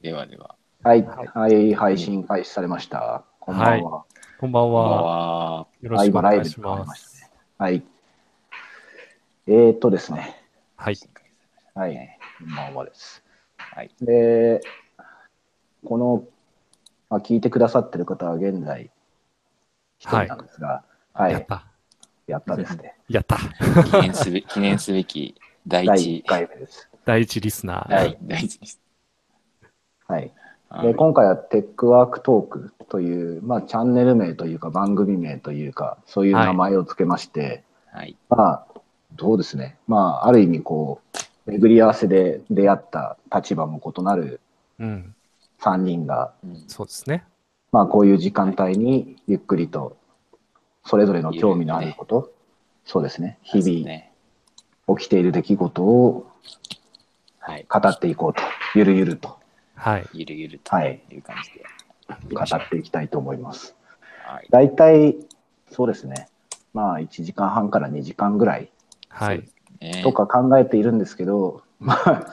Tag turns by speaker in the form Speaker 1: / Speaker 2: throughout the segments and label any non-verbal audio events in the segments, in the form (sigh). Speaker 1: ではでは。
Speaker 2: はい、
Speaker 3: は
Speaker 2: はい、配信開始されました。こんばんは。
Speaker 3: こんばん
Speaker 1: こんばん
Speaker 3: は。
Speaker 1: は。
Speaker 3: よろ
Speaker 2: は
Speaker 3: し
Speaker 2: い、
Speaker 3: くお
Speaker 2: 今ライ
Speaker 3: 願
Speaker 2: ブ
Speaker 3: い
Speaker 2: で
Speaker 3: し
Speaker 2: 変わり
Speaker 3: ま。
Speaker 2: ますしたね。はい。えー、っとですね。
Speaker 3: はい。
Speaker 2: はい、こんばんはです。
Speaker 1: はい。
Speaker 2: で、この、まあ、聞いてくださってる方は現在、一人なんですが、はい、
Speaker 3: やった。
Speaker 2: やったですね。
Speaker 3: やった。 (laughs)
Speaker 1: 記念すべ記念すべき第
Speaker 2: 第
Speaker 1: 一
Speaker 2: 1。回目です。
Speaker 3: 第一リスナー。
Speaker 1: はい、第一です。
Speaker 2: はい。
Speaker 1: は
Speaker 2: で
Speaker 1: い
Speaker 2: 今回はテックワークトークという、まあ、チャンネル名というか番組名というかそういう名前をつけまして、
Speaker 1: はい。
Speaker 2: まあどうですねまあある意味こう巡り合わせで出会った立場も異なる
Speaker 3: うん。
Speaker 2: 3人が、
Speaker 1: うん
Speaker 3: そうですね。
Speaker 2: まあ、こういう時間帯にゆっくりとそれぞれの興味のあること、そうですね日
Speaker 1: そうです
Speaker 2: 々
Speaker 1: ね。
Speaker 2: 起きている出来事を
Speaker 1: はい。
Speaker 2: 語っていこうとゆるゆると
Speaker 3: はい。
Speaker 1: ゆるゆると
Speaker 2: はい
Speaker 1: いう感じで。
Speaker 2: 語っていきたいと思います。
Speaker 1: はい。
Speaker 2: 大体そうですねまあ1時間半から2時間ぐらい
Speaker 3: はい。
Speaker 1: ね
Speaker 2: とか考えているんですけど、まあ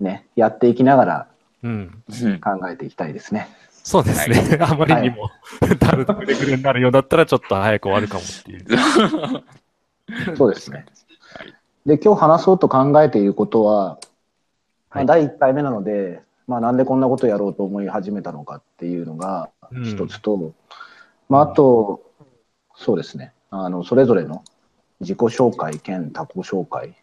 Speaker 2: ねやっていきながら
Speaker 3: うん。
Speaker 1: うん
Speaker 2: 考えていきたいですね
Speaker 3: そうですね。 (laughs) あまりにも、 (laughs) だるだるでぐるになるようだったら、ちょっと早く終わるかもっていう。
Speaker 2: そうですね
Speaker 1: はい
Speaker 2: で今日話そうと考えていることは、ま
Speaker 3: は
Speaker 2: あ、
Speaker 3: い
Speaker 2: 第1回目なので、まあ、なんでこんなことやろうと思い始めたのかっていうのが
Speaker 3: うん
Speaker 2: 一つと、まあ、あとそうですねあのそれぞれの自己紹介兼他己紹介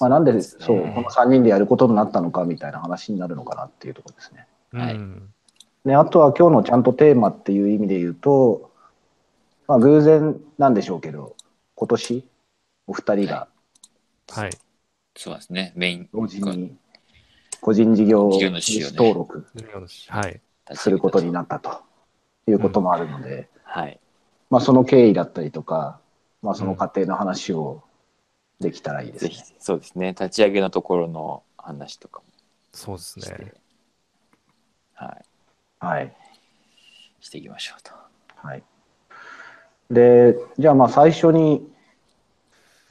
Speaker 2: まあ、なんでそうこの3人でやることになったのかみたいな話になるのかなっていうところですね。
Speaker 1: はい
Speaker 3: うん。
Speaker 2: であとは今日のちゃんとテーマっていう意味で言うと、まあ、偶然なんでしょうけど今年お二人が
Speaker 3: はい。
Speaker 1: (laughs) そうですね。メイン。
Speaker 2: 同時に個人事業
Speaker 1: 事業主
Speaker 2: 主
Speaker 1: をね
Speaker 2: 登録
Speaker 3: よしはい。
Speaker 2: することに
Speaker 1: な
Speaker 2: なったということもあるので、
Speaker 1: はい。
Speaker 2: まあ、その経緯だったりとか、まあ、その過程の話をできたらいいです
Speaker 1: ぜ
Speaker 2: ね。
Speaker 1: ひ、そうですね。立ち上げのところの話とかも
Speaker 3: そうです
Speaker 1: して、
Speaker 3: ね。
Speaker 1: はい。
Speaker 2: はい
Speaker 1: していきましょうと。
Speaker 2: はい、でじゃあまあ最初に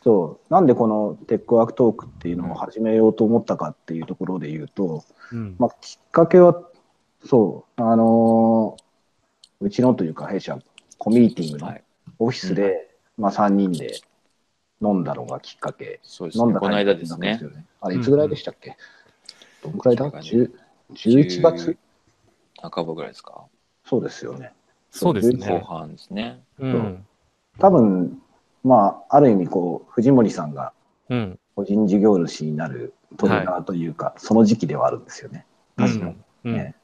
Speaker 2: そうなんでこのテックワークトークっていうのを始めようと思ったかっていうところで言うと、
Speaker 3: うん。
Speaker 2: まあ、きっかけはそうあのーうちのというか弊社コミュニティングの
Speaker 1: はい。
Speaker 2: オフィスで、まあ、3人で飲んだのがきっかけ、
Speaker 1: そうです
Speaker 2: 飲ん
Speaker 1: ね。
Speaker 2: だ
Speaker 1: この
Speaker 2: タイ
Speaker 1: 間
Speaker 2: ミン
Speaker 1: です
Speaker 2: グだったん
Speaker 1: ね
Speaker 2: よ。ねあれいつぐらいでしたっけ、どんくらいだ
Speaker 1: こんな感じ
Speaker 2: 10 11月
Speaker 1: 半ばぐらいですか
Speaker 2: そうですよね
Speaker 3: そうです
Speaker 1: 後
Speaker 3: ね。
Speaker 1: 半ですね。
Speaker 3: うん。
Speaker 2: 多分まあある意味こう藤森さんが
Speaker 3: うん。
Speaker 2: 個人事業主になるトリガーというか、その時期ではあるんですよね。確かに
Speaker 3: うん。うん
Speaker 2: ね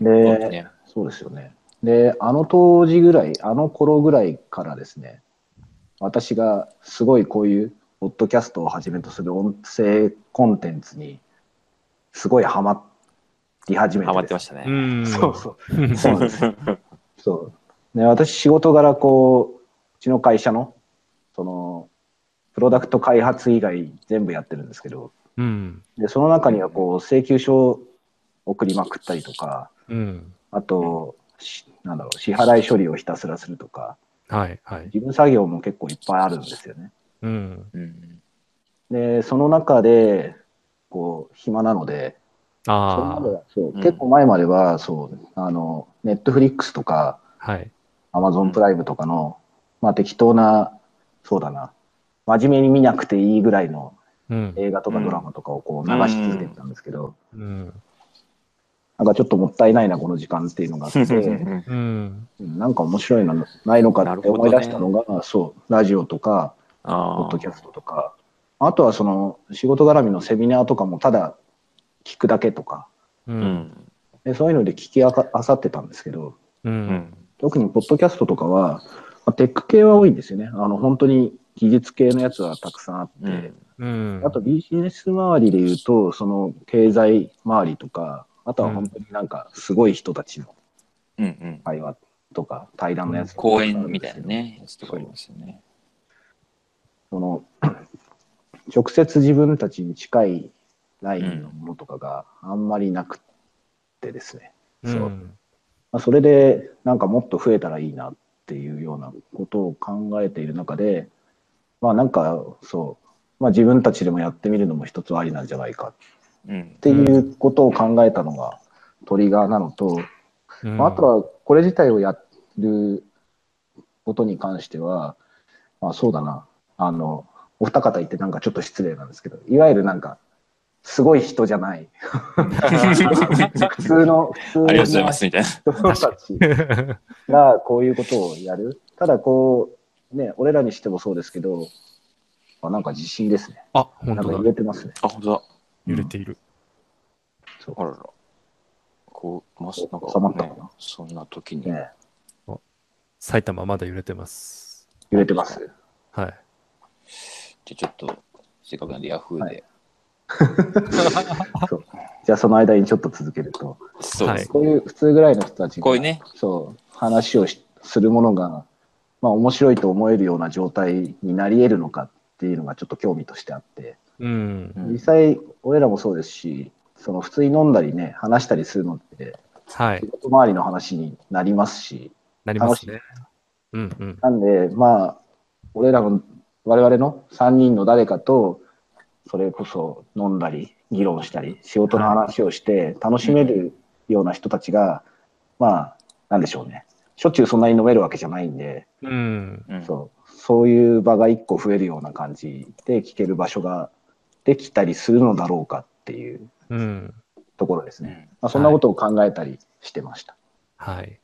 Speaker 2: で
Speaker 1: そ
Speaker 2: そうう
Speaker 1: ですね
Speaker 2: ですよね。で、あの当時ぐらい、あの頃ぐらいからですね、私がすごいこういう、ポッドキャストをはじめとする音声コンテンツに、すごいハマり始めてです。
Speaker 1: ハマってましたね。
Speaker 3: う
Speaker 2: (laughs)
Speaker 3: ん。
Speaker 2: そうそう。
Speaker 3: うん。
Speaker 2: そうなんですよ。そう。ね、私仕事柄こう、うちの会社の、その、プロダクト開発以外全部やってるんですけど、
Speaker 3: うん。
Speaker 2: でその中にはこう請求書を送りまくったりとか
Speaker 3: うん。
Speaker 2: あとしなんだろう支払い処理をひたすらするとか
Speaker 3: はい。はい。
Speaker 2: 事務作業も結構いっぱいあるんですよね。
Speaker 3: うん。
Speaker 1: うん
Speaker 2: でその中でこう暇なのでそれま
Speaker 3: あ
Speaker 2: で
Speaker 3: あ。
Speaker 2: はそう、
Speaker 1: うん
Speaker 2: 結構前まではそうあのネットフリックスとか
Speaker 3: はい。
Speaker 2: アマゾンプライムとかの、まあ、適当なそうだな真面目に見なくていいぐらいの
Speaker 3: うん。
Speaker 2: 映画とかドラマとかをこう流し続けてたんですけど、
Speaker 3: うん。
Speaker 2: なんかちょっともったいないなこの時間っていうのがあって
Speaker 3: (laughs) うん。
Speaker 2: うんなんか面白いのないのかって思い出したのが、そう、ラジオとか、ポ
Speaker 1: あ
Speaker 2: ッ
Speaker 1: ー
Speaker 2: ドキャストとか、あとはその仕事絡みのセミナーとかもただ聞くだけとか、
Speaker 3: う。
Speaker 1: うんん
Speaker 2: でそういうので聞きあかあさってたんですけど、
Speaker 3: う。
Speaker 1: うんん
Speaker 2: 特にポッドキャストとかは、まあテック系は多いんですよね。あの、本当に技術系のやつはたくさんあって、
Speaker 1: うん
Speaker 3: うん。
Speaker 2: あと、ビジネス周りで言うと、その経済周りとか、あとは本当になんかすごい人たちの
Speaker 1: うんうん
Speaker 2: 会話とか対談のやつとか
Speaker 1: 公園みたいなね、やつとかありますよね。
Speaker 2: その (clears throat) 直接自分たちに近いラインのものとかがあんまりなくてですね、
Speaker 3: う。
Speaker 2: そうんまあ、それでなんかもっと増えたらいいなっていうようなことを考えている中でまあなんかそう、まあ、自分たちでもやってみるのも一つありなんじゃないか
Speaker 1: うん
Speaker 2: ていうことを考えたのがトリガーなのと、
Speaker 3: うん
Speaker 2: まあ、あとはこれ自体をやることに関しては、まあ、そうだなあのお二方言ってなんかちょっと失礼なんですけどいわゆるなんかすごい人じ
Speaker 1: (laughs)
Speaker 2: ゃない普通の普通の
Speaker 1: ありがとうございますみたいな。
Speaker 2: 人たちがこういうことをやるただこうね俺らにしてもそうですけどあなんか自信ですね
Speaker 3: あ、本
Speaker 2: なんか揺
Speaker 3: 当だ。
Speaker 2: れてますね
Speaker 1: あ、本当だ。
Speaker 3: 揺れている。
Speaker 1: あらら。こう、まさなんか、
Speaker 2: 収まったかな
Speaker 1: そんな時に。
Speaker 2: ね
Speaker 3: 埼玉まだ揺れてます。
Speaker 2: 揺れてます
Speaker 3: はい。
Speaker 1: じゃあちょっと、せっかくなんでヤフーで。
Speaker 2: はそうじゃあその間にちょっと続けると
Speaker 1: (laughs) そうです。
Speaker 2: こういう普通ぐらいの人たちが
Speaker 1: こういうね
Speaker 2: そう話をしするものが、まあ、面白いと思えるような状態になり得るのかっていうのがちょっと興味としてあって
Speaker 3: うん。
Speaker 1: うん
Speaker 2: 実際俺らもそうですしその普通に飲んだりね話したりするのって
Speaker 3: はい
Speaker 2: 仕。事周りの話になりますし
Speaker 3: なりますね。うんうん。
Speaker 2: なんでまあ俺らの我々の3人の誰かとそれこそ飲んだり議論したり仕事の話をして楽しめるような人たちが、まあなんでしょうねしょっちゅうそんなに飲めるわけじゃないんで、
Speaker 3: うん。
Speaker 1: うん
Speaker 2: そうそういう場が一個増えるような感じで聞ける場所ができたりするのだろうかっていう
Speaker 3: うん。
Speaker 2: ところです
Speaker 1: う
Speaker 2: ね、
Speaker 1: ん
Speaker 2: まあ、そんなことを考えたりしてました、
Speaker 3: はい。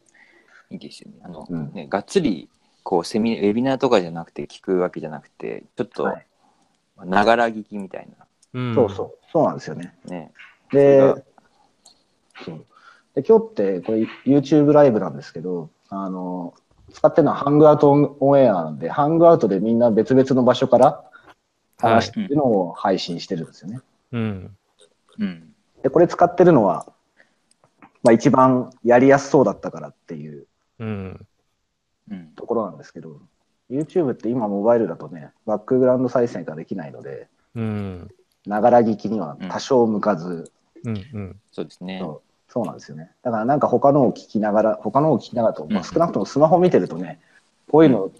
Speaker 1: いいですよね。あの、
Speaker 2: うん
Speaker 1: ね、がっつり、こう、セミ、ウェビナーとかじゃなくて聞くわけじゃなくて、ちょっと
Speaker 2: はい、
Speaker 1: ながら聞きみたい
Speaker 3: うん。
Speaker 2: そうそうそうなんですよね
Speaker 1: な。ね。
Speaker 2: で
Speaker 1: そ
Speaker 2: そうで今日ってこれ YouTube ライブなんですけどあの使ってるのはハングアウトオンオンエアなんでハングアウトでみんな別々の場所から話してるのを配信してるんですよね、
Speaker 3: う。うん。
Speaker 1: うん。
Speaker 2: でこれ使ってるのは、まあ、一番やりやすそうだったからっていう
Speaker 3: うん。
Speaker 1: うん。
Speaker 2: ところなんですけど YouTube って今モバイルだとねバックグラウンド再生ができないので
Speaker 3: うん。
Speaker 2: ながら聞きには多少向かず、
Speaker 3: うん。うん。
Speaker 1: そうですね。
Speaker 2: そうそうなんですよね。だからなんか他のを聞きながら、他のを聞きながらと、まあ、
Speaker 1: うん
Speaker 2: 少なくともスマホ見てるとね、こういうの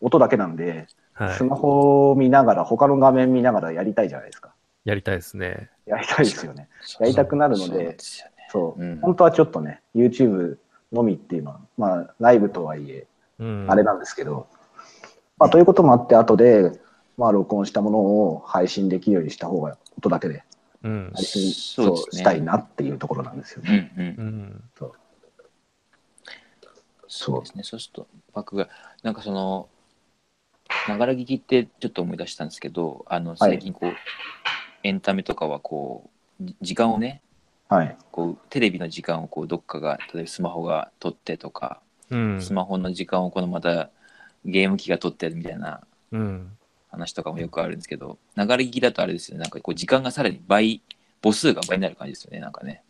Speaker 2: 音だけなんで、
Speaker 3: は
Speaker 2: スマホを見ながら、他の画面見ながらやりたいじゃないですか。
Speaker 3: い。やりたいですね。
Speaker 2: やりたいですよね。
Speaker 1: そう
Speaker 2: やりたくなるの
Speaker 1: そうなん
Speaker 2: で、
Speaker 1: すよね
Speaker 2: そう、
Speaker 1: うん
Speaker 2: 本当はちょっとね、YouTube のみっていうのは、まあ、ライブとはいえ、
Speaker 3: うん。
Speaker 2: あれなんですけど、まあ、ということもあって、後で、まあ、録音したものを配信できるようにした方が、音だけで
Speaker 3: うん。
Speaker 2: 配信
Speaker 1: そうですね
Speaker 2: そうしたいなっていうところなんですよ
Speaker 1: うん
Speaker 2: ね。
Speaker 1: うん
Speaker 3: う。ん。
Speaker 1: そうですね。そうすると、バックが、なんかその、ながら聞きってちょっと思い出したんですけど、あの、最近こう、エンタメとかはこう、じ時間をね、
Speaker 2: はい。
Speaker 1: こう、テレビの時間をこう、どっかが、例えばスマホが取ってとか、
Speaker 3: うん。
Speaker 1: スマホの時間をこのまたゲーム機が取ってみたいな
Speaker 3: うん。
Speaker 1: 話とかもよくあるんですけど、流れ聞きだとあれですよね、なんかこう時間がさらに倍、母数が倍になる感じですよね、なんかね。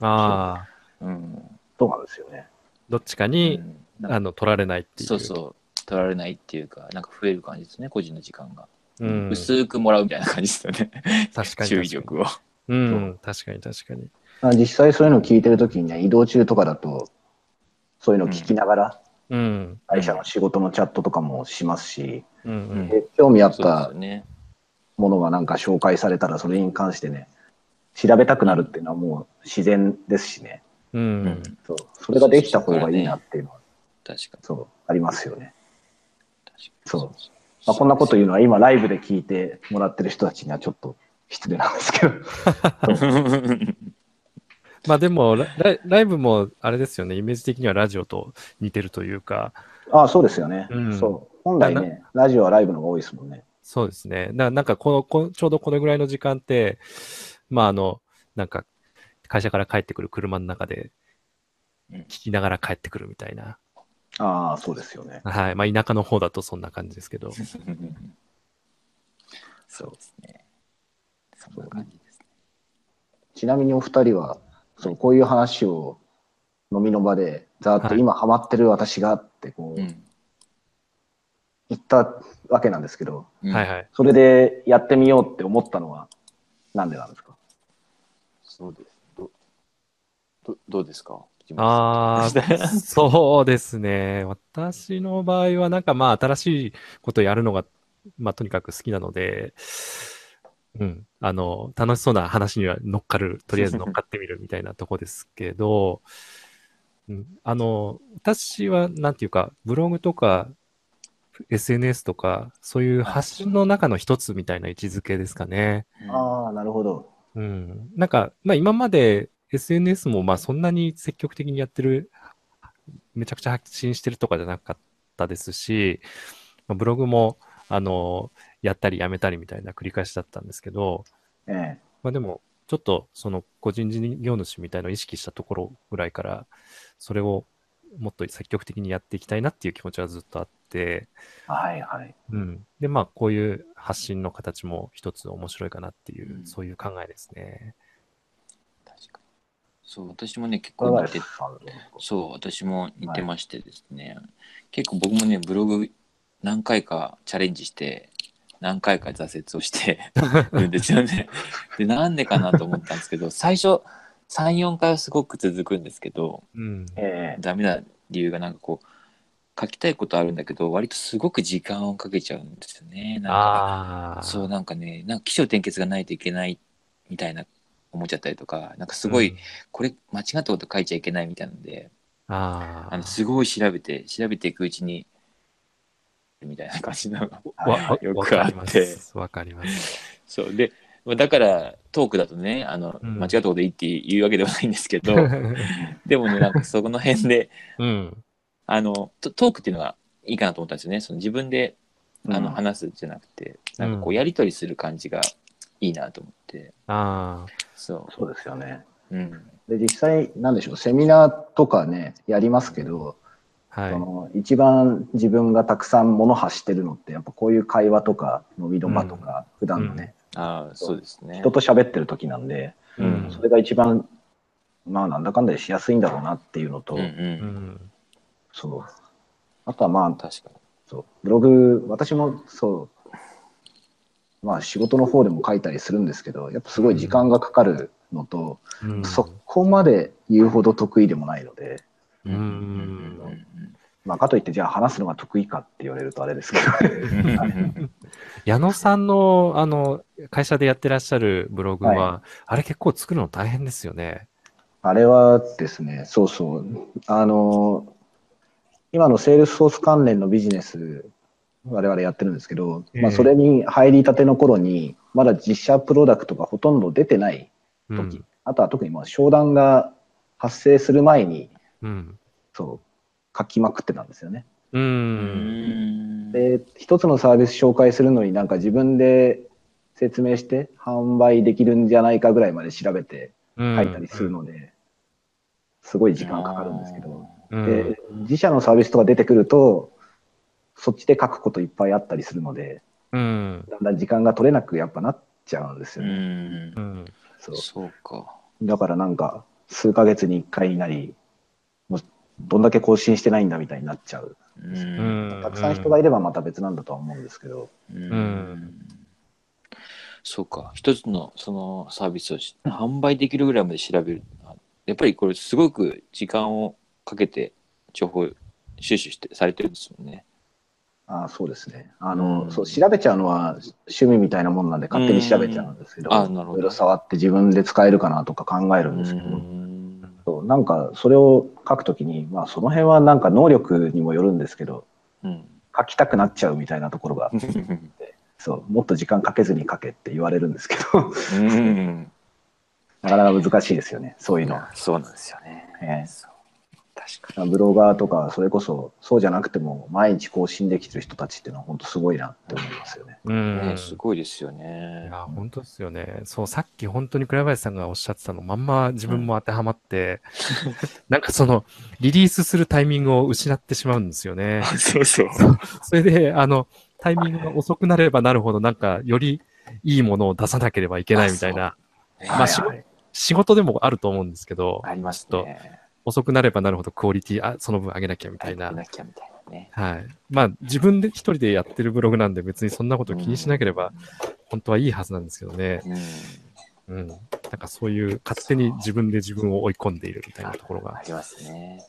Speaker 3: ああ。
Speaker 1: うん。
Speaker 2: そうなんですよね。
Speaker 3: どっちか
Speaker 1: う
Speaker 3: に、
Speaker 1: んなんか
Speaker 3: あの、取られないっていう。
Speaker 1: そうそう、取られないっていうか、なんか増える感じですね、個人の時間が。
Speaker 3: う。うん。
Speaker 1: 薄くもらうみたいな感じですよね、
Speaker 3: 確かに。
Speaker 1: 注意力を。
Speaker 3: うん。確かに確かに。
Speaker 2: まあ実際そういうのを聞いてるときにね、移動中とかだと、そういうのを聞きながら、
Speaker 3: うん。
Speaker 2: 会社の仕事のチャットとかもしますし、
Speaker 3: うん。うん。
Speaker 2: で興味あっ
Speaker 1: そうです
Speaker 2: た
Speaker 1: よね。
Speaker 2: ものがなんか紹介されたら、それに関してね、調べたくなるっていうのはもう自然ですしね、
Speaker 3: う
Speaker 1: うんん。
Speaker 2: そうそれができた方がいいなっていうのは、
Speaker 1: 確かに。
Speaker 2: そう、ありますよね。
Speaker 1: 確かに
Speaker 2: そうまあ、こんなこと言うのは、今ライブで聞いてもらってる人たちにはちょっと失礼なんですけど、
Speaker 3: まあでもラ、ライライブもあれですよね、イメージ的にはラジオと似てるというか、
Speaker 2: ああ、そうですよね。
Speaker 3: うん
Speaker 2: そう。本来ね、ラジオはライブの方が多いですもんね。
Speaker 3: そうですね。ななんかこのこ、ちょうどこのぐらいの時間って、まああの、なんか、会社から帰ってくる車の中で、
Speaker 1: うん
Speaker 3: 聞きながら帰ってくるみたいな。
Speaker 2: ああ、そうですよね。
Speaker 3: はい。まあ田舎の方だとそんな感じですけど。
Speaker 1: (laughs) そうですね。そんな感じですね。
Speaker 2: ちなみにお二人は、そう、こういう話を飲みの場で、ざーっと
Speaker 3: はい
Speaker 2: 今ハマってる私がってこう、
Speaker 1: うん
Speaker 2: 言ったわけなんですけど、
Speaker 1: うん
Speaker 3: はいはい。
Speaker 2: それでやってみようって思ったのは、なんでなんですか
Speaker 1: そうです。ど、どどうですか (laughs)
Speaker 3: ああ、そうですね。私の場合は、なんかまあ、新しいことをやるのが、まあ、とにかく好きなので、うん、あの、楽しそうな話には乗っかる、とりあえず乗っかってみるみたいなとこですけど、うん、あの、私は、なんていうか、ブログとか、SNS とか、そういう発信の中の一つみたいな位置づけですかね。
Speaker 2: ああ、なるほど。
Speaker 3: うん。なんか、まあ今まで SNS もまあそんなに積極的にやってる、めちゃくちゃ発信してるとかじゃなかったですし、まあブログも、あの、やったりやめたりみたいな繰り返しだったんですけど、
Speaker 2: ええ。
Speaker 3: まあでも、ちょっとその個人事業主みたいのを意識したところぐらいから、それをもっと積極的にやっていきたいなっていう気持ちはずっとあって、
Speaker 2: はいはい。
Speaker 3: うん。で、まあこういう発信の形も一つ面白いかなってい
Speaker 1: う
Speaker 3: う、
Speaker 1: ん
Speaker 3: そういう考えですね。
Speaker 1: 確かにそう私もね結
Speaker 2: 小
Speaker 1: 構似
Speaker 2: 林
Speaker 1: て
Speaker 2: さんのとこ
Speaker 1: そう私も似てましてですね、結構僕もねブログ何回かチャレンジして何回か挫折をして
Speaker 3: (laughs)
Speaker 1: るんですよねでなんでかなと思ったんですけど最初34回はすごく続くんですけど
Speaker 3: うん。
Speaker 2: ええ。
Speaker 1: ダメな理由がなんかこう書きたいことあるんだけど割とすごく時間をかけちゃうんですよねなんか
Speaker 3: ああ。
Speaker 1: そうなんかねなんか起承転結がないといけないみたいな思っちゃったりとかなんかすごい、
Speaker 3: うん。
Speaker 1: これ間違ったこと書いちゃいけないみたいなので
Speaker 3: あ
Speaker 1: あの
Speaker 3: あ。
Speaker 1: すごい調べて調べていくうちにみたいな感じなのが
Speaker 2: はい
Speaker 3: わ
Speaker 1: よ
Speaker 3: わ
Speaker 1: く
Speaker 3: か
Speaker 1: あって
Speaker 3: ります。わかります。
Speaker 1: (laughs) そうでまあだからトークだとねあの、
Speaker 3: うん
Speaker 1: 間違ったこと言って言うわけではないんですけど (laughs)
Speaker 2: (laughs)
Speaker 1: でもねなんかそこの辺で
Speaker 3: うん。
Speaker 1: あのトトークっていうのがいいかなと思ったんですよねその自分であの
Speaker 2: うん
Speaker 1: 話すじゃなくて、なんかこ
Speaker 3: う
Speaker 1: うんやり取りする感じがいいなと思って
Speaker 3: あ
Speaker 1: そ
Speaker 2: そうですよね。
Speaker 1: う、うん、
Speaker 2: で、実際、なんでしょう、セミナーとかね、やりますけど、
Speaker 3: あ。はい
Speaker 2: そ。の一番自分がたくさん物発してるのって、やっぱこういう会話とか、飲みの場とか、普段のね、
Speaker 1: ああそうですね
Speaker 2: 人と喋ってる時なんで、
Speaker 1: うん
Speaker 2: それが一番、まあ、なんだかんだでしやすいんだろうなっていうのと、
Speaker 1: うんう
Speaker 3: うんん。
Speaker 2: そのあとはまあ、
Speaker 1: 確か
Speaker 2: そうブログ、私もそう、まあ、仕事の方でも書いたりするんですけど、やっぱすごい時間がかかるのと、
Speaker 3: うん
Speaker 2: そこまで言うほど得意でもないので、
Speaker 1: に
Speaker 3: うん
Speaker 1: うんうん
Speaker 2: まあ、かといって、じゃあ話すのが得意かって言われるとあれですけど、
Speaker 3: 矢野さんの、あの、会社でやってらっしゃるブログは、
Speaker 2: は
Speaker 3: あれ結構作るの大変ですよね。
Speaker 2: あれはですね、そうそう、あの、今のセールスソース関連のビジネス、我々やってるんですけど、ま
Speaker 3: え
Speaker 2: あ、
Speaker 3: え
Speaker 2: それに入りたての頃に、まだ実写プロダクトがほとんど出てない
Speaker 3: うん
Speaker 2: 時、あとは特にまあ商談が発生する前に、
Speaker 3: うん。
Speaker 2: そう、書きまくってたんですよね。
Speaker 3: う。
Speaker 1: うんん
Speaker 2: で、一つのサービス紹介するのになんか自分で説明して販売できるんじゃないかぐらいまで調べて
Speaker 3: 書
Speaker 2: 書いたりするので、すごい時間かかるんですけど、
Speaker 3: うん
Speaker 2: で、自社のサービスとか出てくると、そっちで書くこといっぱいあったりするので、
Speaker 3: うん。
Speaker 2: だんだん時間が取れなくやっぱなっちゃうんです
Speaker 1: う
Speaker 2: よね。
Speaker 1: ん
Speaker 3: うん。
Speaker 2: そう
Speaker 1: そうか。
Speaker 2: だからなんか、数ヶ月に1回なり、もうどんだけ更新してないんだみたいになっちゃう。
Speaker 1: う。
Speaker 3: うんん。
Speaker 2: たくさん人がいればまた別なんだとは思うんですけど、
Speaker 1: うん。そうか。一つのそのサービスをし販売できるぐらいまで調べる。やっぱりこれすごく時間をかけて情報収集してされてるんですもんね。
Speaker 2: ああそうですね。あの、
Speaker 1: うん
Speaker 2: そう、調べちゃうのは趣味みたいなもんなんで勝手に調べちゃうんですけど、
Speaker 1: うんああなるほど
Speaker 2: いろいろ触って自分で使えるかなとか考え
Speaker 1: う
Speaker 2: るんですけど、
Speaker 1: ん。
Speaker 2: そうなんかそれを書くときに、まあその辺はなんか能力にもよるんですけど、
Speaker 1: うん。
Speaker 2: 書きたくなっちゃうみたいなところが、そう、もっと時間かけずに書けって言われるんですけど、 (laughs)
Speaker 1: うん。
Speaker 2: なかなか難しいですよね、そういうの。
Speaker 1: そうなんですよね。
Speaker 2: ええ
Speaker 1: そう確か
Speaker 2: ブロガーとか、それこそ、そうじゃなくても、毎日更新できてる人たちっていうのは、本当すごいなって思いますよね。
Speaker 3: う
Speaker 1: に。ね
Speaker 3: ん。
Speaker 1: すごいですよ
Speaker 3: い
Speaker 1: ね。
Speaker 3: や、本当ですよね。そう、さっき本当に倉林さんがおっしゃってたの、まんま自分も当てはま (laughs) って、なんかその、リリースするタイミングを失ってしまうんですよ (laughs) ね。
Speaker 1: そうそう。
Speaker 3: それで、あの、タイミングが遅くなればなるほど、なんか、よりいいものを出さなければいけないみたいな、まあ
Speaker 1: し
Speaker 3: 仕
Speaker 2: はいはい
Speaker 3: 仕事でもあると思うんですけど、
Speaker 1: あります
Speaker 3: ちょっ
Speaker 1: ね。
Speaker 3: 遅くなればなるほどクオリティ、あ、その分上げなきゃみたいな
Speaker 1: な。きゃみたいなね。
Speaker 3: はい。まあ、自分で一人でやってるブログなんで、別にそんなこと気にしなければ、本当はいいはずなんですけどね。
Speaker 1: うん。
Speaker 3: うん。なんかそういう、勝手に自分で自分を追い込んでいるみたいなところ
Speaker 1: あ
Speaker 3: が。
Speaker 1: りますね。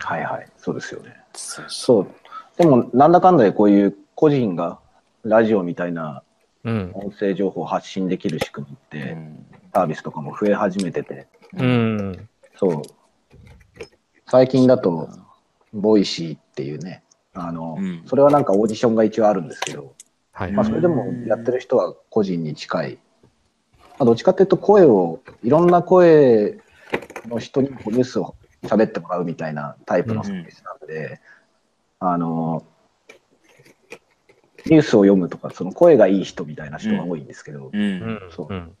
Speaker 2: はいはい、そうですよね。
Speaker 1: そう
Speaker 2: そう。でも、なんだかんだでこういう個人がラジオみたいな
Speaker 3: うん。
Speaker 2: 音声情報を発信できる仕組みって、
Speaker 1: うん
Speaker 2: サービスとかも増え始めてて、
Speaker 3: うん。
Speaker 2: そう。最近だと、ボイシーっていうね、あの、
Speaker 1: うん
Speaker 2: それはなんかオーディションが一応あるんですけど、
Speaker 3: はい。
Speaker 2: まあ、それでもやってる人は個人に近い、まあ、どっちかっていうと声をいろんな声の人にこうニュースを喋ってもらうみたいなタイプのサービスなんで、あのニュースを読むとかその声がいい人みたいな人が多いんですけど、
Speaker 1: うん
Speaker 3: うん。
Speaker 2: そう
Speaker 3: うん。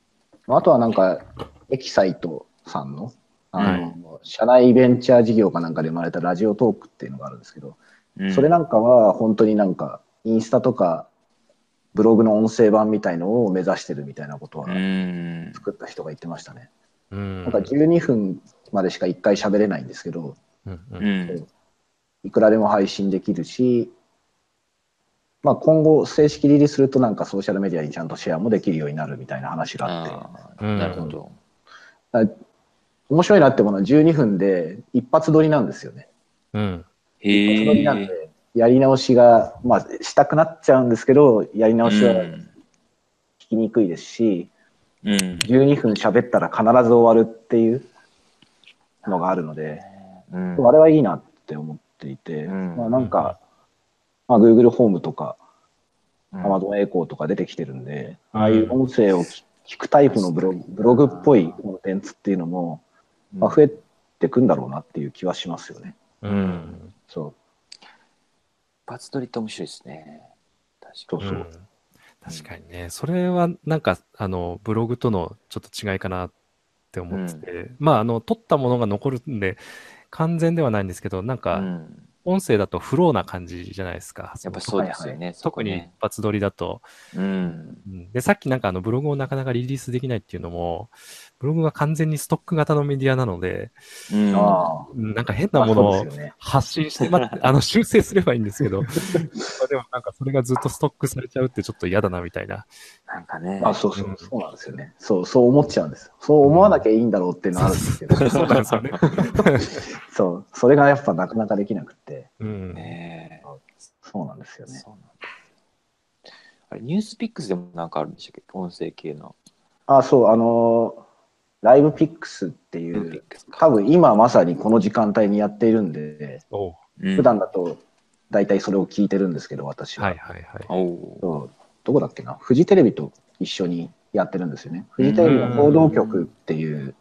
Speaker 2: あとはなんかエキサイトさんのあ
Speaker 3: は
Speaker 2: の、社内ベンチャー事業かなんかで生まれたラジオトークっていうのがあるんですけど、
Speaker 1: うん
Speaker 2: それなんかは本当になんかインスタとかブログの音声版みたいのを目指してるみたいなことは
Speaker 1: うん
Speaker 2: 作った人が言ってましたね。
Speaker 3: うん
Speaker 2: なんか12分までしか1回喋れないんですけど、
Speaker 3: うんう
Speaker 1: うんん
Speaker 2: いくらでも配信できるし、まあ、今後正式リリースするとなんかソーシャルメディアにちゃんとシェアもできるようになるみたいな話があって
Speaker 1: ああなるほど
Speaker 2: だから面白いなってものは12分で一発撮りなんですよね。
Speaker 3: うん。
Speaker 1: へ
Speaker 2: 一発撮り
Speaker 1: え
Speaker 2: なんでやり直しが、まあ、したくなっちゃうんですけどやり直しは聞きにくいですし、
Speaker 1: うん
Speaker 2: 12分喋ったら必ず終わるっていうのがあるので、
Speaker 1: うん
Speaker 2: あれはいいなって思っていて、
Speaker 1: うん
Speaker 2: まあなんか、まあ、Google ホームとか
Speaker 1: うん
Speaker 2: Amazon エコーとか出てきてるんで、
Speaker 3: うん
Speaker 2: ああいう音声を聞聞くタイプのブログブログっぽいコンテンツっていうのも、まあ、増えてくんだろうなっていう気はしますよね。
Speaker 3: うん。
Speaker 2: そ
Speaker 1: 一発撮りって面白いですね
Speaker 2: そ
Speaker 1: 確
Speaker 2: う
Speaker 1: か
Speaker 2: そ
Speaker 1: に
Speaker 2: う
Speaker 3: うん確かにね、それはなんか、あの、ブログとのちょっと違いかなって思ってて、まあ、あの、撮ったものが残るんで、完全ではないんですけど、なん
Speaker 1: う
Speaker 3: か、
Speaker 1: ん
Speaker 3: 音声だとフローな感じじゃないですか。
Speaker 1: やっぱそうですよねそこ
Speaker 3: 特に一
Speaker 1: ね
Speaker 3: 発撮りだと、
Speaker 1: うん
Speaker 3: うんで、さっきなんかあのブログをなかなかリリースできないっていうのも、ブログは完全にストック型のメディアなので、
Speaker 1: うん
Speaker 2: う。あ
Speaker 3: うんなんか変
Speaker 2: あ、
Speaker 3: なもの
Speaker 2: まあそ
Speaker 3: を
Speaker 2: うですよね。
Speaker 3: 発信して、まあ、あの修正すればいいんですけ
Speaker 2: (laughs)
Speaker 3: ど、まあでもなんかそれがずっとストックされちゃうってちょっと嫌だなみたいな。、
Speaker 1: なんかね
Speaker 2: まあそうそううんそうなんですよね。そう、そう思っちゃうんですよ。そう思わなきゃいいんだろうっていうのはあるんですけど、
Speaker 3: そうなんですよね。
Speaker 2: (laughs) そう、それがやっぱなかなかできなくて、
Speaker 3: うん。
Speaker 1: ねえ
Speaker 2: そうなんですよね。
Speaker 1: そうなんだあれニュースピックスでもなんかあるんでしたっけ音声系の
Speaker 2: あ、そう、あのーライブピックスってい
Speaker 1: ニュースピッ
Speaker 2: う、
Speaker 1: クスか
Speaker 2: 多分今まさにこの時間帯にやっているんで、
Speaker 3: おう
Speaker 1: うん
Speaker 2: 普段だと大体それを聞いてるんですけど、私は。
Speaker 3: はいはいはい。
Speaker 1: おお
Speaker 2: そうどこだっけな、フジテレビと一緒にやってるんですよね。フジテレビの報道局っていう、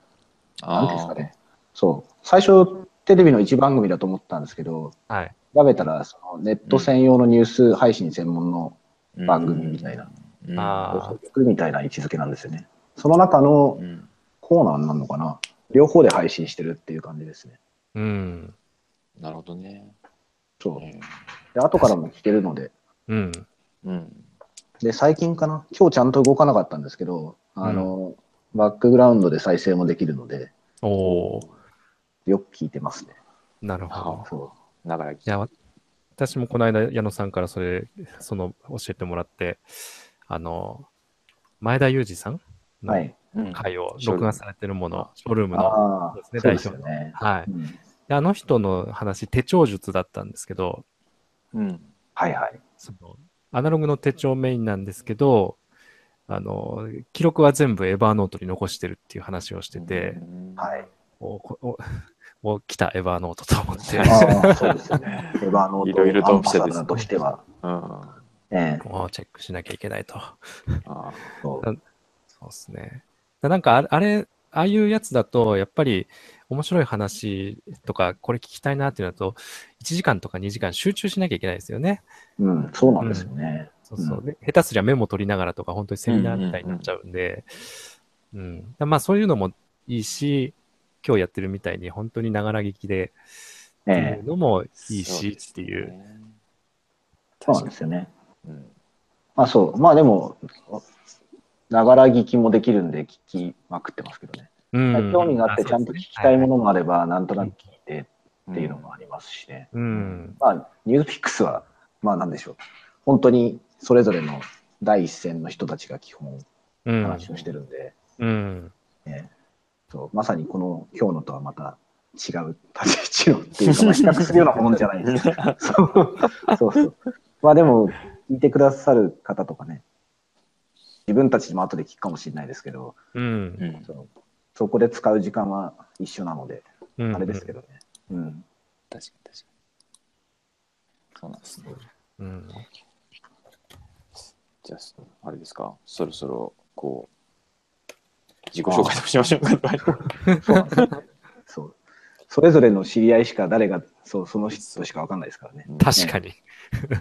Speaker 2: なんていうんですかね。そう、最初、テレビの一番組だと思ったんですけど、
Speaker 3: はい。
Speaker 2: 調べたら、そのネット専用のニュース配信専門の番組みたいな、
Speaker 1: うん
Speaker 3: あー
Speaker 2: 局みたいな位置づけなんですよね。その中の
Speaker 1: うん
Speaker 2: コーナーになるのかな両方で配信してるっていう感じですね。
Speaker 3: うん。
Speaker 1: なるほどね
Speaker 2: そうう。
Speaker 1: ん
Speaker 2: で、後からも聞けるので。
Speaker 3: うん。
Speaker 1: うん
Speaker 2: で、最近かな今日ちゃんと動かなかったんですけど、あの、バックグラウンドで再生もできるので、
Speaker 3: おお
Speaker 2: よく聞いてますね。
Speaker 3: なるほど。
Speaker 2: そ
Speaker 1: だから
Speaker 3: いや、わ私もこの間、矢野さんからそれ、その、教えてもらって、あの、前田裕二さん
Speaker 2: う。
Speaker 3: の
Speaker 2: はい。
Speaker 1: うん
Speaker 3: 回を
Speaker 1: ショールーム
Speaker 3: 録画されてるもの、ショールームの。
Speaker 2: ああ、
Speaker 3: そうです
Speaker 2: そう
Speaker 3: ね
Speaker 2: ですよね。
Speaker 3: は
Speaker 2: う
Speaker 3: い。
Speaker 2: ん
Speaker 3: であの人の話、手帳術だったんですけど、
Speaker 1: うん
Speaker 2: はいはい。
Speaker 3: そのアナログの手帳メインなんですけど、あの、記録は全部エバーノートに残してるっていう話をしてて、
Speaker 1: い
Speaker 2: はい。
Speaker 3: おこおお来たエバーノートと思って、
Speaker 2: ああ、そうですよね。エヴァノ
Speaker 1: いろい
Speaker 2: ー
Speaker 1: ろ
Speaker 2: ト
Speaker 1: と
Speaker 2: ア
Speaker 1: オ
Speaker 2: ン
Speaker 1: フ
Speaker 2: バ
Speaker 1: ィシ
Speaker 2: サ
Speaker 1: ャ
Speaker 2: ダ
Speaker 1: ルですね
Speaker 2: ーとしては、
Speaker 1: うんあ
Speaker 2: ええ
Speaker 3: もうチェックしなきゃいけないと。
Speaker 1: ー
Speaker 2: そう
Speaker 3: そうですね。だなんかあ、あれ、ああいうやつだと、やっぱり面白い話とか、これ聞きたいなっていうのだと、1時間とか2時間集中しなきゃいけないですよね。
Speaker 2: うん、そうなんですよね。
Speaker 3: そうそうう。で下手すりゃメモ取りながらとか、本当にセミナーみたいになっちゃうんで、うんだまあそういうのもいいし、今日やってるみたいに本当にながら聞きでってい
Speaker 2: え
Speaker 3: うのもいい
Speaker 1: そう
Speaker 3: し
Speaker 1: で
Speaker 3: って
Speaker 1: すね
Speaker 3: いう。
Speaker 2: え、そうなんですよね。
Speaker 1: うん
Speaker 2: まあそう、まあでも、ながら聞きもできるんで聞きまくってますけどね。
Speaker 3: うん
Speaker 2: 興味があってちゃんと聞きたいものもあれば、なんとなく聞いて
Speaker 1: うん
Speaker 2: っていうのもありますしね。
Speaker 3: うん。
Speaker 2: まあ、ニュースピックスは、まあなんでしょう。本当にそれぞれの第一線の人たちが基本
Speaker 3: うん。
Speaker 2: 話をしてるんで、
Speaker 3: うん。
Speaker 2: ねそうまさにこの今日のとはまた違う立ち位置のっていうか、まあ比較するようなものじゃな
Speaker 1: (laughs)
Speaker 2: い (laughs) ですそうそうそう。まあでも、聞いてくださる方とかね、自分たちも後で聞くかもしれないですけど、
Speaker 3: うん
Speaker 1: う。ん
Speaker 2: そのそこで使う時間は一緒なので、
Speaker 3: うん
Speaker 2: あれですけどね。うん。
Speaker 1: 確かに確かに。そうなんですね。
Speaker 3: うん。
Speaker 1: じゃあ、あれですか、そろそろ、こう、自己紹介とかしましょうか。
Speaker 2: そうなんですよねそう。それぞれの知り合いしか誰が、そう、その人しかわかんないですからね。
Speaker 3: 確
Speaker 1: に。
Speaker 3: かに。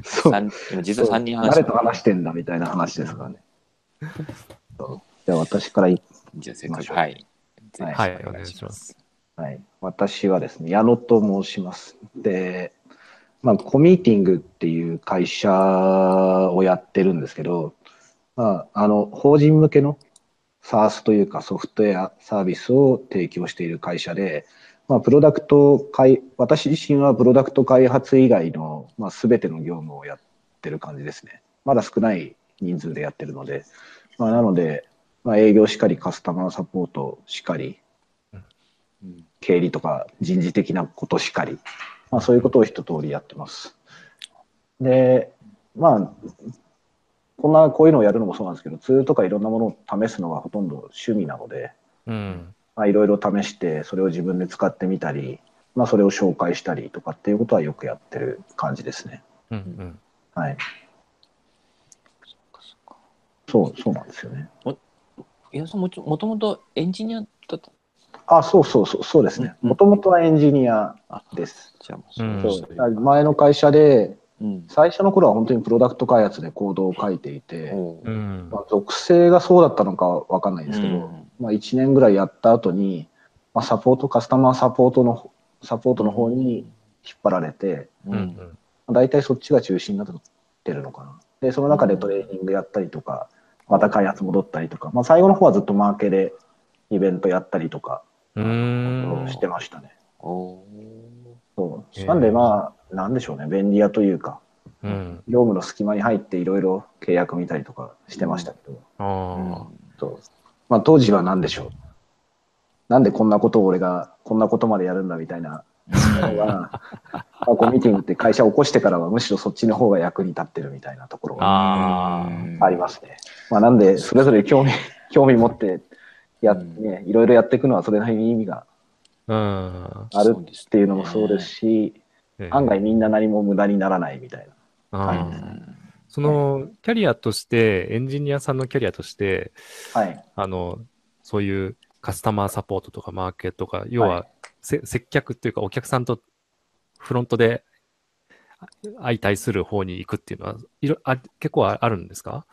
Speaker 2: そう。
Speaker 1: 三今実は3人話
Speaker 2: 誰
Speaker 1: して
Speaker 2: と話してんだみたいな話ですからね。そうじゃあ私からい、
Speaker 1: じゃあ、せっかく。はい。
Speaker 2: はい
Speaker 3: はい、お願いします。
Speaker 1: す。
Speaker 2: はい、私はですね、矢野と申します。で、まあ、コミーティングっていう会社をやってるんですけど、まあ、あの法人向けの SaaS というかソフトウェアサービスを提供している会社で、まあ、プロダクト開、私自身はプロダクト開発以外の、まあ、全ての業務をやってる感じですね。まだ少ない人数でやってるので、まあ、なので、まあ、営業しかり、カスタマーサポートしかり、
Speaker 1: うん
Speaker 2: 経理とか人事的なことしかり、まあ、そういうことを一通りやってます。で、まあ、こんな、こういうのをやるのもそうなんですけど、ツールとかいろんなものを試すのはほとんど趣味なので、
Speaker 3: うん。
Speaker 2: まあ、いろいろ試して、それを自分で使ってみたり、まあ、それを紹介したりとかっていうことはよくやってる感じですね。
Speaker 3: うん。うん。
Speaker 2: はい。そう、そうなんですよね。
Speaker 1: いや、そもちもともとエンジニアだった。
Speaker 2: あ、そうそうそう、そうですね。
Speaker 1: うん
Speaker 2: もともとはエンジニア
Speaker 1: あ、
Speaker 2: です。
Speaker 1: じゃあもう
Speaker 3: うん
Speaker 1: そ
Speaker 2: そううだから前の会社で、
Speaker 1: うん。
Speaker 2: 最初の頃は本当にプロダクト開発でコードを書いていて、
Speaker 1: おう
Speaker 3: うん。
Speaker 2: まあ、属性がそうだったのかわかんないですけど、
Speaker 1: うん
Speaker 2: まあ、1年ぐらいやった後に、まあ、サポートカスタマーサポートのサポートの方に引っ張られて、
Speaker 1: う。
Speaker 3: うんん。
Speaker 2: まあ、大体そっちが中心になってるのかなでその中でトレーニングやったりとかまた開発戻ったりとか、まあ、最後の方はずっとマーケでイベントやったりとか
Speaker 3: うん。
Speaker 2: してましたね、
Speaker 1: おう
Speaker 2: そう
Speaker 3: へえ
Speaker 2: なんでまあなんでしょうね便利屋というか
Speaker 3: うん。
Speaker 2: 業務の隙間に入っていろいろ契約見たりとかしてましたけど、
Speaker 3: あ
Speaker 2: そうまあ、当時は何でしょうなんでこんなことを俺がこんなことまでやるんだみたいなのが (laughs) まあコミュニティって会社を起こしてからはむしろそっちの方が役に立ってるみたいなところ
Speaker 3: あ。
Speaker 2: が
Speaker 3: あ
Speaker 2: ありますね。まあ、なんでそれぞれ
Speaker 3: (laughs)
Speaker 2: 興味興味持ってや、
Speaker 1: うん
Speaker 2: ね、いろいろやっていくのはそれなりに意味が
Speaker 3: あ。
Speaker 2: ある
Speaker 1: そうですね
Speaker 2: っていうのもそうですし
Speaker 3: うん。
Speaker 2: 案外みんな何も無駄にならないみたいな。
Speaker 3: あ
Speaker 1: う
Speaker 3: あ。
Speaker 1: ん
Speaker 3: そのキャリアとして、エンジニアさんのキャリアとして、
Speaker 2: はい、
Speaker 3: あの、そういうカスタマーサポートとかマーケットとか、要はせ、接客っていうかお客さんとフロントであ相対する方に行くっていうのは、いろあ結構ああるんですか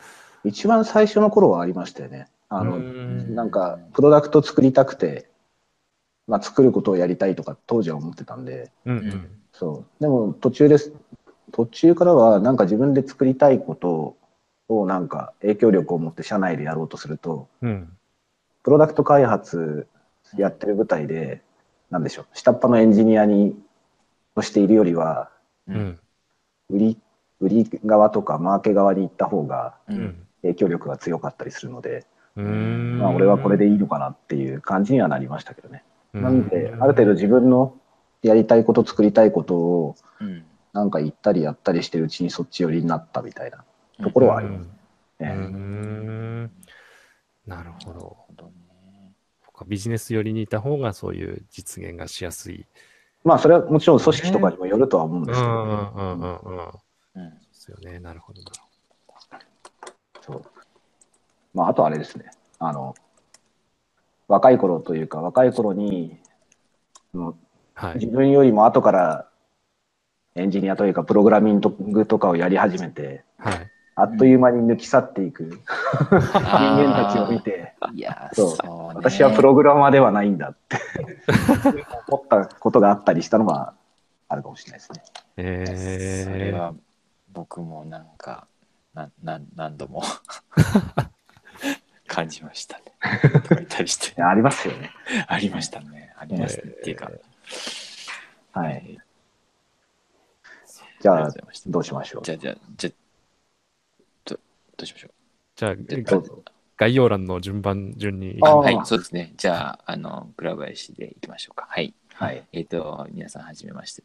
Speaker 2: 一番最初の頃はありましたよね。あの
Speaker 3: うん
Speaker 2: なんかプロダクト作りたくて、まあ、作ることをやりたいとか当時は思ってたんで
Speaker 3: うんう
Speaker 1: うんん。
Speaker 2: そうでも途中です途中からはなんか自分で作りたいことをなんか影響力を持って社内でやろうとすると
Speaker 3: うん。
Speaker 2: プロダクト開発やってる舞台でなんでしょう下っ端のエンジニアにとしているよりは
Speaker 1: う
Speaker 3: うんん。
Speaker 2: 売り売り側とかマーケ側に行った方が
Speaker 1: う
Speaker 3: うんん。
Speaker 2: 影響力が強かったりするので、
Speaker 3: うーん
Speaker 2: まあ、俺はこれでいいのかなっていう感じにはなりましたけどね。
Speaker 3: う
Speaker 2: なんで、ある程度自分のやりたいこと、作りたいことを、
Speaker 1: うん
Speaker 2: なんか言ったりやったりしてるうちにそっち寄りになったみたいなところはあります
Speaker 3: う
Speaker 2: ね。
Speaker 3: ん。なるほ
Speaker 1: な
Speaker 3: ど。
Speaker 1: るほどね
Speaker 3: そっかビジネス寄りにいた方がそういう実現がしやすい。
Speaker 2: まあ、それはもちろん組織とかにもよるとは思うん
Speaker 3: う
Speaker 2: で
Speaker 3: ん
Speaker 2: すけ
Speaker 3: うん
Speaker 2: ど、
Speaker 3: うんうんうん。で
Speaker 1: うん
Speaker 3: すよね。なるほどなるほ
Speaker 2: そうまあ、あとあれですね、あの、若い頃というか、若い頃に、もう
Speaker 3: ど。は
Speaker 2: 自
Speaker 3: い。
Speaker 2: 分よりも後からエンジニアというか、プログラミングとかをやり始めて、
Speaker 3: はい。
Speaker 2: あっという間に抜き去っていく人間たちを見て、
Speaker 1: いやー、
Speaker 2: そう
Speaker 1: そうね
Speaker 2: 私はプログラマーではないんだって思ったことがあったりしたのはあるかもしれないですね。
Speaker 3: え
Speaker 1: それは僕もなんかなな何度も感じましたね。とか言ったりして
Speaker 2: いやありますよね。
Speaker 1: ありましたね。ありましたね。っていうか、
Speaker 2: は
Speaker 1: じ
Speaker 2: い。じゃあ、
Speaker 1: ました
Speaker 2: どうしましょう
Speaker 1: じ。ゃあじゃあじゃあどどうしましょう
Speaker 3: じゃあ、
Speaker 1: じゃあ
Speaker 2: ど
Speaker 3: が
Speaker 2: うぞ。
Speaker 3: 概要欄の順番順に。
Speaker 2: あー
Speaker 1: はい、そうですね。じゃあ、あの、倉林でいきましょうか。はい。
Speaker 2: はい。よ
Speaker 1: えっ、と、皆さん、はじめまして。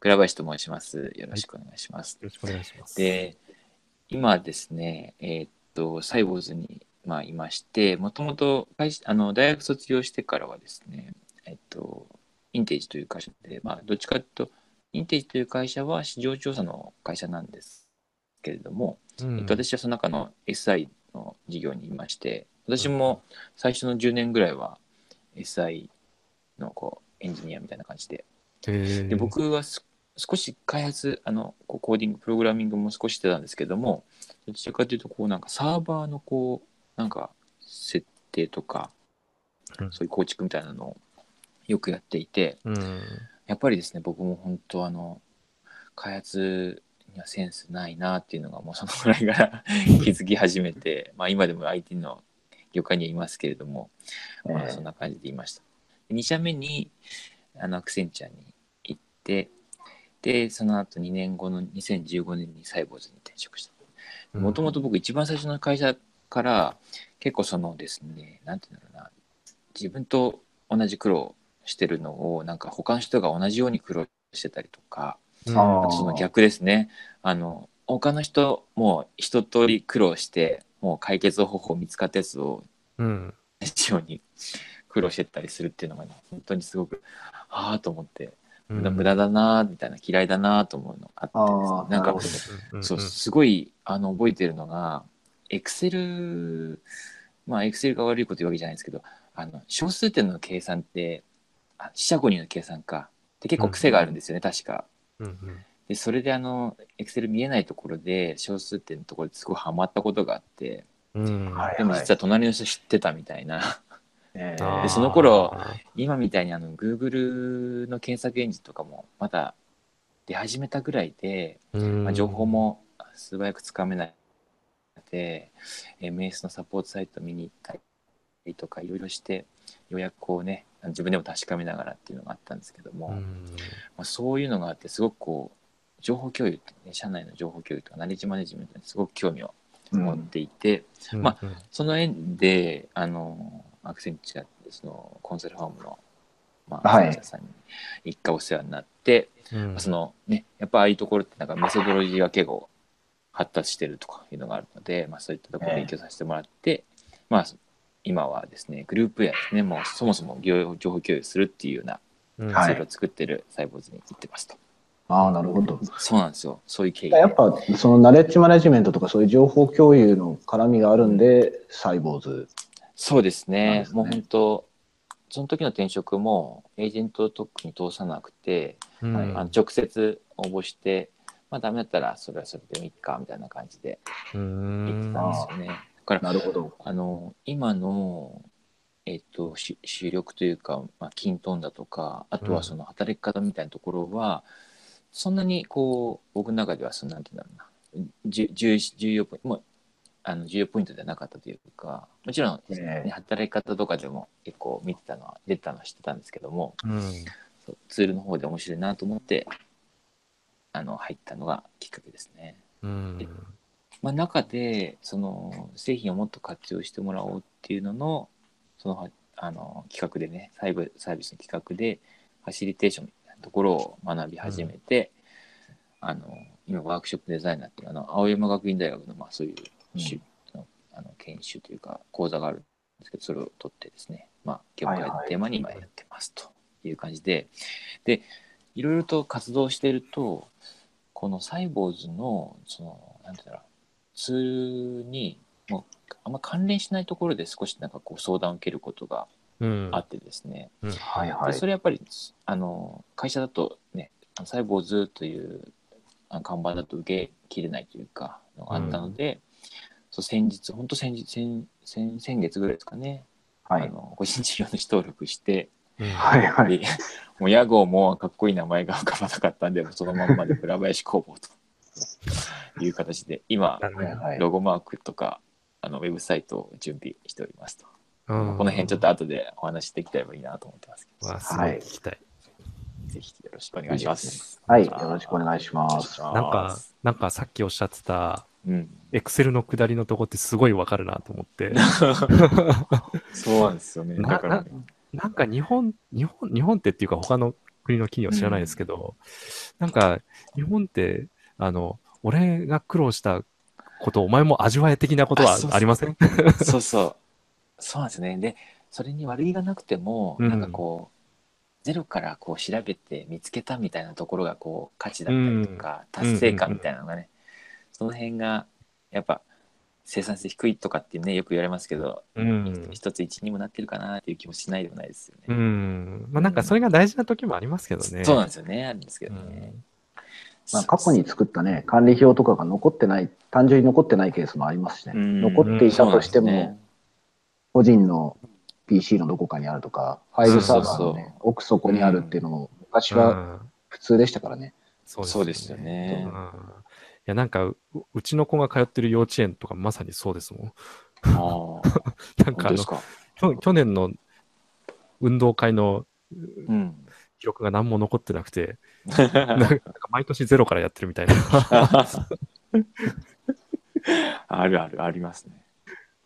Speaker 1: 倉林と申します。よろしくお願いします。
Speaker 3: よろしくお願いします。
Speaker 1: で、今ですね、えーっと、サイボーズに、まあ、いまして、もともと会社あの大学卒業してからはですね、えっと、インテージという会社で、まあ、どっちかというと、インテージという会社は市場調査の会社なんですけれども、
Speaker 3: うん
Speaker 1: えっと、私はその中の SI の事業にいまして、私も最初の10年ぐらいは SI のこうエンジニアみたいな感じで
Speaker 3: へ
Speaker 1: で
Speaker 3: ー
Speaker 1: 僕はす少し開発あのこうコーディングプログラミングも少ししてたんですけどもどちらかというとこうなんかサーバーのこうなんか設定とか
Speaker 3: うん
Speaker 1: そういう構築みたいなのをよくやっていて
Speaker 3: うん。
Speaker 1: やっぱりですね僕も本当あの開発にはセンスないなっていうのがもうそのぐらいから (laughs) 気づき始めてまあ今でも IT の業界にはいますけれどもまあ、そんな感じで言いました。2社目にあのアクセンチャーに行って、で、その後2年後の2015年にサイボーズに転職した。もともと僕一番最初の会社から結構そのですね、なんていうんだろうな、自分と同じ苦労してるのをなんか他の人が同じように苦労してたりとか、
Speaker 3: うん、
Speaker 2: あー
Speaker 1: その逆ですね。あの他の人も一通り苦労してもう解決方法見つかったやつを
Speaker 3: うん。
Speaker 1: 一様に苦労してたりするっていうのが、ね、本当にすごくああと思って
Speaker 3: うん
Speaker 1: 無駄無駄だなーみたいな嫌いだなーと思うのがあってですね
Speaker 2: あー
Speaker 1: なん
Speaker 2: なるほ
Speaker 1: か
Speaker 2: ど
Speaker 3: うん
Speaker 1: そうすごいあの覚えてるのがエクセルまあエクセルが悪いこと言うわけじゃないですけどあの小数点の計算ってあ四捨五入の計算かって結構癖があるんですよね、確か。
Speaker 3: うんうん
Speaker 1: でそれであのエクセル見えないところで小数点のところですごいハマったことがあって
Speaker 3: うん。
Speaker 2: は
Speaker 1: でも実は隣の人知ってたみたいな。
Speaker 2: え
Speaker 3: あー
Speaker 1: でその頃今みたいにあの Google の検索エンジンとかもまだ出始めたぐらいで、
Speaker 3: うん
Speaker 1: まあ、情報も素早くつかめないので MS のサポートサイト見に行ったりとかいろいろして予約をねあの自分でも確かめながらっていうのがあったんですけども、
Speaker 3: う
Speaker 1: ま
Speaker 3: ん
Speaker 1: あ、そういうのがあってすごくこう情報共有って、ね、社内の情報共有とかナレッジマネジメントにすごく興味を持っていて、ま
Speaker 3: うん
Speaker 1: その縁で、あの、アクセンチュア、その、コンサルファームの、まあ、
Speaker 2: はい
Speaker 1: アクセンチュアさんに一回お世話になって、
Speaker 3: うん
Speaker 1: そのね、やっぱああいうところってなんかメソドロジーが結構発達してるとかいうのがあるので、まあそういったところを勉強させてもらって、まあ今はですね、グループやですね、もうそもそも業情報共有するっていうような
Speaker 3: うん
Speaker 1: ツ
Speaker 2: はい
Speaker 1: ールを作ってるサイボーズに行ってますと。
Speaker 2: ああ、なるほど。
Speaker 1: そうなんですよ。そういう経緯で。
Speaker 2: やっぱ、そのナレッジマネジメントとかそういう情報共有の絡みがあるんで、サイボーズ。
Speaker 1: そうです
Speaker 2: なん
Speaker 1: ね。
Speaker 2: ですね
Speaker 1: もう本当、その時の転職もエージェントを特に通さなくて、
Speaker 3: うん
Speaker 1: あの直接応募して、まあダメだったらそれはそれでもいいかみたいな感じで
Speaker 3: う
Speaker 1: 言って
Speaker 3: ん
Speaker 1: たんですよね。だから、
Speaker 2: なるほど。
Speaker 1: あの、今の、えっと、し主力というか、まあ、均等だとか、あと
Speaker 3: うん
Speaker 1: はその働き方みたいなところは、そんなにこう、僕の中ではその、なんて言うんだろうな、じゅ重重要ポイント、もうあの重要ポイントではなかったというか、もちろん、
Speaker 2: え
Speaker 1: ね、働き方とかでも結構見てたのは出てたのは知ってたんですけども
Speaker 3: うん
Speaker 1: そうツールの方で面白いなと思ってあの入ったのがきっかけですね。
Speaker 3: うん
Speaker 1: まあ、中でその製品をもっと活用してもらおうっていうののそのあの企画でねサイブサービスの企画でファシリテーションみたいなところを学び始めて、あの今ワークショップデザイナーっていうあの青山学院大学のまあそういうしゅ、あの研修というか講座があるんですけどそれを取ってですねまあ業界のテーマに今やってますという感じで、でいろいろと活動してるとこのサイボーズのそのなんていうんだろうツールにもうあんま関連しないところで少しなんかこう相談を受けることが
Speaker 3: うん
Speaker 1: あってですね、
Speaker 3: うん
Speaker 2: はいは
Speaker 1: で
Speaker 2: い
Speaker 1: そ。れやっぱりあの会社だとねあのサイボーズというあの看板だと受けきれないというかのがあったので、そう先日本当先日先先先月ぐらいですかね、
Speaker 2: は
Speaker 1: あ
Speaker 2: い。
Speaker 1: の個人事業主登録して、
Speaker 3: うん
Speaker 2: はいはい。
Speaker 1: でもう屋号もかっこいい名前が浮かばなかったんでもうそのまんまで倉林工房という形で今
Speaker 3: だね
Speaker 2: はいはい。
Speaker 1: ロゴマークとか、あのウェブサイトを準備しておりますと。
Speaker 3: うん
Speaker 1: この辺ちょっと後でお話できたらいいなと思ってますけど、
Speaker 3: わすごい
Speaker 2: はい
Speaker 3: 聞きたい
Speaker 1: ぜひよろしくお願いします。
Speaker 2: はい。よろしくお願いします。
Speaker 1: な
Speaker 3: なんか、なんかさっきおっしゃってた
Speaker 1: うん、
Speaker 2: (laughs)
Speaker 3: エクセルの下りのとこってすごいわかるなと思って。
Speaker 1: (laughs) そうなんですよね。
Speaker 3: な
Speaker 1: だからね、
Speaker 3: なんか日本、日本、日本ってっていうか他の国の企業知らないですけど、なんか日本って、あの、俺が苦労したこと、お前も味わえ的なこと
Speaker 1: あ
Speaker 3: は
Speaker 1: そうそう
Speaker 3: ありません
Speaker 1: (laughs) そうそう。そうなんですね。で、それに悪気がなくても、
Speaker 3: うん
Speaker 1: なんかこう、ゼロからこう調べて見つけたみたいなところがこう価値だったりとか、
Speaker 3: ん
Speaker 1: 達成感みたいなのがね、その辺がやっぱ生産性低いとかってね、よく言われますけど、
Speaker 3: うん
Speaker 1: 一つ一にもなってるかなっていう気もしないでもないですよね。
Speaker 3: うん。まあなんかそれが大事な時もありますけどね。
Speaker 1: そうなん
Speaker 3: で
Speaker 1: ですよね。あるんですけどね。
Speaker 2: まあ、過去に作ったね、管理表とかが残ってない、単純に残ってないケースもありますしね。
Speaker 1: うん
Speaker 2: 残っていたとしても、
Speaker 1: そうなんですね
Speaker 2: 個人の PC のどこかにあるとか、ファイルサーバーの、ね
Speaker 1: そうそう
Speaker 2: 奥底にあるっていうのも、昔は普通でしたからね。
Speaker 1: そうですよ。ね
Speaker 3: うん。いやなんかう、うちの子が通ってる幼稚園とかまさにそうですもん。
Speaker 1: ああ、本
Speaker 3: (laughs) なん
Speaker 1: 当
Speaker 3: かあ
Speaker 1: で
Speaker 3: の
Speaker 1: す、か。
Speaker 3: 去去年の運動会の (laughs)
Speaker 1: うん。
Speaker 3: 記録が何も残ってなくて、なんか毎年ゼロからやってるみたいな。
Speaker 1: (laughs) あるあるありますね。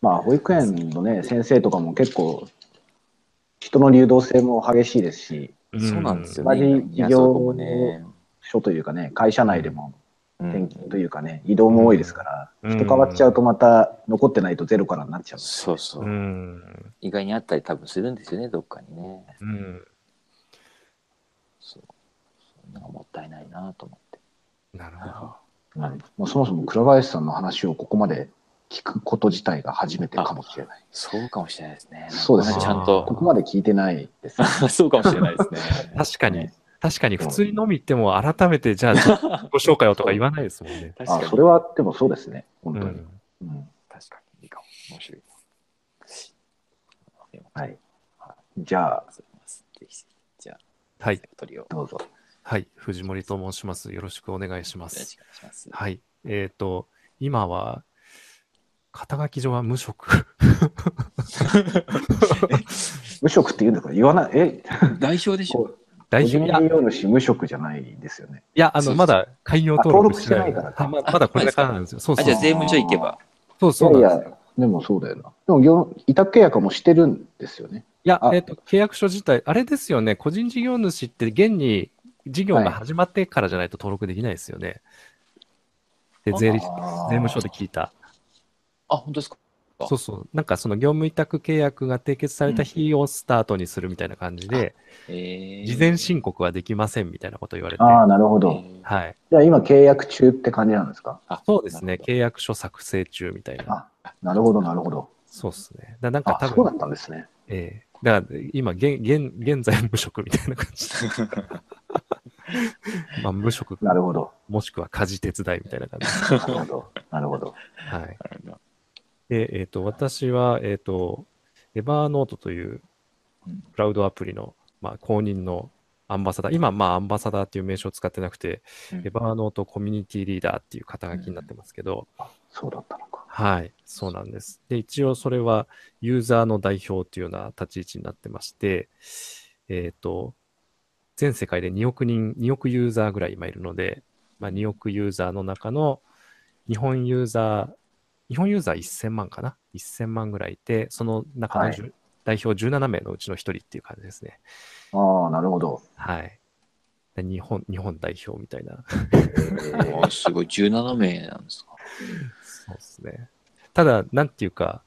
Speaker 2: まあ、保育園のね、先生とかも結構、人の流動性も激しいですし、
Speaker 1: そうなんですよ
Speaker 2: 同じ
Speaker 1: ね。
Speaker 2: 企業
Speaker 1: やそうもね。
Speaker 2: 署というかね、会社内でも
Speaker 1: うん
Speaker 2: 転勤というかね、移動も多いですから、
Speaker 3: うん
Speaker 2: 人変わっちゃうとまた残ってないとゼロからになっちゃう。
Speaker 1: そうそう、
Speaker 3: うん。
Speaker 1: 意外にあったり多分するんですよね、どっかにね。
Speaker 3: うん。
Speaker 1: そう。なんかもったいないなと思って。
Speaker 3: なるほど。
Speaker 2: はいまあ、そもそも倉林さんの話をここまで聞くこと自体が初めてかもしれない。
Speaker 1: そうかもしれないですね。
Speaker 2: そうですね
Speaker 1: ちゃん。
Speaker 2: ことこまで聞いてないです。
Speaker 1: (laughs) そうかもしれないですね。
Speaker 3: 確かに
Speaker 2: ね、
Speaker 3: 確かに普通に飲み行っても改めて、じゃあ、ご紹介をとか言わないですもんね。
Speaker 1: 確
Speaker 2: あ
Speaker 1: かに。
Speaker 2: それはでもそうですね、本
Speaker 3: う
Speaker 2: 当に。
Speaker 3: ん
Speaker 2: うん
Speaker 1: 確かにいいかも。面白い。でも
Speaker 2: はい、じゃあ、
Speaker 1: そうですぜひじゃあ、
Speaker 3: はい。
Speaker 1: 鳥をよ
Speaker 2: どうぞ。
Speaker 3: はい。藤森と申します。よろしくお願いしま
Speaker 1: ろ
Speaker 3: す
Speaker 1: し。くお願いします。
Speaker 3: はい。えっ、と、今は、肩書き上は無職。 (laughs)
Speaker 2: 無職って言うんですか言わない。え、
Speaker 1: 代表でしょ
Speaker 2: こう個
Speaker 3: 大
Speaker 2: 人
Speaker 3: 丈夫いやい
Speaker 2: 事業主無職じゃないですよね。
Speaker 3: や、あ
Speaker 1: そうそ
Speaker 3: の、
Speaker 1: う
Speaker 3: まだ開業
Speaker 2: あ
Speaker 3: 登
Speaker 2: 登
Speaker 3: 録
Speaker 2: 録してないからか
Speaker 3: あままだこれからなんですよ。そう
Speaker 1: あ、
Speaker 3: そう
Speaker 1: じゃ
Speaker 3: そう
Speaker 1: あ。税務署行けば。
Speaker 3: そうそうなん
Speaker 2: い
Speaker 3: で
Speaker 2: や
Speaker 3: す
Speaker 2: い
Speaker 3: よ
Speaker 2: や、でもそうだよな。でも業、委託契約もしてるんですよね。
Speaker 3: いや
Speaker 2: あ、
Speaker 3: えっ、と、契約書自体、あれですよね、個人事業主って現に事業が始まってからじゃないと登録できないですよね。で、税理、税
Speaker 2: あー
Speaker 3: 務署で聞いた。
Speaker 1: あ、本当ですか。あ
Speaker 3: そうそう。なんかその業務委託契約が締結された日をスタートにするみたいな感じで、
Speaker 1: ええ。
Speaker 3: 事前申告はできませんみたいなこと言われて。
Speaker 2: ああ、なるほ
Speaker 1: え
Speaker 2: ど。
Speaker 1: ー
Speaker 3: はい。
Speaker 2: じゃあ今、契約中って感じなんですか
Speaker 1: あ
Speaker 3: そうです
Speaker 1: な
Speaker 3: ね。
Speaker 1: る
Speaker 3: 契約書作成中みたいな。
Speaker 2: あ、なるほど、なるほど。
Speaker 3: そうですね。だなんか
Speaker 2: あ、
Speaker 3: 多
Speaker 2: そうだ
Speaker 3: 分、
Speaker 2: ったんですね。
Speaker 3: ええだから今現、現、現在無職みたいな感じで。 (laughs) まあ無職
Speaker 2: なるほど。
Speaker 3: もしくは家事手伝いみたいな感
Speaker 2: な
Speaker 3: じで。
Speaker 2: るほど。なるほど。
Speaker 3: はい。
Speaker 1: ほど
Speaker 3: で、えっ、と、私は、えっ、と、エバーノートという
Speaker 1: うん
Speaker 3: クラウドアプリの、まあ、公認のアンバサダー、今、まあ、アンバサダーっていう名称を使ってなくて、
Speaker 1: うん
Speaker 3: エバーノートコミュニティリーダーっていう肩書きになってますけど、
Speaker 2: そうだったのか。
Speaker 3: はい、そうなんです。で、一応それはユーザーの代表というような立ち位置になってまして、えっ、と、全世界で2億人、2億ユーザーぐらい今いるので、まあ、2億ユーザーの中の日本ユーザー、日本ユーザー1000万かな ?1000 万ぐらいいて、その中のじゅ、代表17名のうちの1人っていう感じですね。
Speaker 2: ああ、なるほど。
Speaker 3: はい。で日本、日本代表みたいな。
Speaker 1: あ
Speaker 3: (laughs)
Speaker 1: ーすごい、17名なんですか。
Speaker 3: そうですね。ただ、なんていうか、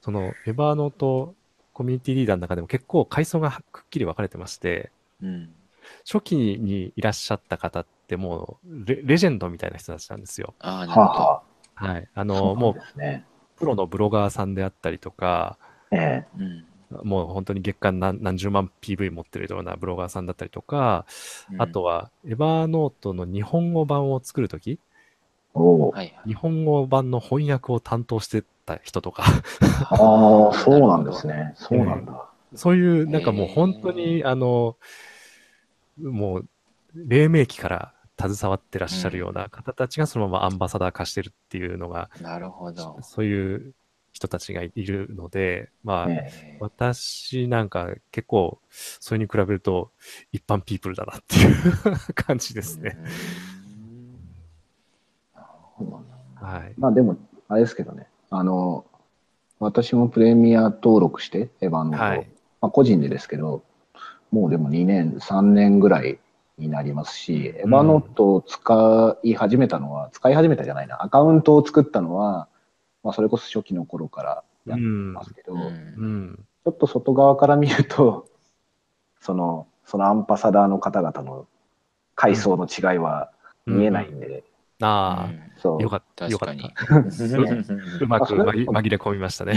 Speaker 3: その、エバーノートコミュニティリーダーの中でも結構階層がくっきり分かれてまして、
Speaker 1: うん。
Speaker 3: 初期にいらっしゃった方ってもうレ、レジェンドみたいな人たちなんですよ。
Speaker 1: ああ、なる
Speaker 2: はあ
Speaker 1: ほど。
Speaker 2: はあ。
Speaker 3: はい。あ
Speaker 2: そ
Speaker 3: の、
Speaker 2: な
Speaker 3: も
Speaker 2: ん
Speaker 3: う
Speaker 2: ですね。
Speaker 3: プロのブロガーさんであったりとか、
Speaker 2: ええ。
Speaker 1: うん。
Speaker 3: もう本当に月間何何十万 PV 持ってるようなブロガーさんだったりとか、
Speaker 1: うん
Speaker 3: あとは、エバーノートの日本語版を作るとき、
Speaker 2: おお。
Speaker 1: はいはい。
Speaker 3: 日本語版の翻訳を担当してた人とか、
Speaker 2: ああ、そうなんですね。そうなんだ。
Speaker 3: そういう、なんかもう
Speaker 1: へー
Speaker 3: 本当に、あの、もう、黎明期から携わってらっしゃるような方たちがそのままアンバサダー化してるっていうのが、
Speaker 1: なるほど。
Speaker 3: そういう人たちがいるので、まあ、
Speaker 2: ね
Speaker 1: えー
Speaker 3: 私なんか結構、それに比べると一般ピープルだなっていう (laughs) 感じですね。
Speaker 1: うん
Speaker 3: はい。
Speaker 2: まあでも、あれですけどね。あの、私もプレミア登録して、エヴァの、
Speaker 3: はい
Speaker 2: まあ個人でですけど、もうでも2年、3年ぐらいになりますし、エヴァノートを使い始めたのは、使い始めたじゃないな、アカウントを作ったのは、まあ、それこそ初期の頃からやってますけど、
Speaker 1: うん
Speaker 3: うん。
Speaker 2: ちょっと外側から見ると、その、そのアンバサダーの方々の階層の違いは見えないんで、
Speaker 3: あ
Speaker 2: そ
Speaker 3: あ、
Speaker 2: う。
Speaker 3: よかった。
Speaker 1: 確
Speaker 3: よか
Speaker 1: か
Speaker 3: っ
Speaker 1: に
Speaker 3: た。。う
Speaker 1: う
Speaker 3: (laughs) まく
Speaker 2: あそれ
Speaker 3: 紛紛れ込みましたね。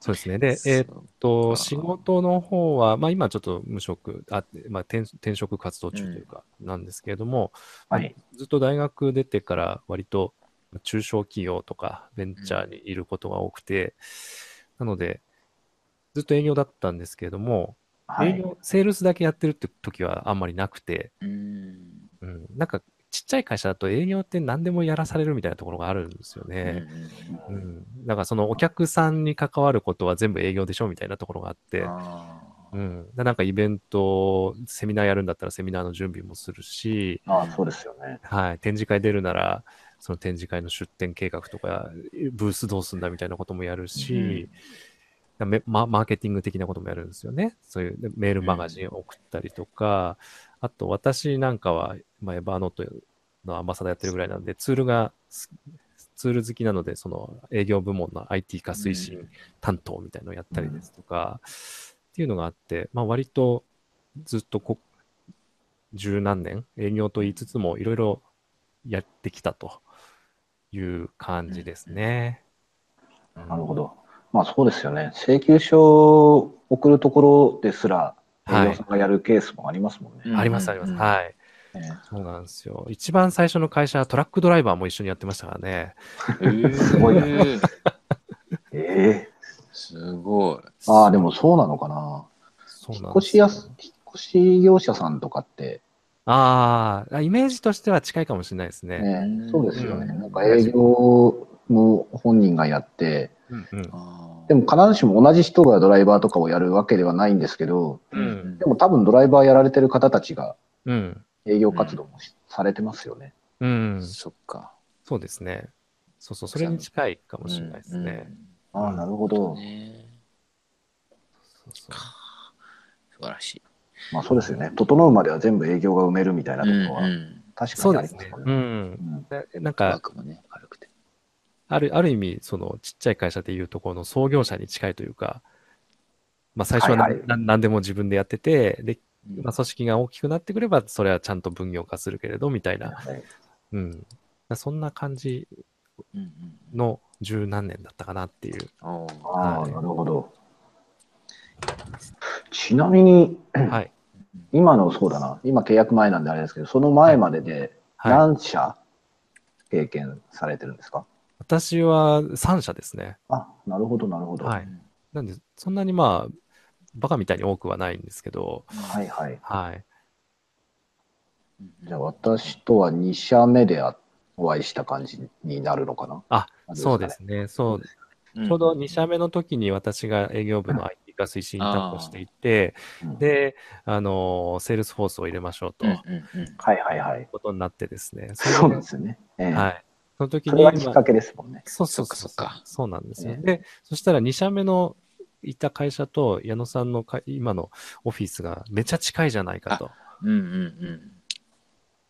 Speaker 3: そうですね。で、えーっと、仕事の方は、まあ今ちょっと無職、あまあ、転転職活動中というか、なんですけれども、
Speaker 2: はい。
Speaker 3: ずっと大学出てから割と中小企業とかベンチャーにいることが多くて、なので、ずっと営業だったんですけれども、
Speaker 2: は
Speaker 3: 営
Speaker 2: い。
Speaker 3: 業、セールスだけやってるって時はあんまりなくて、
Speaker 1: うん
Speaker 3: うん、なんかちっちゃい会社だと営業って何でもやらされるみたいなところがあるんですよね。
Speaker 1: うん
Speaker 3: うん、なんかそのお客さんに関わることは全部営業でしょみたいなところがあって、
Speaker 1: あ
Speaker 3: うん、でなんかイベント、セミナーやるんだったらセミナーの準備もするし、
Speaker 2: ああ、そうですよね。
Speaker 3: はい、展示会出るなら、その展示会の出展計画とか、ブースどうすんだみたいなこともやるし、めママーケティング的なこともやるんですよね。そういうでメールマガジンを送ったりとか、あと私なんかは、まあ、エヴァノートのアンバサダーやってるぐらいなんで、ツールがす、ツール好きなので、その営業部門の IT 化
Speaker 1: ー
Speaker 3: 推進担当みたいのをやったりですとか、っていうのがあって、まあ、割とずっとこ十何年営業と言いつつもいろいろやってきたという感じですね。
Speaker 2: なるほ
Speaker 3: ど。
Speaker 2: ど。まあそうですよね。請求書を送るところですら、営
Speaker 3: はい
Speaker 2: 業さんがやるケースもありますもんね。
Speaker 1: うん
Speaker 3: ありますあります。
Speaker 1: うん
Speaker 3: はい。
Speaker 2: ね
Speaker 3: そうなんですよ。一番最初の会社はトラックドライバーも一緒にやってましたからね。 (laughs)
Speaker 2: すごいな
Speaker 1: えー
Speaker 2: ええ
Speaker 1: すごい。
Speaker 2: ああ、でもそうなのかな。
Speaker 3: そう
Speaker 2: 引
Speaker 3: な
Speaker 2: っ
Speaker 3: ん
Speaker 2: 越
Speaker 3: です
Speaker 2: し
Speaker 3: よ
Speaker 2: やす、引っ越し業者さんとかって、
Speaker 3: あーあ、イメージとしては近いかもしれないですね。
Speaker 2: ね
Speaker 1: うん、
Speaker 2: そうですよね。
Speaker 3: うん
Speaker 2: なんか営業の本人がやって、
Speaker 3: うんうん
Speaker 1: あー
Speaker 2: でも必ずしも同じ人がドライバーとかをやるわけではないんですけど、
Speaker 1: う
Speaker 3: うん
Speaker 2: でも多分ドライバーやられてる方たちが
Speaker 3: うん。
Speaker 2: 営業活動もしされてますよね。
Speaker 3: うん。
Speaker 1: そっか。
Speaker 3: そうですね。そうそう、それに近いかもしれないですね。うん
Speaker 2: ああ、なるほ
Speaker 1: うん。
Speaker 2: ど。
Speaker 1: ね
Speaker 3: そうそう
Speaker 1: 素晴らしい。
Speaker 2: まあそうですよね。整うまでは全部営業が埋めるみたいなところは、
Speaker 1: ん。
Speaker 2: 確
Speaker 3: そ
Speaker 2: か
Speaker 3: う
Speaker 2: にあり
Speaker 3: です
Speaker 2: ます
Speaker 3: ね
Speaker 2: も。んね。
Speaker 3: うん。
Speaker 2: うん
Speaker 3: でなん
Speaker 1: ワ
Speaker 3: か
Speaker 1: ー、クもね、軽くて。
Speaker 3: ある、ある意味、その、ちっちゃい会社でいうところの創業者に近いというか、まあ、最初は
Speaker 2: はい
Speaker 3: 何,、
Speaker 2: は
Speaker 3: なん何でも自分でやってて、で、
Speaker 1: うん
Speaker 3: まあ、組織が大きくなってくれば、それはちゃんと分業化するけれど、みたいな、
Speaker 2: はい
Speaker 3: うん。そんな感じ
Speaker 1: うんうん
Speaker 3: の十何年だったかなって (laughs) いう。
Speaker 1: おー
Speaker 2: あ
Speaker 3: は
Speaker 2: あ、
Speaker 3: い
Speaker 2: なるほど。ちなみに、
Speaker 3: はい。
Speaker 2: 今のそうだな、今契約前なんであれですけど、その前までで
Speaker 3: はい。
Speaker 2: 何社経験されてるんですか、
Speaker 3: 私は3社ですね。
Speaker 2: あ、なるほど、なるほど。
Speaker 3: は
Speaker 2: はいい、
Speaker 3: なんで、そんなにまあ、バカみたいに多くはないんですけど、
Speaker 2: はい、
Speaker 3: はい。
Speaker 2: じゃあ、私とは2社目であお会いした感じになるのかな
Speaker 3: あ、
Speaker 2: あ
Speaker 3: そうですね。そう、
Speaker 1: ち
Speaker 3: ちょうど2社目の時に私が営業部の IT 化推進担当していて、
Speaker 2: うん
Speaker 3: で、あの、セールスフォースを入れましょうと
Speaker 1: う
Speaker 3: い
Speaker 1: ん
Speaker 3: う
Speaker 1: うんうん
Speaker 2: はいはいはい。
Speaker 3: ことになってですね。
Speaker 2: そうなん
Speaker 3: の
Speaker 2: ですよね。ええ
Speaker 3: はい。その時
Speaker 2: そ
Speaker 3: に、
Speaker 2: れ
Speaker 3: ま
Speaker 2: が
Speaker 3: あ
Speaker 2: きっかけですもんね。
Speaker 3: そうそう
Speaker 1: そ
Speaker 3: そ
Speaker 1: っ
Speaker 3: う
Speaker 1: かそっか
Speaker 3: そうなんですよ。
Speaker 2: ね
Speaker 3: で、そしたら2社目のいた会社と矢野さんのか今のオフィスがめちゃ近いじゃないかと。
Speaker 1: うんうん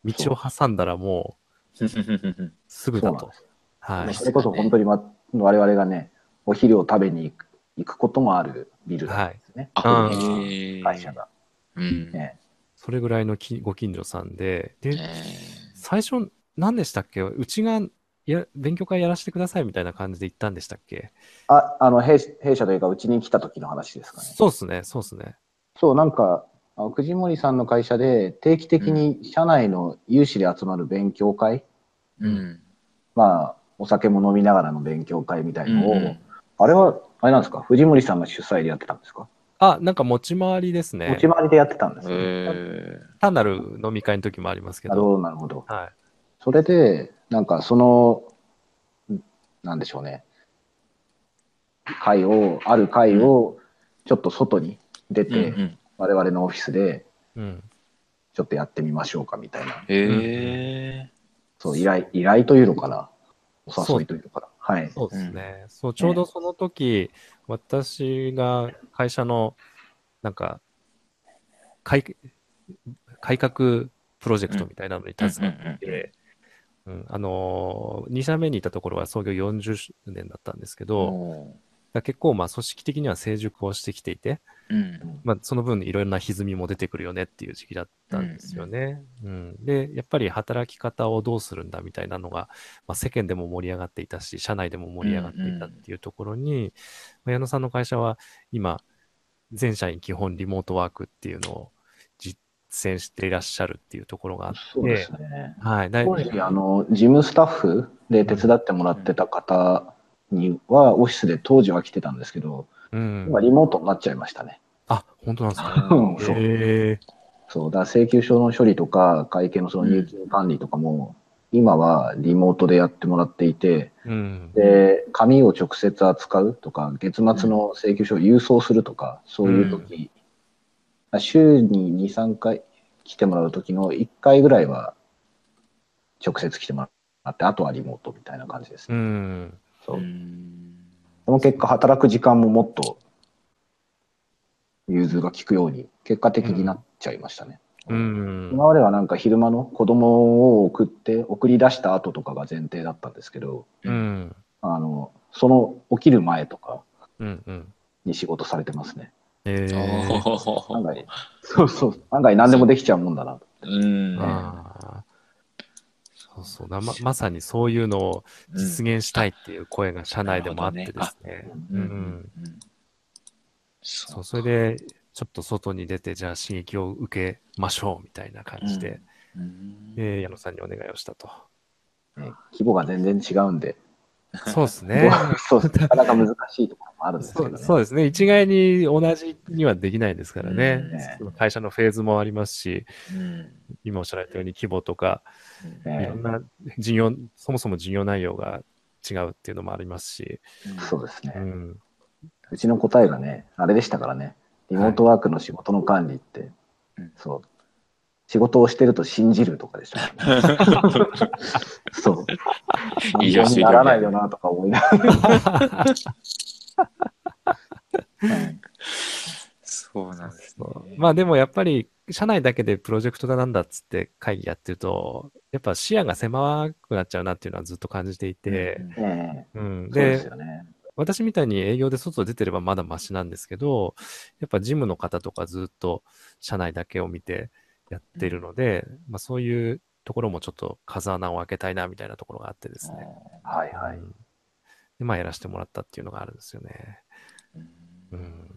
Speaker 3: 道を挟んだらも
Speaker 1: うん。
Speaker 3: うすぐだ
Speaker 2: そう
Speaker 3: と。はい。
Speaker 2: それこそ本当に、ま、我々がね、お昼を食べに行く行くこともあるビルなんですね、
Speaker 1: あ
Speaker 3: うん
Speaker 1: へー
Speaker 2: 会社が。
Speaker 1: うん。
Speaker 2: ね
Speaker 3: それぐらいのきご近所さんで、で、
Speaker 1: え
Speaker 3: 最初何でしたっけうちがや勉強会やらせてくださいみたいな感じで行ったんでしたっけ
Speaker 2: あ、あの弊社、弊社というか、うちに来た時の話ですかね。
Speaker 3: そうっすね、そうっすね。
Speaker 2: そう、なんか、あ藤森さんの会社で定期的に社内の有志で集まる勉強会、
Speaker 1: ーうん。
Speaker 2: まあ、お酒も飲みながらの勉強会みたいのを、
Speaker 1: うん
Speaker 2: あれは、あれなんですか、藤森さんが主催でやってたんですか、
Speaker 3: あ、なんか持ち回りですね
Speaker 2: 持。ち回りでやってたんですね。
Speaker 1: え
Speaker 3: 単なる飲み会の時もありますけ
Speaker 2: なるほ
Speaker 3: ど。
Speaker 2: ど、なるほど。
Speaker 3: は
Speaker 2: それで、なんかその、んなんでしょうね、会を、ある会を、ちょっと外に出
Speaker 1: ー。うん
Speaker 2: て、
Speaker 1: うん
Speaker 2: 我々のオフィスで、
Speaker 3: い。うん。
Speaker 2: ちょっとやってみましょうかみたいな、
Speaker 1: え
Speaker 2: そう、依頼、依頼というのかな、お誘いというのかな。はい。
Speaker 3: そうですね。そう、ちょうどその時、私が会社の、なんか、改改革プロジェクトみたいなのに携わってい
Speaker 1: うんうん
Speaker 3: て、うんあのー、2社目にいたところは創業40年だったんですけど、
Speaker 1: おー
Speaker 3: だから結構まあ組織的には成熟をしてきていて、
Speaker 1: うん
Speaker 3: まあ、その分いろんな歪みも出てくるよねっていう時期だったんですよね。うんでやっぱり働き方をどうするんだみたいなのが、まあ、世間でも盛り上がっていたし社内でも盛り上がっていたっていうところに、まあ矢野さんの会社は今全社員基本リモートワークっていうのを実践していらっしゃるっていうところがあって。
Speaker 2: そうですね。
Speaker 3: はい、だい
Speaker 2: 当時、あの、事務スタッフで手伝ってもらってた方には、オフィスで当時は来てたんですけど、
Speaker 3: うん
Speaker 2: 今、リモートになっちゃいましたね。
Speaker 3: あ本当なんですか。
Speaker 2: うんそう
Speaker 3: へえ
Speaker 2: そう、だから請求書の処理とか、会計のその入金管理とかも、今はリモートでやってもらっていて、
Speaker 3: うん
Speaker 2: で、紙を直接扱うとか、月末の請求書を郵送するとか、そういう時、週に2、3回来てもらう時の1回ぐらいは、直接来てもらって、あとはリモートみたいな感じです
Speaker 3: う
Speaker 2: ね。
Speaker 3: ん
Speaker 2: そううんその結果、働く時間ももっと、融通が効くように、結果的になっちゃいましたね。
Speaker 3: うん
Speaker 2: 今まではなんか昼間の子供を送って、送り出した後とかが前提だったんですけど、
Speaker 3: うん
Speaker 2: あの、その起きる前とか
Speaker 3: うんうん。
Speaker 2: に仕事されてますね。
Speaker 3: えー、
Speaker 2: 案
Speaker 1: おー
Speaker 2: 外、そうそう、案外何でもできちゃうもんだなと。
Speaker 1: うん
Speaker 3: あーそうそうなま、まさにそういうのを実現したいっていう声が社内でもあってですね。
Speaker 1: うんうん
Speaker 3: うん
Speaker 1: うん
Speaker 3: そ
Speaker 1: そう
Speaker 3: うそれで、ちょっと外に出て、じゃあ刺激を受けましょうみたいな感じで、
Speaker 1: うん
Speaker 3: えー矢野さんにお願いをしたと。
Speaker 2: ね規模が全然違うんで、
Speaker 3: そうですね。
Speaker 2: (laughs) そうなかなか難しいところもあるんですけ
Speaker 3: そ
Speaker 2: ど
Speaker 3: う
Speaker 2: ね。
Speaker 3: そうですね。一概に同じにはできないですからね
Speaker 1: うん
Speaker 2: ね。
Speaker 3: その会社のフェーズもありますし、
Speaker 1: うん
Speaker 3: 今おっしゃられたように規模とか、
Speaker 2: ね
Speaker 3: いろんな事業、そもそも事業内容が違うっていうのもありますし、
Speaker 2: そうです
Speaker 3: う
Speaker 2: ね。
Speaker 3: ん、
Speaker 2: うちの答えがね、あれでしたからね、リモートワークの仕事の管理って
Speaker 1: うん、
Speaker 2: そう、仕事をしてると信じるとかで (laughs) したからね。そう。
Speaker 1: いいよ
Speaker 2: 勉強にならないよなとか思いなが (laughs)
Speaker 1: うんそうなんですね
Speaker 3: そうまあでもやっぱり、社内だけでプロジェクトだなんだっつって会議やってると、やっぱ視野が狭くなっちゃうなっていうのはずっと感じていて、
Speaker 2: ら、ね
Speaker 3: う
Speaker 2: え、
Speaker 3: ん
Speaker 2: そうで
Speaker 3: です
Speaker 2: よね。
Speaker 3: 私みたいに営業で外出てればまだマシなんですけど、やっぱ事務の方とかずっと社内だけを見てやってるので、まあそういうところもちょっと風穴を開けたいなみたいなところがあってですね。
Speaker 2: はいはい。
Speaker 3: うんで、まあやらせてもらったっていうのがあるんですよね。
Speaker 1: うん
Speaker 3: うん。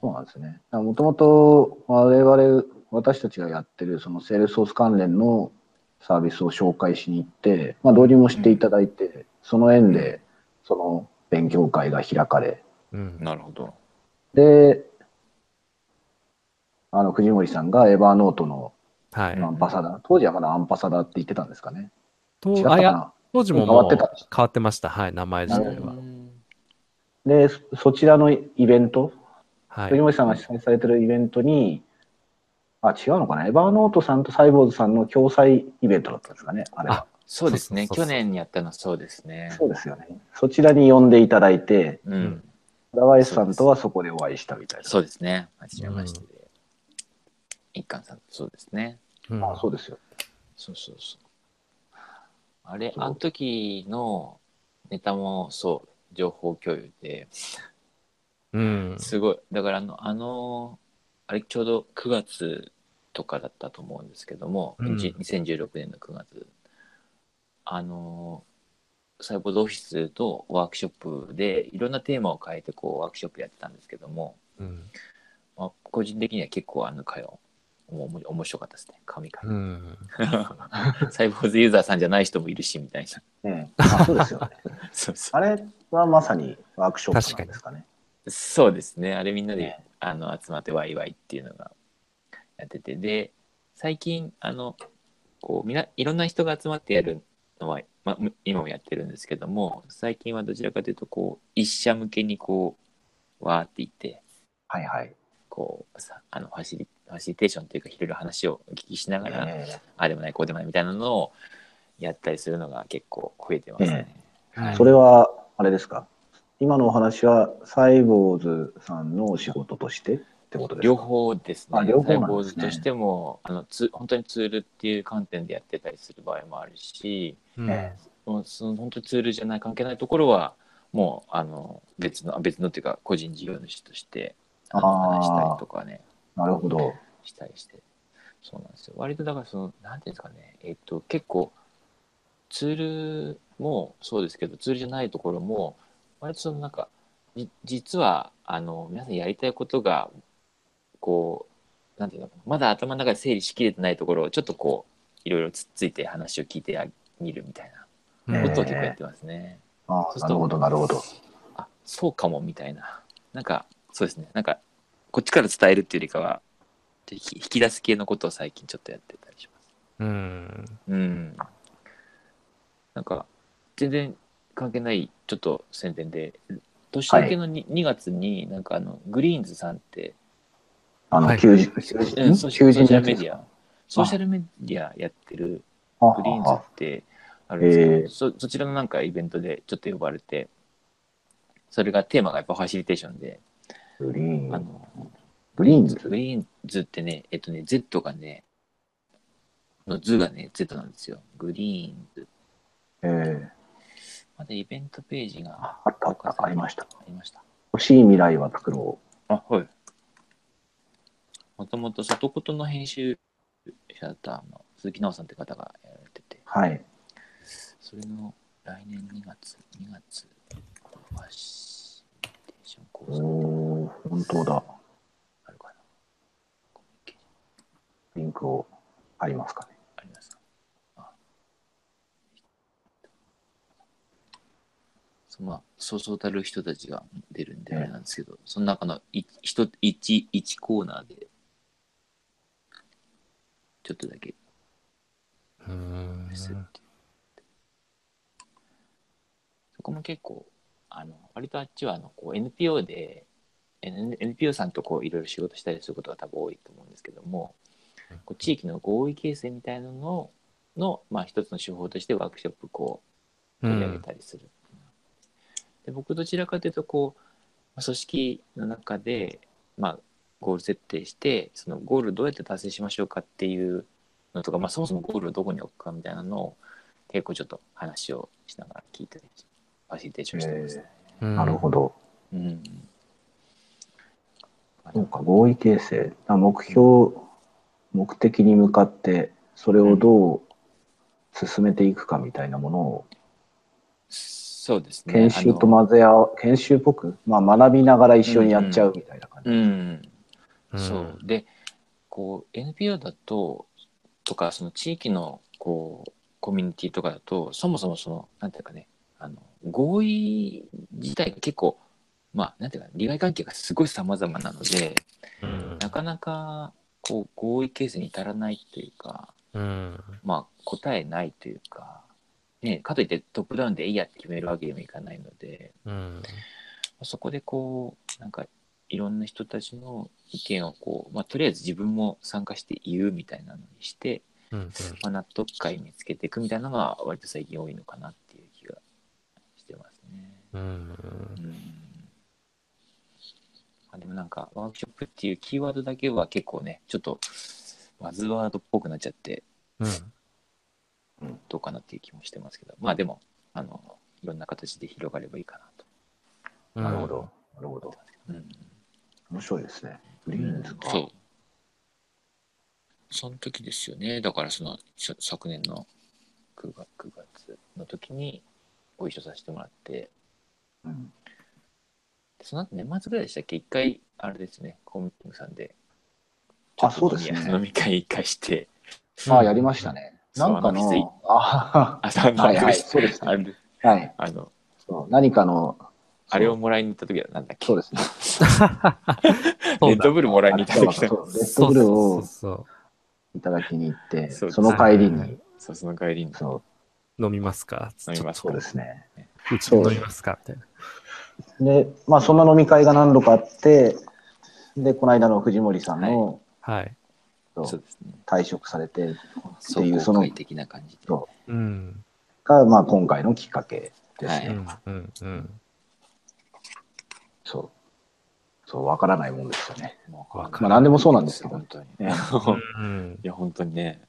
Speaker 2: そうなんですね。もともと我々、私たちがやってるそのセールスソース関連のサービスを紹介しに行って、まあ、導入もしていただいて、その縁でその勉強会が開かれ、
Speaker 3: うん。
Speaker 1: なるほど。
Speaker 2: で、あの藤森さんがエヴァーノートの
Speaker 3: はい。
Speaker 1: うん
Speaker 2: アンパサダ、当時はまだアンパサダって言ってたんですかね。違っ
Speaker 3: と、
Speaker 2: た
Speaker 3: あ、い
Speaker 2: か
Speaker 3: や、
Speaker 2: な
Speaker 3: 当時も
Speaker 2: 変わ
Speaker 3: も
Speaker 2: って
Speaker 3: う
Speaker 2: た
Speaker 3: 変わってました。はい、名前自体は。
Speaker 2: で、そそちらのイベント、
Speaker 3: はい
Speaker 2: 藤。森さんが主催されてるイベントに、あ、違うのかな、エヴァーノートさんとサイボーズさんの共催イベントだったんですかね、あれは。
Speaker 1: そうですね。
Speaker 3: そうそうそう
Speaker 1: 去年にやったのはそうですね。
Speaker 2: そうですよね。そちらに呼んでいただいて、
Speaker 1: う
Speaker 3: うん
Speaker 1: ん。
Speaker 2: 浦和 S さんとはそこでお会いしたみたいな。
Speaker 1: そうですね。はじめましてで。一貫さんとそうですね。
Speaker 3: うん
Speaker 2: あそうですよ。
Speaker 1: そうそうそう。あれ、
Speaker 2: そう
Speaker 1: あの時のネタもそう、情報共有で、
Speaker 3: うん。
Speaker 1: すごい。だからあの、あの、あれちょうど9月とかだったと思うんですけども、
Speaker 3: うん
Speaker 1: じ2016年の9月。あの、サイボードオフィスとワークショップでいろんなテーマを変えてこうワークショップやってたんですけども、
Speaker 3: うん。
Speaker 1: まあ、個人的には結構あの会話もう面白かったですね。神回
Speaker 3: う。ん。
Speaker 1: サイボーズユーザーさんじゃない (laughs) 人もいるしみたい
Speaker 2: うん、あそうですよ
Speaker 1: (laughs)
Speaker 2: ね。
Speaker 1: な。そうそ
Speaker 2: あれはまさにワークショップなんですかね。
Speaker 1: うそうですね。あれみんなで、
Speaker 2: ね
Speaker 1: あの集まってワイワイっていうのがやっててで最近あのこうみないろんな人が集まってやるのは、まあ、む今もやってるんですけども最近はどちらかというとこう一社向けにこうわーって言って
Speaker 2: はいはい。
Speaker 1: こうさあのファシリファシリテーションというかいろいろ話をお聞きしながら、
Speaker 2: ええ
Speaker 1: ああでもないこうでもないみたいなのをやったりするのが結構増えてますね。はい
Speaker 2: それは、あれですか。今のお話は、サイボーズさんのお仕事としてってことです
Speaker 1: 両
Speaker 2: か
Speaker 1: 方ですね。
Speaker 2: あ両方なんですね
Speaker 1: サイボーズとしてもあのつ本当にツールっていう観点でやってたりする場合もあるし、
Speaker 3: うん
Speaker 2: え
Speaker 1: もうその本当にツールじゃない関係ないところはもうあの別のあ別のっていうか個人事業主としてあの
Speaker 2: あー
Speaker 1: 話したりとかね
Speaker 2: えなるほど。
Speaker 1: したりしてそうなんですよ。割とだからそのなんていうんですかねえっと結構ツールもそうですけどツールじゃないところも割とそのなんかじ実はあの皆さんやりたいことがこうなんていうのかなまだ頭の中で整理しきれてないところをちょっとこういろいろつっついて話を聞いてあみるみたい
Speaker 3: うん
Speaker 1: な
Speaker 2: え
Speaker 1: ことを
Speaker 2: え
Speaker 1: 結構やってますね。
Speaker 2: あ
Speaker 1: そうす
Speaker 2: あ
Speaker 1: ると
Speaker 2: なるほど、なるほど。
Speaker 1: あそうかもみたいななんかそうですねなんかこっちから伝えるっていうよりかは引き引き出す系のことを最近ちょっとやってたりします。
Speaker 3: うん。
Speaker 1: うん。なんか、全然関係ない、ちょっと宣伝で、年明けの 2,、2月に、なんかあの、グリーンズさんって、
Speaker 2: あ
Speaker 3: は
Speaker 2: の、
Speaker 3: い
Speaker 2: 求人、
Speaker 1: ソ
Speaker 2: 求
Speaker 1: ーシ
Speaker 2: 人、
Speaker 1: ャ
Speaker 2: 求
Speaker 1: ルソ
Speaker 2: 人
Speaker 1: ーシ
Speaker 2: の
Speaker 1: ャ
Speaker 2: や
Speaker 1: ルメ
Speaker 2: つで
Speaker 1: デ
Speaker 2: す
Speaker 1: ィ
Speaker 2: か
Speaker 1: ア、ソーシャルメディアやってる
Speaker 2: は
Speaker 1: グリーンズ
Speaker 2: は
Speaker 1: っ
Speaker 2: は
Speaker 1: てあるんですけど、
Speaker 2: へえ
Speaker 1: そそちらのなんかイベントでちょっと呼ばれて、それがテーマがやっぱファシリテーションで、
Speaker 2: グリー
Speaker 1: あ
Speaker 2: ン。
Speaker 1: の
Speaker 2: グリーンズ
Speaker 1: グリーンズってね、えっとね、Z がね、の図がね、Z なんですよ。グリーンズ。
Speaker 2: ええ
Speaker 1: まだイベントページが。
Speaker 2: ああったあった、ありました。
Speaker 1: ありました。
Speaker 2: 欲しい未来は作ろ
Speaker 1: あ、はい。もともと外ことの編集者だったあの鈴木直さんって方がやられてて
Speaker 2: う。、はい。
Speaker 1: それの来年2月、2月、ファシリテーション講座
Speaker 2: おー本当だ。
Speaker 1: あるかな。コミュニケーション
Speaker 2: リンクをありますかね。
Speaker 1: ありますかあそまあ、そうそうたる人たちが出るんで
Speaker 2: ええ
Speaker 1: あれなんですけど、その中の 1, 一一コーナーで、ちょっとだけ
Speaker 3: うん
Speaker 1: ですっていうそこも結構あの割とあっちはあのこう NPO で N- NPO さんとこういろいろ仕事したりすることが多分多いと思うんですけどもこう地域の合意形成みたいなのをの、まあ、一つの手法としてワークショップこう取り上げたりする。で僕どちらかというとこうまあ組織の中で、まあ、ゴール設定してそのゴールどうやって達成しましょうかっていうのとか、まあ、そもそもゴールをどこに置くかみたいなのを結構ちょっと話をしながら聞いたりファシリテーションしてます、ね
Speaker 3: うん
Speaker 2: なるほど。
Speaker 1: うん
Speaker 2: そうか、合意形成。あ目標、目的に向かって、それをどう進めていくかみたいなものを、
Speaker 1: そうですね
Speaker 2: 研修と
Speaker 1: あの
Speaker 2: 混ぜ合わ、研修っぽく、まあ、学びながら一緒にやっちゃうみたいな感じ。
Speaker 1: うん
Speaker 3: うん
Speaker 1: そうでこう NPO だととかその地域のこうコミュニティとかだとそもそもそのなんていうかねあの合意自体が結構まあなんていうか利害関係がすごい様々なので
Speaker 3: うん
Speaker 1: なかなかこう合意形成に至らないというか
Speaker 3: うん
Speaker 1: まあ答えないというか、ね、かといってトップダウンでいいやって決めるわけにもいかないので
Speaker 3: うん
Speaker 1: そこでこうなんかいろんな人たちの意見をこう、まあ、とりあえず自分も参加して言うみたいなのにして、
Speaker 3: うん
Speaker 1: まあ、納得会見つけていくみたいなのが割と最近多いのかなっていう気がしてますね。
Speaker 3: うん
Speaker 1: うんまあ、でもなんかワークショップっていうキーワードだけは結構ねちょっとワズワードっぽくなっちゃって
Speaker 3: うん
Speaker 1: どうかなっていう気もしてますけどまあでもあのいろんな形で広がればいいかなと。
Speaker 3: うん
Speaker 2: なるほど。なるほど。
Speaker 1: うん
Speaker 2: 面白いですね。グリーンズか。
Speaker 1: そう。その時ですよね。だからそのしょ昨年の9月 ,9 月の時にご一緒させてもらって、
Speaker 2: うん
Speaker 1: でその後年末ぐらいでしたっけ一回、あれですね、コーミッティングさんで。
Speaker 2: あそうですね
Speaker 1: ちょっと飲み会一回して。
Speaker 2: ああ、やりましたね。
Speaker 1: そう
Speaker 2: なんか
Speaker 1: あのきつい
Speaker 2: の、あ
Speaker 1: (laughs) あ、そう
Speaker 2: はいはいそうですね
Speaker 1: あれ
Speaker 2: あ、はい。
Speaker 1: あの、
Speaker 2: そう何かの、
Speaker 1: あれをもらいに行った時はなんだっけ
Speaker 2: そうですね。
Speaker 1: (laughs)
Speaker 3: そ
Speaker 1: レ
Speaker 3: う
Speaker 1: ッ
Speaker 3: だ
Speaker 1: ドブルもらいに行った時
Speaker 2: そ
Speaker 1: だ。
Speaker 2: うそうレッドブル
Speaker 3: そ
Speaker 2: を
Speaker 3: うそうそ
Speaker 2: いただきに行って、
Speaker 1: そうです
Speaker 2: その帰り
Speaker 3: はい
Speaker 2: に、
Speaker 1: そう、その帰りに
Speaker 2: そう
Speaker 3: 飲みますか
Speaker 1: 飲みます
Speaker 2: う、そ
Speaker 1: か
Speaker 2: う
Speaker 1: ら
Speaker 2: で。すね。
Speaker 3: うちで飲みますかみたいな。
Speaker 2: で、まあ、そんな飲み会が何度かあって、で、この間の藤森さんの、
Speaker 3: はい。
Speaker 2: そう
Speaker 1: そうですね。
Speaker 2: 退職されてっていう、そ
Speaker 1: 総合
Speaker 2: の
Speaker 1: 会的な感じで。
Speaker 2: そう
Speaker 3: うん。
Speaker 2: が、まあ、今回のきっかけですね。
Speaker 1: は
Speaker 3: う
Speaker 1: い
Speaker 3: ん。うん。うん。
Speaker 2: そそう、わからないもんですよね。
Speaker 1: ま
Speaker 3: わか
Speaker 2: まあ、何でもそうなんですけど
Speaker 1: 本。当に。
Speaker 2: ね
Speaker 3: うん
Speaker 1: いや、本当にね。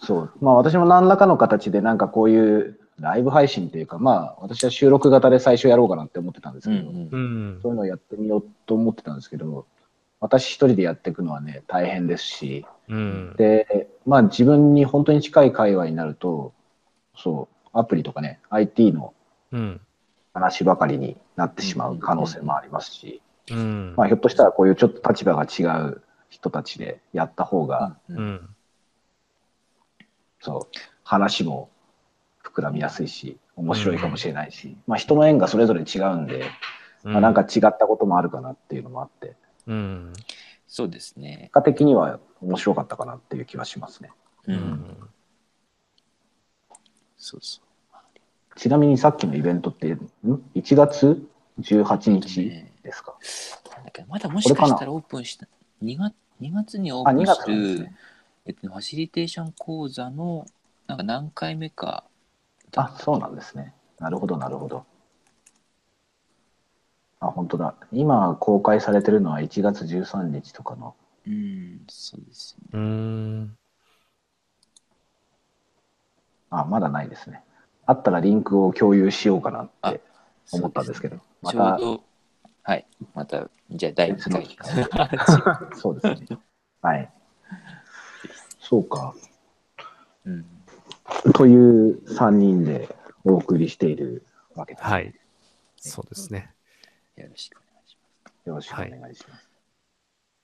Speaker 2: そう。まあ、私も何らかの形で、なんかこういうライブ配信っていうか、まあ、私は収録型で最初やろうかなって思ってたんです
Speaker 1: う
Speaker 2: け
Speaker 1: ん
Speaker 2: ど、
Speaker 1: う。
Speaker 3: うんん
Speaker 2: そういうのをやってみようと思ってたんですけど、私一人でやっていくのはね、大変ですし、
Speaker 3: うん
Speaker 2: で、まあ自分に本当に近い界隈になると、そう、アプリとかね、IT の
Speaker 3: うん
Speaker 2: 話ばかりになってしまう可能性もありますし、
Speaker 3: うん
Speaker 2: まあひょっとしたらこういうちょっと立場が違う人たちでやった方が、
Speaker 1: うん
Speaker 3: うん
Speaker 2: そう、話も膨らみやすいし、面白いかもしれないし、まあ人の縁がそれぞれ違うんで、まあなんか違ったこともあるかなっていうのもあって、
Speaker 3: うん
Speaker 1: そうですね
Speaker 2: 結。果的には面白かったかなっていう気はしますね。
Speaker 1: う。
Speaker 3: うんん
Speaker 1: そうそう。
Speaker 2: ちなみにさっきのイベントって、ん ?1 月18日
Speaker 1: ね
Speaker 2: ですか。
Speaker 1: なんだっけまだもしかしたらオープンした、2月 ,2 月にオープン
Speaker 2: あ2
Speaker 1: す
Speaker 2: 月なんです
Speaker 1: る、
Speaker 2: ね
Speaker 1: えっと、ファシリテーション講座のなんか何回目かだ
Speaker 2: あ、そうなんですね。なるほど、なるほど。あ、本当だ。今公開されてるのは1月13日とかの。
Speaker 1: うん、そうですね。
Speaker 3: うん
Speaker 2: あ、まだないですね。あったらリンクを共有しようかなって思ったんですけど。ま
Speaker 1: ちょう
Speaker 2: た
Speaker 1: ど、はい、また、じゃあ第
Speaker 2: 別の機
Speaker 1: 1回。
Speaker 2: 会。 (laughs) そうですね。はい。そうか。
Speaker 1: (laughs) うん、
Speaker 2: という3人でお送りしているわけです。
Speaker 3: はいそうですね
Speaker 1: よろしくお願いしま
Speaker 2: よろしくお願いします。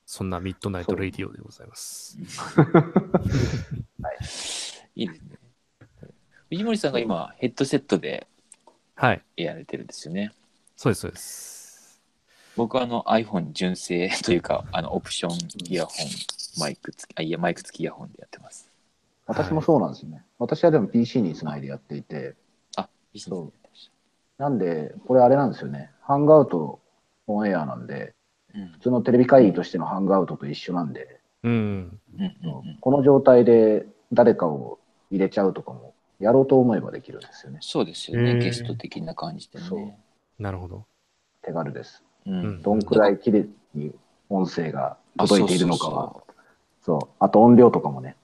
Speaker 3: そんなミッドナイトレイディオでございます
Speaker 1: す。いいですね。藤森さんが今、ヘッドセットで
Speaker 3: はい
Speaker 1: やられてるんですよね。
Speaker 3: そうですそうです
Speaker 1: 僕はあの iPhone 純正というか、あのオプションイヤホン、マイク付き、あ、いや、マイク付きイヤホンでやってます。
Speaker 2: 私もそうなんですよね。私はでも PC につないでやっていて、
Speaker 1: あ、いいですね。
Speaker 2: なんで、これあれなんですよね。ハングアウトオンエアなんで、
Speaker 1: うん
Speaker 2: 普通のテレビ会議としてのハングアウトと一緒なんで、
Speaker 3: うん
Speaker 1: うんうんうん
Speaker 2: この状態で誰かを入れちゃうとかも、やろうと思えばできるんですよね。
Speaker 1: そうですよね、
Speaker 3: うん
Speaker 1: ゲスト的な感じで
Speaker 2: そう
Speaker 1: ね。
Speaker 3: なるほど
Speaker 2: 手軽です。
Speaker 1: うん
Speaker 3: うん
Speaker 2: どんくらい綺麗に音声が届いているのか
Speaker 1: あ
Speaker 2: は
Speaker 1: そ、う
Speaker 2: そう。あと音量とかもね、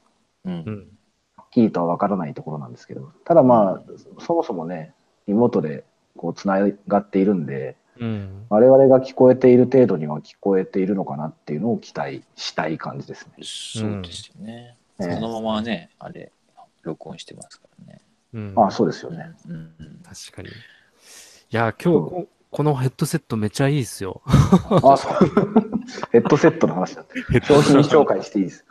Speaker 1: そうそううん
Speaker 3: うん
Speaker 2: はっきりとは分からないところなんですけど、ただまあ、そもそもね、リモートでこうつながっているんで、
Speaker 3: うん
Speaker 2: 我々が聞こえている程度には聞こえているのかなっていうのを期待したい感じですね。
Speaker 1: そうですよね。
Speaker 2: うん
Speaker 1: そのままね、あれ、録音してますからね。
Speaker 3: うん
Speaker 2: あそうです
Speaker 1: (laughs)
Speaker 2: よね。
Speaker 1: うんうん
Speaker 3: 確かにいや今日ここのヘッドセットめちゃいいですよ
Speaker 2: あそう。ヘッドセットの
Speaker 1: (laughs)
Speaker 2: 話だって。商品紹介していいです。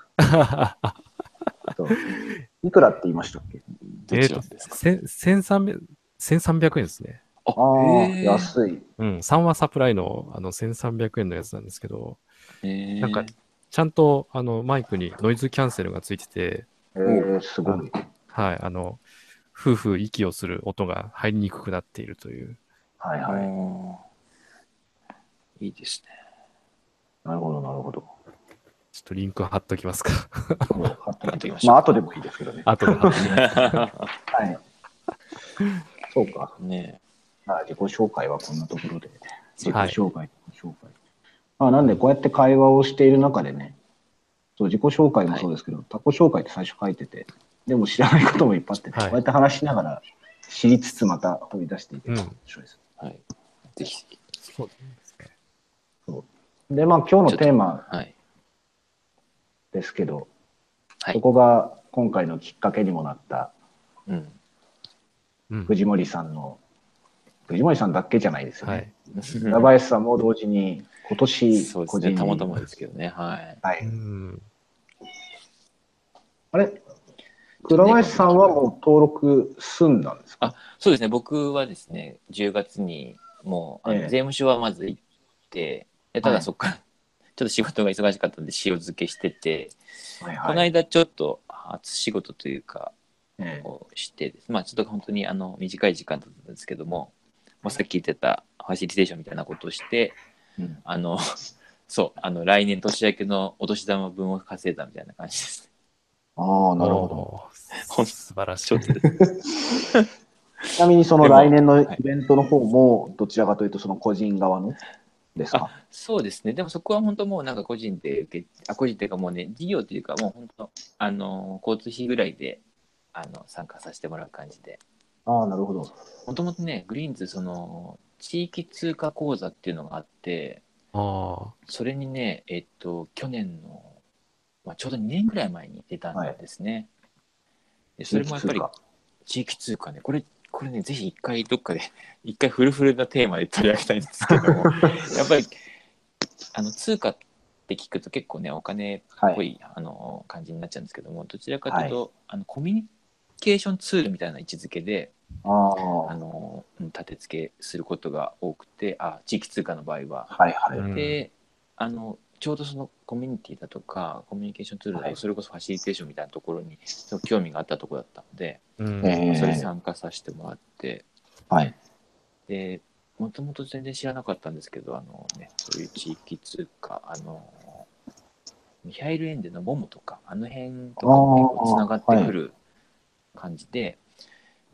Speaker 2: そういくらって言いましたっけ
Speaker 1: どちらですか
Speaker 3: せん1300 1300円ですね。
Speaker 1: あ
Speaker 2: ああ、
Speaker 1: へー
Speaker 2: 安い。
Speaker 3: うん、3話サプライのあの1300円のやつなんですけど、
Speaker 1: へー
Speaker 3: なんかちゃんとあのマイクにノイズキャンセルがついてて、
Speaker 2: えー、すごい。
Speaker 3: はい、あの、夫婦息をする音が入りにくくなっているという。
Speaker 2: はい
Speaker 1: あ
Speaker 2: はい。
Speaker 1: ーいいですね。
Speaker 2: なるほど、なるほど。
Speaker 3: ちょっとリンク貼っときま
Speaker 1: (laughs)
Speaker 3: すか。
Speaker 1: やってみまし
Speaker 2: まあ、
Speaker 1: ょ
Speaker 2: 後でもいいですけどね。
Speaker 3: 後で貼っときます。
Speaker 2: はい。そうか。
Speaker 1: う。ね
Speaker 2: まあ、自己紹介はこんなところで。自己
Speaker 3: はい
Speaker 2: 紹介、自己紹介。まあ、なんで、こうやって会話をしている中でね、そう自己紹介もそうですけど、他己紹介って最初書いてて、でも知らないこともいっぱいあってね、
Speaker 3: はい
Speaker 2: こうやって話しながら知りつつまた掘り出していけ
Speaker 3: う
Speaker 2: る
Speaker 3: ん
Speaker 2: と面白いです。
Speaker 1: はい。ぜひ、
Speaker 3: そうですね。
Speaker 2: で、まあ、今日のテーマ
Speaker 1: はい。
Speaker 2: ですけど、
Speaker 1: はい
Speaker 2: そこが今回のきっかけにもなった
Speaker 1: うん。
Speaker 3: うん。
Speaker 2: 藤森さんの、藤森さんだけじゃないですよ
Speaker 3: は
Speaker 2: ね。
Speaker 3: い。
Speaker 2: ラバエスさんも同時に、今年
Speaker 1: (laughs) そうで
Speaker 2: 個
Speaker 1: す
Speaker 2: 人
Speaker 1: ね。
Speaker 2: に、
Speaker 1: たまたまですけどね。はい。
Speaker 2: は
Speaker 3: う
Speaker 2: い。
Speaker 3: ん。
Speaker 2: あれ倉林さんはもう登録済んだんですか
Speaker 1: そうですね。僕はですね、10月にもう、あの
Speaker 2: ええ
Speaker 1: 税務署はまず行って、でた
Speaker 2: は
Speaker 1: だ
Speaker 2: い
Speaker 1: そこから、ちょっと仕事が忙しかったんで塩漬けしてて、
Speaker 2: はい
Speaker 1: この間ちょっと初仕事というか、
Speaker 2: ええ
Speaker 1: をしてですまあちょっと本当にあの短い時間だったんですけども、まあ、さっき言ってたファシリテーションみたいなことをして
Speaker 2: うん
Speaker 1: あの (laughs) そうあの来年年明けのお年玉分を稼いだみたいな感じです
Speaker 2: ああ、なるほ
Speaker 3: お
Speaker 1: ほ
Speaker 3: ー
Speaker 1: ん
Speaker 3: 素晴らし
Speaker 1: ちょ
Speaker 3: い
Speaker 1: っ。とです
Speaker 2: ど。ちなみにその来年のイ
Speaker 1: はい
Speaker 2: ベントの方も、どちらかというとその個人側のですか
Speaker 1: (laughs) そうですね。でもそこは本当もうなんか個人で受け、あ個人っていうかもうね、事業というかもう本当、あの、交通費ぐらいで、あの、参加させてもらう感じで。
Speaker 2: ああ、なるほど。
Speaker 1: もともとね、グリーンズ、その、地域通貨講座っていうのがあって、
Speaker 3: あ
Speaker 1: それにね、えっと、去年の、まあ、ちょうど2年ぐらい前に出たんですね。でそれもやっぱり地域通貨ね、これ、これね、ぜひ一回どっかで、 (laughs) 一回フルフルなテーマで取り上げたいんですけ (laughs) ども、やっぱり、あの、通貨って聞くと結構ね、お金っ
Speaker 2: は
Speaker 1: ぽ
Speaker 2: い。
Speaker 1: い、あの感じになっちゃうんですけども、どちらかというと、あのコミュニケーションツールみたいな位置づけで、
Speaker 2: ああ、
Speaker 1: あ
Speaker 2: はい
Speaker 1: の、うん立て付けすることが多くて、あ、地域通貨の場合は、
Speaker 2: はい。
Speaker 3: うん
Speaker 1: で、あのちょうどそのコミュニティだとかコミュニケーションツールだとか
Speaker 2: はい
Speaker 1: それこそファシリテーションみたいなところにすごく興味があったところだったので、
Speaker 3: あ。うん。
Speaker 2: え
Speaker 1: それ
Speaker 2: え
Speaker 1: 参加させてもらって
Speaker 2: はい。
Speaker 1: でもともと全然知らなかったんですけどあの、ね、そういう地域通貨あのミハイル・エンデのモモとかあの辺とかも結構つながってくる感じで、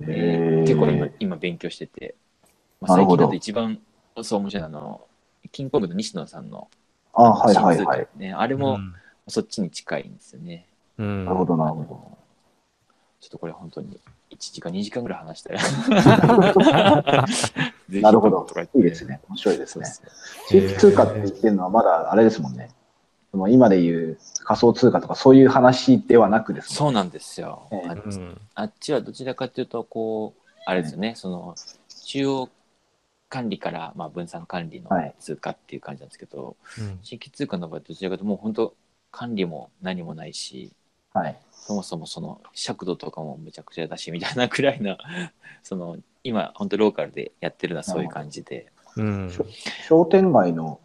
Speaker 2: え
Speaker 1: で
Speaker 2: え
Speaker 1: 結構今今勉強してて、まあ、
Speaker 2: な
Speaker 1: 最
Speaker 2: るほ
Speaker 1: 近
Speaker 2: ど
Speaker 1: だと一番そう面白いのはあのキングコングの西野さんの
Speaker 2: ああ、はい
Speaker 1: 地
Speaker 2: は
Speaker 1: 域通
Speaker 2: いは
Speaker 1: 貨
Speaker 2: い。
Speaker 1: ね、あれ
Speaker 3: で
Speaker 1: も、そっちに近いんですよね。
Speaker 3: うん。
Speaker 2: なるほど、な
Speaker 1: あ
Speaker 2: る
Speaker 1: の
Speaker 2: ほ
Speaker 1: ちょっとこれ本当に1時間2時間ぐらい話した
Speaker 2: (laughs)
Speaker 1: ら
Speaker 2: ど。なる
Speaker 1: (laughs)
Speaker 2: ほど
Speaker 1: とか言っ。て
Speaker 2: いいですね。面白いです
Speaker 1: そう
Speaker 2: ね
Speaker 1: で。すね
Speaker 2: 地域通貨って言ってるのはまだあれですもんね。その今でいう仮想通貨とかそういう話ではなくですもん
Speaker 1: そうなんですよ、
Speaker 2: ええ
Speaker 1: あっ
Speaker 3: う
Speaker 1: ち
Speaker 3: ん。
Speaker 1: あっちはどちらかというとこうあれですよね、その中央管理から、まあ、分散管理の
Speaker 2: はい
Speaker 1: 通貨っていう感じなんですけど、
Speaker 3: うん
Speaker 1: 地域通貨の場合どちらかというともう本当管理も何もないし
Speaker 2: はい。
Speaker 1: そもそもその尺度とかもむちゃくちゃだしみたいなくらいなその今本当ローカルでやってるのはそういう感じで
Speaker 3: うん。
Speaker 2: 商店街の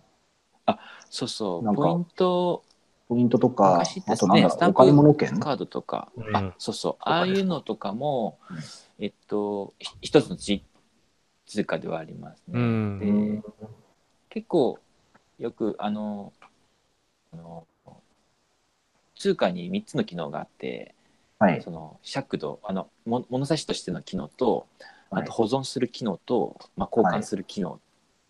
Speaker 1: そうそ
Speaker 2: なん
Speaker 1: う
Speaker 2: か
Speaker 1: ポイント
Speaker 2: ポイントとか
Speaker 1: 昔、で
Speaker 2: あ
Speaker 1: す
Speaker 2: となん
Speaker 1: ね
Speaker 2: だ
Speaker 1: ス
Speaker 2: ろ
Speaker 1: タ
Speaker 2: う、
Speaker 1: ン
Speaker 2: お
Speaker 1: プ
Speaker 2: 買い物券
Speaker 1: カードとか、
Speaker 3: うん
Speaker 1: あそうそう
Speaker 2: かです
Speaker 1: ああいうのとかも、
Speaker 2: うん
Speaker 1: えっとひ一つの地通貨ではあります
Speaker 3: う
Speaker 1: ね、
Speaker 3: ん。
Speaker 1: で結構よくあのあの通貨に3つの機能があって
Speaker 2: はい。
Speaker 1: その尺度あのも物差しとしての機能とあ
Speaker 2: はい
Speaker 1: と保存する機能と、まあ、交換する機能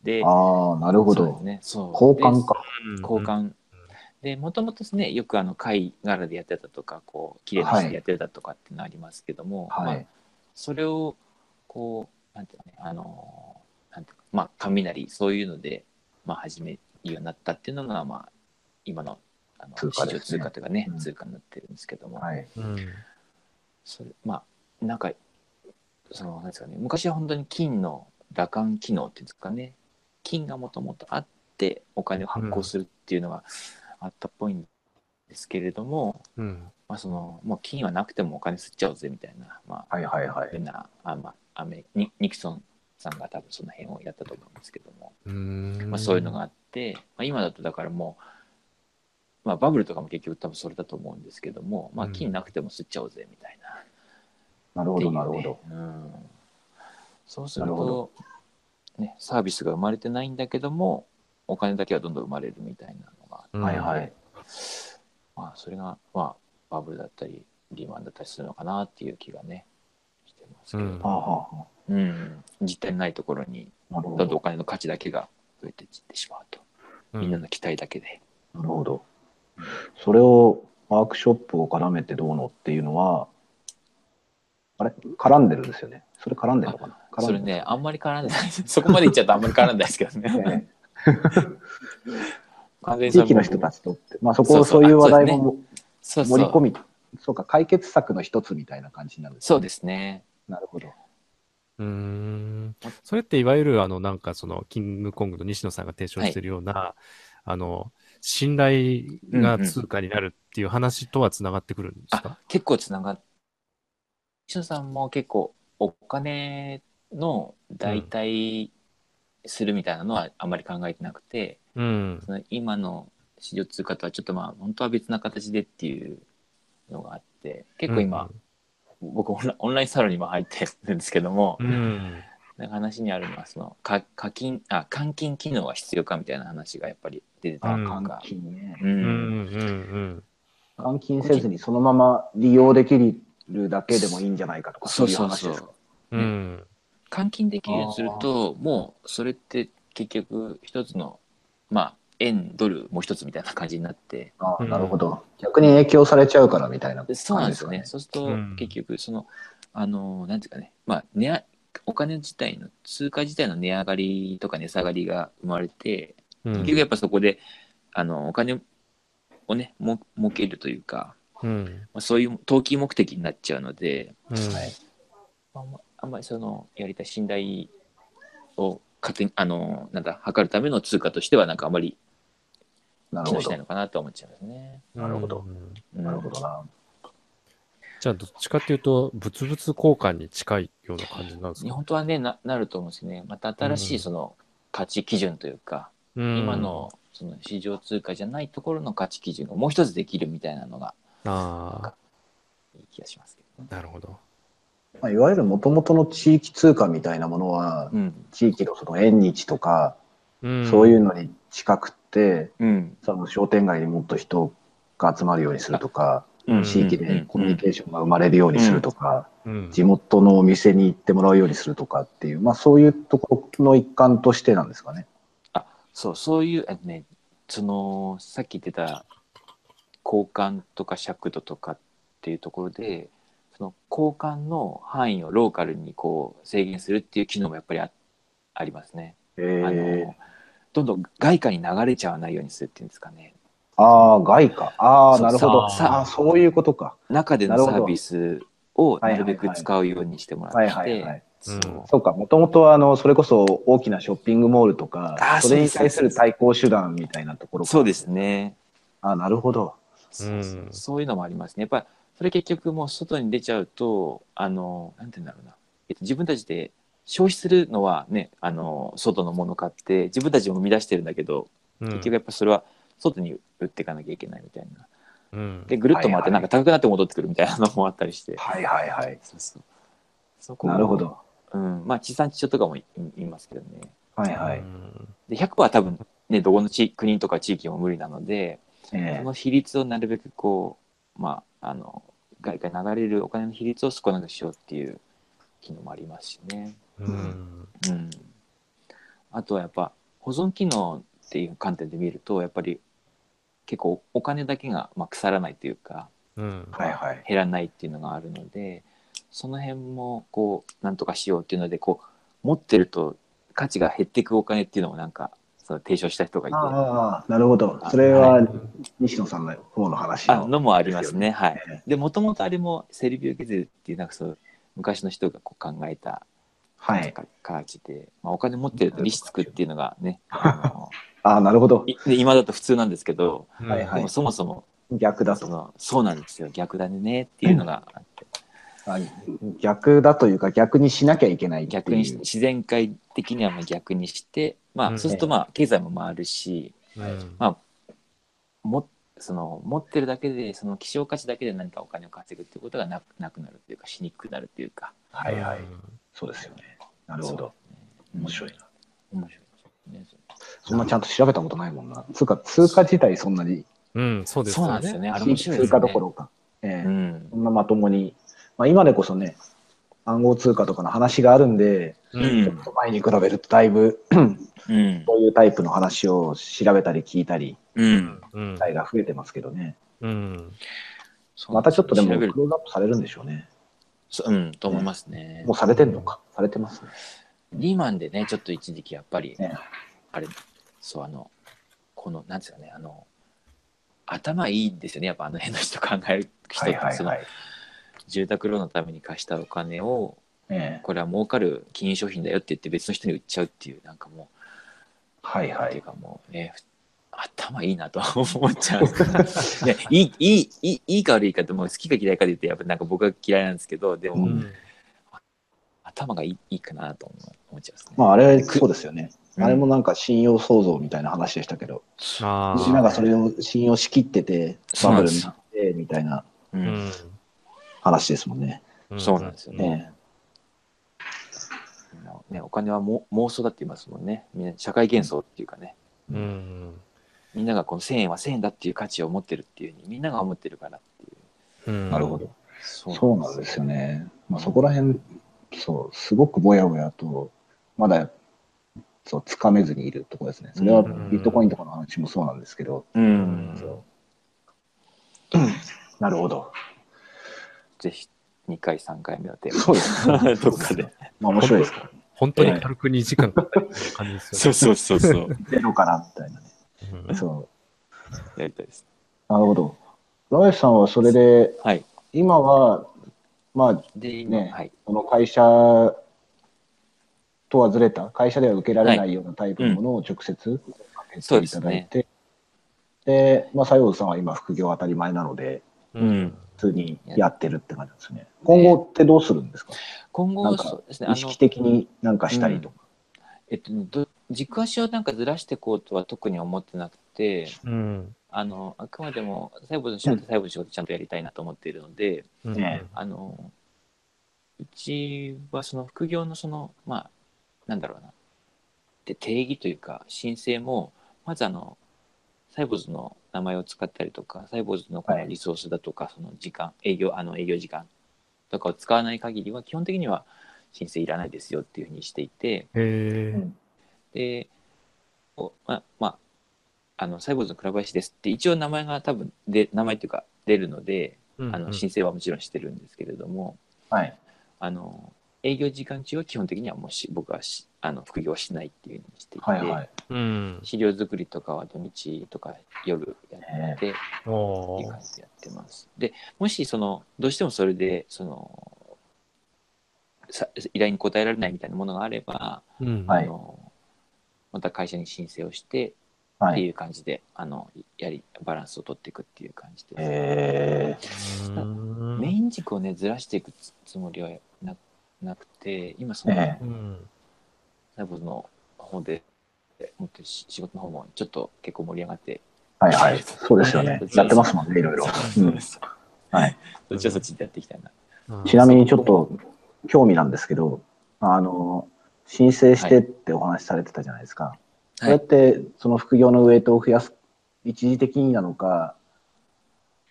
Speaker 1: で、
Speaker 2: ああ、なるほ
Speaker 1: そうです
Speaker 2: ど。
Speaker 1: ねそう
Speaker 2: 交換か。
Speaker 3: うん
Speaker 1: 交。換でもともとですねよくあの貝殻でやってたとかこう綺麗な
Speaker 2: は
Speaker 1: 石
Speaker 2: い
Speaker 1: でやってたとかってのありますけども、
Speaker 2: は
Speaker 1: まあ
Speaker 2: い。
Speaker 1: それをこうなんていうかねあのーなんていうかまあ雷そういうので、まあ、始めるようになったっていうのが、まあ、今のあの
Speaker 2: 通貨
Speaker 1: 市
Speaker 2: で
Speaker 1: 場
Speaker 2: すね
Speaker 1: 通貨というかね、
Speaker 2: うん
Speaker 1: 通貨になってるんですけども、
Speaker 2: はい。
Speaker 3: うん。
Speaker 1: それまあなんかそのなんですかね昔は本当に金の羅漢機能っていうんですかね金がもともとあってお金を発行するっていうのがあったっぽいんですけれども、
Speaker 3: うん。
Speaker 1: まあそのもう金はなくてもお金吸っちゃおうぜみたいなまあ
Speaker 2: はいはいは
Speaker 1: 変
Speaker 2: い。
Speaker 1: なあまあアメニニクソンさんが多分その辺をやったと思うんですけども、
Speaker 3: うん。
Speaker 1: まあ、そういうのがあって、まあ、今だとだからもう、まあ、バブルとかも結局多分それだと思うんですけども、まあ、
Speaker 3: うん
Speaker 1: 金なくても吸っちゃおうぜみたいな。
Speaker 2: なる
Speaker 1: っ
Speaker 2: ほ
Speaker 1: ていう
Speaker 2: ど、
Speaker 1: ね
Speaker 2: なるほど。
Speaker 1: うん、そうする
Speaker 2: なるほ
Speaker 1: とね、サービスが生まれてないんだけどもお金だけはどんどん生まれるみたいなのが、
Speaker 3: うん
Speaker 2: はいはい。
Speaker 1: まあ、それが、まあ、バブルだったりリーマンだったりするのかなっていう気がねしてますけれ
Speaker 3: うん
Speaker 1: ど、
Speaker 2: はあはあは
Speaker 1: うん実態のないところに
Speaker 2: あなる
Speaker 1: ど
Speaker 2: ほ
Speaker 1: んどん
Speaker 2: ど。
Speaker 1: お金の価値だけが増えていってしまうと、みんなの期待だけで。
Speaker 2: なるほど。それをワークショップを絡めてどうのっていうのは、あれ絡んでるんですよね。それ絡んでるのかな絡
Speaker 1: そ
Speaker 2: んで
Speaker 1: れ
Speaker 2: る
Speaker 1: ね、あんまり絡んでない (laughs) です。そこまでいっちゃうとあんまり絡んでないですけど
Speaker 2: (laughs)
Speaker 1: ね。 (laughs)
Speaker 2: ね
Speaker 1: 完全に (laughs)
Speaker 2: 地
Speaker 1: それ
Speaker 2: 域の
Speaker 1: も
Speaker 2: 人たちとって、まあそこ
Speaker 1: そ
Speaker 2: そ
Speaker 1: そう
Speaker 2: うういう話題
Speaker 1: あそ
Speaker 2: も
Speaker 1: そうそう
Speaker 2: 盛り込み、そうか、解決策の一つみたいな感じになるんですね
Speaker 1: そうですね。
Speaker 2: なるほど。
Speaker 3: うーんそれっていわゆるあのなんかそのキングコングの西野さんが提唱してるような、あの信頼が通貨になるっていう話とはつながってくるんですか、
Speaker 1: 結構つながっ西野さんも結構お金の代替するみたいなのはあんまり考えてなくて、
Speaker 3: うん
Speaker 1: その今の市場通貨とはちょっとまあ本当は別な形でっていうのがあって結構今、、僕オンラオンラインサロンにも入ってるんですけども、
Speaker 3: うんうん
Speaker 1: なんか話にあるのはそのか課金あ換金機能は必要かみたいな話がやっぱり出てたりと
Speaker 3: うん
Speaker 1: か
Speaker 2: 換、金ね。
Speaker 1: うん
Speaker 3: うんうん
Speaker 2: 換金せずにそのまま利用できるだけでもいいんじゃないかとか、
Speaker 1: そ
Speaker 2: そうういう
Speaker 1: そう
Speaker 2: 話
Speaker 1: そ
Speaker 2: で
Speaker 1: う
Speaker 2: すか。
Speaker 3: うんうん
Speaker 1: 換金できるようにするともうそれって結局一つのまあ、円、ドル、もう一つみたいな感じになって、
Speaker 2: ああ
Speaker 3: うん
Speaker 2: なるほど。逆に影響されちゃうからみたいな
Speaker 1: でそうなんですよね。
Speaker 2: 感じ
Speaker 1: そうすると
Speaker 3: うん、
Speaker 1: 結局、その、あの、なんていうかね、まあ、値上お金自体の、通貨自体の値上がりとか値下がりが生まれて、
Speaker 3: うん
Speaker 1: 結局やっぱそこで、あの、お金をね、も儲けるというか、
Speaker 3: うん
Speaker 1: まあ、そういう投機目的になっちゃうので、
Speaker 3: うん
Speaker 2: はい
Speaker 1: あんまあんまりそのやりたい信頼を勝手にあのなんだ測るための通貨としてはなんかあまり
Speaker 2: なる
Speaker 1: 機能
Speaker 2: ほ
Speaker 1: しない
Speaker 2: ど。
Speaker 1: のかなとは思っちゃいますね。
Speaker 2: なるほど
Speaker 3: うん
Speaker 1: うん
Speaker 2: なるほどな。
Speaker 3: じゃあ、どっちかっていうと、物々交換に近いような感じなんです
Speaker 1: ね
Speaker 3: か
Speaker 1: 本当はねななると思うんですね。また新し
Speaker 3: うん
Speaker 1: いその価値基準というか、今
Speaker 3: 今、
Speaker 1: のその市場通貨じゃないところの価値基準がもう一つできるみたいなのが
Speaker 3: あ
Speaker 1: いい気がしますけどね。
Speaker 3: あ、なるほど。
Speaker 2: まあ、いわゆるもともとの地域通貨みたいなものは、
Speaker 1: うん
Speaker 2: 地域のその縁日とか、
Speaker 3: うん
Speaker 2: そういうのに近くって、
Speaker 1: うん
Speaker 2: その商店街にもっと人が集まるようにするとか、
Speaker 1: うん
Speaker 2: 地域
Speaker 1: うんうんう
Speaker 2: で
Speaker 1: ん
Speaker 2: コミュニケーションが生まれるようにするとか、
Speaker 3: うん
Speaker 2: 地元のお店に行ってもらうようにするとかっていう、まあ、そういうところの一環としてなんですかね。
Speaker 1: そうそういうあのねそのさっき言ってた交換とか尺度とかっていうところでその交換の範囲をローカルにこう制限するっていう機能もやっぱりあありますね。
Speaker 2: え
Speaker 1: あ
Speaker 2: ー
Speaker 1: の、どんどん外貨に流れちゃわないようにするっていうんですかね
Speaker 2: ああ、外貨。ああ、
Speaker 1: そう
Speaker 2: なるほど。
Speaker 1: さあ
Speaker 2: ああ、そういうことか。
Speaker 1: 中でのサービスをなるべく
Speaker 2: なるほどはいはいはい
Speaker 1: 使うようにしてもら
Speaker 2: はい
Speaker 1: っ
Speaker 2: はいは
Speaker 1: て
Speaker 2: い。
Speaker 1: そう
Speaker 3: うん
Speaker 2: そうか、もともとはあのそれこそ大きなショッピングモールとか
Speaker 1: あ、ー
Speaker 2: それに対す
Speaker 1: そうで
Speaker 2: る
Speaker 1: す
Speaker 2: 対抗手段みたいなところか
Speaker 1: そうですね。
Speaker 2: あーなるほど。
Speaker 1: そうそう
Speaker 3: うん
Speaker 1: そういうのもありますね。やっぱそれ結局もう外に出ちゃうとあのなんて言うんだろうな、えっと、自分たちで消費するのはねあの外のもの買って自分たちも生み出してるんだけど
Speaker 3: うん
Speaker 1: 結局やっぱそれは外に売っていかなきゃいけないみたいな。
Speaker 3: うん。
Speaker 1: でぐるっと回
Speaker 2: はい
Speaker 1: っ
Speaker 2: は
Speaker 1: て
Speaker 2: い
Speaker 1: なんか高くなって戻ってくるみたいなのもあったりして。
Speaker 2: はいはいはい。
Speaker 1: そうそうそこも
Speaker 2: なるほ。ど。
Speaker 1: うん、まあ地産地消とかもいいますけどね。
Speaker 2: はいはいう
Speaker 3: ん
Speaker 1: で100は多分ねどこの地国とか地域も無理なので。
Speaker 2: え
Speaker 1: そ
Speaker 2: え
Speaker 1: の比率をなるべくこう、まあ、あの外貨に流れるお金の比率を少なくしようっていう機能もありますしね。
Speaker 3: うん
Speaker 1: うん、あとはやっぱ保存機能っていう観点で見るとやっぱり結構お金だけが、まあ、腐らないというか
Speaker 3: うん
Speaker 2: はいはい。
Speaker 1: 減らないっていうのがあるのでその辺もこうなんとかしようっていうのでこう持ってると価値が減っていくお金っていうのもなんかその提唱した人がいてあ
Speaker 2: ああ、なるほど。それ
Speaker 1: は
Speaker 2: はい西野さんの方の話の。
Speaker 1: のもありますねはい。
Speaker 2: ええ
Speaker 1: でもともとあれもセルビオゲゼルっていうなんかそう昔の人がこう考えた
Speaker 2: は
Speaker 1: なん
Speaker 2: い。
Speaker 1: か形で、まあ、お金持ってると利子つくっていうのがねあの
Speaker 2: ああ、なるほど。
Speaker 1: い (laughs) で今だと普通なんですけど、
Speaker 2: はいはい
Speaker 1: でもそもそも
Speaker 2: 逆だ
Speaker 1: そ
Speaker 2: と。
Speaker 1: のそうなんですよ逆だねっていうのがあって
Speaker 2: はい逆だというか、逆にしなきゃいけないっていう。
Speaker 1: 逆にし自然界的にはもう逆にして、ま
Speaker 3: う
Speaker 1: あ、
Speaker 3: ん
Speaker 1: そうするとまあ経済も回るし
Speaker 3: うん
Speaker 1: もその持ってるだけでその希少価値だけで何かお金を稼ぐっていうことがなくなくなるというかしにくくなるっていうか
Speaker 2: はいはい。
Speaker 3: う
Speaker 2: そうですよね。なるほど。
Speaker 1: うん
Speaker 2: 面白いな。
Speaker 1: 面白いですね。
Speaker 2: そんなちゃんと調べたことないもんな。つうか、通貨自体そんなに、
Speaker 3: んうん、そうです
Speaker 1: そうなんですよね。あれ面白いで
Speaker 2: 通
Speaker 1: すよ
Speaker 2: 貨
Speaker 1: ね。
Speaker 2: どころか。え
Speaker 1: う
Speaker 2: え
Speaker 1: ん
Speaker 2: そ。んなまともに、まあ、今でこそね、暗号通貨とかの話があるんで、
Speaker 3: う
Speaker 1: うん
Speaker 3: ん
Speaker 2: ちょっと前に比べるとだいぶ、そ
Speaker 1: うん。
Speaker 2: ういうタイプの話を調べたり聞いたり、
Speaker 1: うん。
Speaker 3: うん
Speaker 2: 機会が増えてますけどね。
Speaker 3: うん
Speaker 2: またちょっとでも
Speaker 1: 調
Speaker 2: ク
Speaker 1: べ
Speaker 2: ロ
Speaker 1: る
Speaker 2: ーズアップされるんでしょうね。
Speaker 1: そううん、と思いますね
Speaker 2: もう。されてんのか。されてますね。
Speaker 1: リーマンでね、ちょっと一時期やっぱり、
Speaker 2: ね
Speaker 1: あれ、そう、あの、この、なんですかね、あの、頭いいんですよね。やっぱあの辺の人考える人
Speaker 2: はい
Speaker 1: って、
Speaker 2: はい
Speaker 1: その
Speaker 2: はい。
Speaker 1: 住宅ローンのために貸したお金を、
Speaker 2: ええ
Speaker 1: これは儲かる金融商品だよって言って別の人に売っちゃうっていう、なんかも
Speaker 2: は
Speaker 1: う、
Speaker 2: い
Speaker 1: なん
Speaker 2: は
Speaker 1: ていう
Speaker 2: い。
Speaker 1: かもうね、頭いいなと (laughs) は思っ
Speaker 2: (laughs)
Speaker 1: ちゃうんですけどね、いい、いい、いいいいか悪いかって、もう好きか嫌いかで言って、やっぱなんか僕は嫌いなんですけど、でも、
Speaker 2: うん
Speaker 1: 頭がいいいいかなと思う思っちゃいますね。
Speaker 2: まああれ、そうですよね。
Speaker 1: うん
Speaker 2: あれもなんか信用創造みたいな話でしたけど、
Speaker 3: あ
Speaker 2: みんながそれを信用しきってて、バブルになってみたいな
Speaker 1: うん
Speaker 2: 話ですもんね。
Speaker 1: そうなんですよ
Speaker 2: ええ
Speaker 1: ね、お金はも妄想だって言いますもんね。みんな社会幻想っていうかね。
Speaker 3: うん
Speaker 1: みんながこの1000円は1000円だっていう価値を持ってるっていうふうにみんなが思ってるからっていう。
Speaker 3: うん
Speaker 2: なるほど。
Speaker 1: そ
Speaker 2: そうなんですよね。まあ、そこら辺、そう、すごくぼやぼやと、まだをつかめずにいるところですね。それはビットコインとかの話もそうなんですけど。
Speaker 1: うん
Speaker 2: そう (coughs) なるほ (laughs) ど。
Speaker 1: ぜひ2回3回目のテー
Speaker 2: そうですね。
Speaker 1: マどっかで
Speaker 2: まあ面白い (laughs) ですからね。
Speaker 3: 本当に軽く2時間かかったりする感じです
Speaker 1: そ
Speaker 3: よ
Speaker 1: うそうそうそう
Speaker 2: ゼロからみたいなね。
Speaker 3: ね。
Speaker 2: そ
Speaker 1: (laughs) やりたいです
Speaker 2: う。なるほど。ライフさんはそれで、
Speaker 1: はい
Speaker 2: 今は、まあ、
Speaker 1: で今、
Speaker 2: ね
Speaker 1: はい
Speaker 2: この会社とはずれた、会社では受けられないようなタイプのものを直接かけていただいて、でまあ、西郷さんは今、副業当たり前なので、
Speaker 3: うん
Speaker 1: うん
Speaker 2: 普通にやってるって感じですね。今後ってどうするんですか、
Speaker 1: 今
Speaker 2: な
Speaker 1: 後
Speaker 2: んか
Speaker 1: そうですねあ
Speaker 2: 意識
Speaker 1: の、
Speaker 2: 的になんかしたりとか。
Speaker 1: えっと、ど軸足をなんかずらしていこうとは特に思ってなくて
Speaker 3: うん。
Speaker 1: あのあくまでも最後の仕事最後の仕事ちゃんとやりたいなと思っているので、
Speaker 3: うん
Speaker 2: ね
Speaker 1: あのうちはその副業のそのまあなんだろうなで定義というか申請もまずあのサイボーズの名前を使ったりとかサイボーズのこ
Speaker 2: は
Speaker 1: の
Speaker 2: い
Speaker 1: リソースだとか、その時間営業あの営業時間とかを使わない限りは基本的には申請いらないですよっていうふうにしていて
Speaker 3: へ
Speaker 2: うん
Speaker 1: で
Speaker 3: え。
Speaker 1: おまあまああのサイボーズの倉林ですって一応名前が多分で名前というか出るので、あの申請はもちろんしてるんですけれども、
Speaker 2: はい。
Speaker 1: あの営業時間中は基本的にはもうし僕はしあの副業しないっていうふうにしていて、
Speaker 2: はいはい。
Speaker 3: うん。
Speaker 1: 資料作りとかは土日とか夜や
Speaker 2: ね
Speaker 1: ってって
Speaker 3: お
Speaker 1: いう
Speaker 3: ー
Speaker 1: 感じでやってます。でもしそのどうしてもそれでそのさ依頼に応えられないみたいなものがあれば、
Speaker 3: うん
Speaker 2: はい
Speaker 1: あのまた会社に申請をしてっ
Speaker 2: は
Speaker 1: て
Speaker 2: い。
Speaker 1: いう感じで、あのやりバランスを取っていくっていう感じです。
Speaker 2: え
Speaker 3: うん
Speaker 1: メイン軸をねずらしていくつつもりはななくて今そ
Speaker 2: ー、
Speaker 1: の、
Speaker 2: え
Speaker 3: うん
Speaker 1: ライブの方で、本当に仕仕事の方もちょっと結構盛り上がって、
Speaker 2: ーはいはい。 (laughs) そうですよね。やってますもんね、いろいろ。うん
Speaker 1: す。
Speaker 2: はい。
Speaker 1: そっちはそっちでやっていきたいな。
Speaker 3: うん
Speaker 2: ちなみにちょっと興味なんですけど、あの、申請してってお話しされてたじゃないですか。それ
Speaker 1: は
Speaker 2: っ
Speaker 1: い
Speaker 2: て、その副業のウェイトを増やす、一時的になのか、